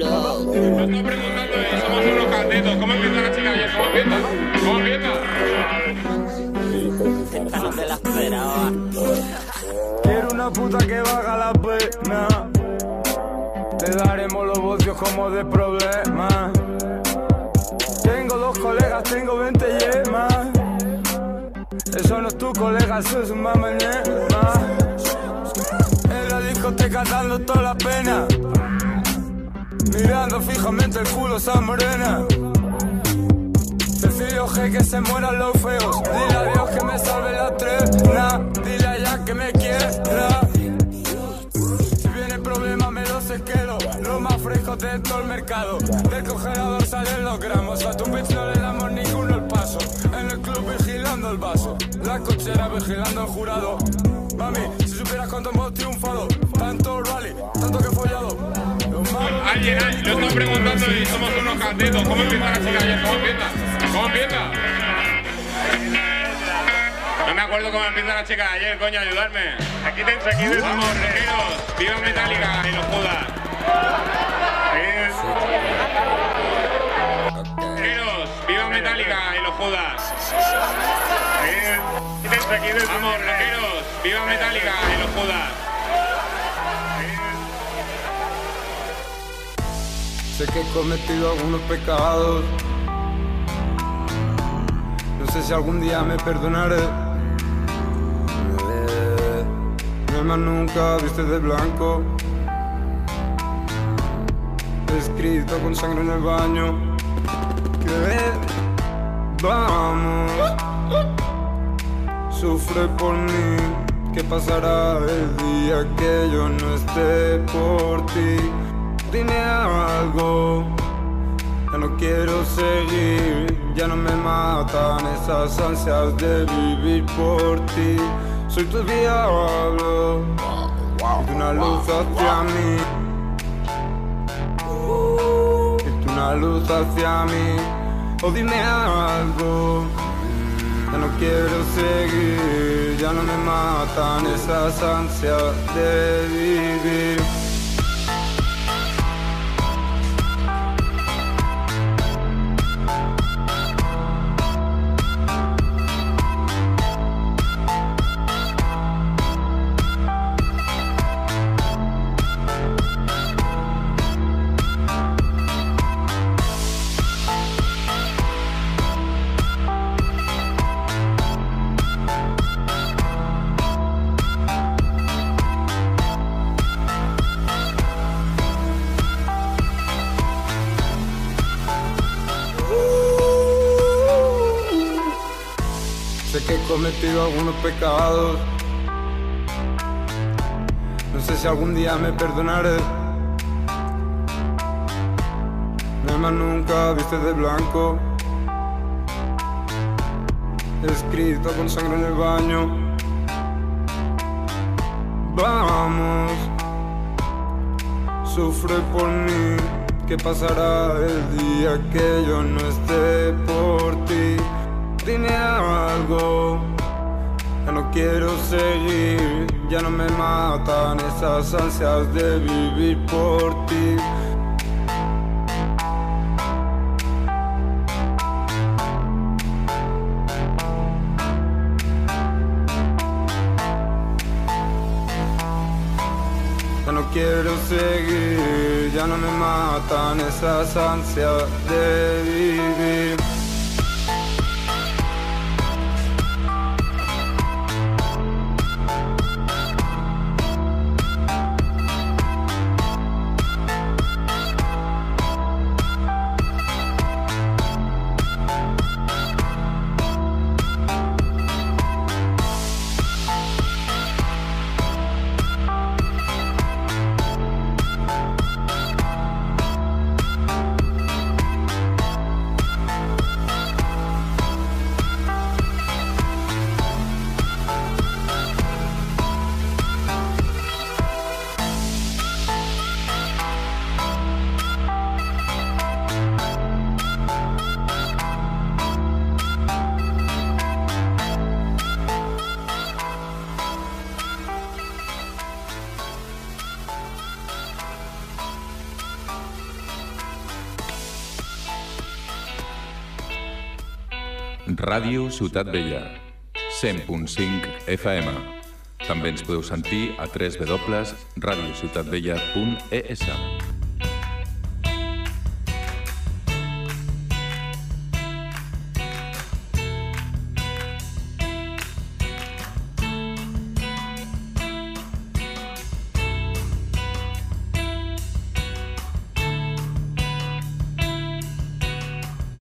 [SPEAKER 13] preguntando si somos unos catetos. ¿Cómo empieza la chica? ¿Ya cómo empieza? ¿Cómo empieza? Quiero una puta que baja la pena. Te daremos los bocios como de problema. Tengo dos
[SPEAKER 16] colegas tengo 20 yemas. Eso no es tu colega, eso es un mamá En la discoteca dando toda la pena. Mirando fijamente el culo esa morena. Cecilio G que se mueran los feos. Dile a Dios que me salve la trena. Dile a Jack que me quiebra. Si viene problema me los esquero. Los más frescos de todo el mercado. Del congelador salen los gramos. A tu pecho le damos ninguno el paso. En el club vigilando el vaso. La cochera vigilando el jurado. Mami, si supieras cuánto hemos triunfado. Tanto rally, tanto que he follado. Los malos-
[SPEAKER 13] Alguien, alguien, lo están preguntando y somos unos candidos. ¿Cómo empieza la chica ayer? ¿Cómo empieza? ¿Cómo empieza? No me acuerdo cómo empieza la chica ayer, coño, ayudarme. Aquí te aquí te somos rejeros. Viva Metallica y los Judas. Rejeros, viva Metallica y los Judas. Vamos, rejeros, viva Metallica y los Judas.
[SPEAKER 16] Sé que he cometido algunos pecados. No sé si algún día me perdonaré. Eh, Mi alma nunca viste de blanco. Escrito con sangre en el baño. Que vamos. Sufre por mí. ¿Qué pasará el día que yo no esté por ti? Dime algo, ya no quiero seguir, ya no me matan esas ansias de vivir por ti. Soy tu diablo, y tú una luz hacia mí. Y tú una luz hacia mí, oh dime algo. Ya no quiero seguir, ya no me matan esas ansias de vivir. Sé que he cometido algunos pecados. No sé si algún día me perdonaré. Mi alma nunca viste de blanco. Escrito con sangre en el baño. Vamos. Sufre por mí. ¿Qué pasará el día que yo no esté por ti? Dime algo, ya no quiero seguir, ya no me matan esas ansias de vivir por ti. Ya no quiero seguir, ya no me matan esas ansias de vivir.
[SPEAKER 1] Ràdio Ciutat Vella, 100.5 FM. També ens podeu sentir a www.radiociutatvella.es.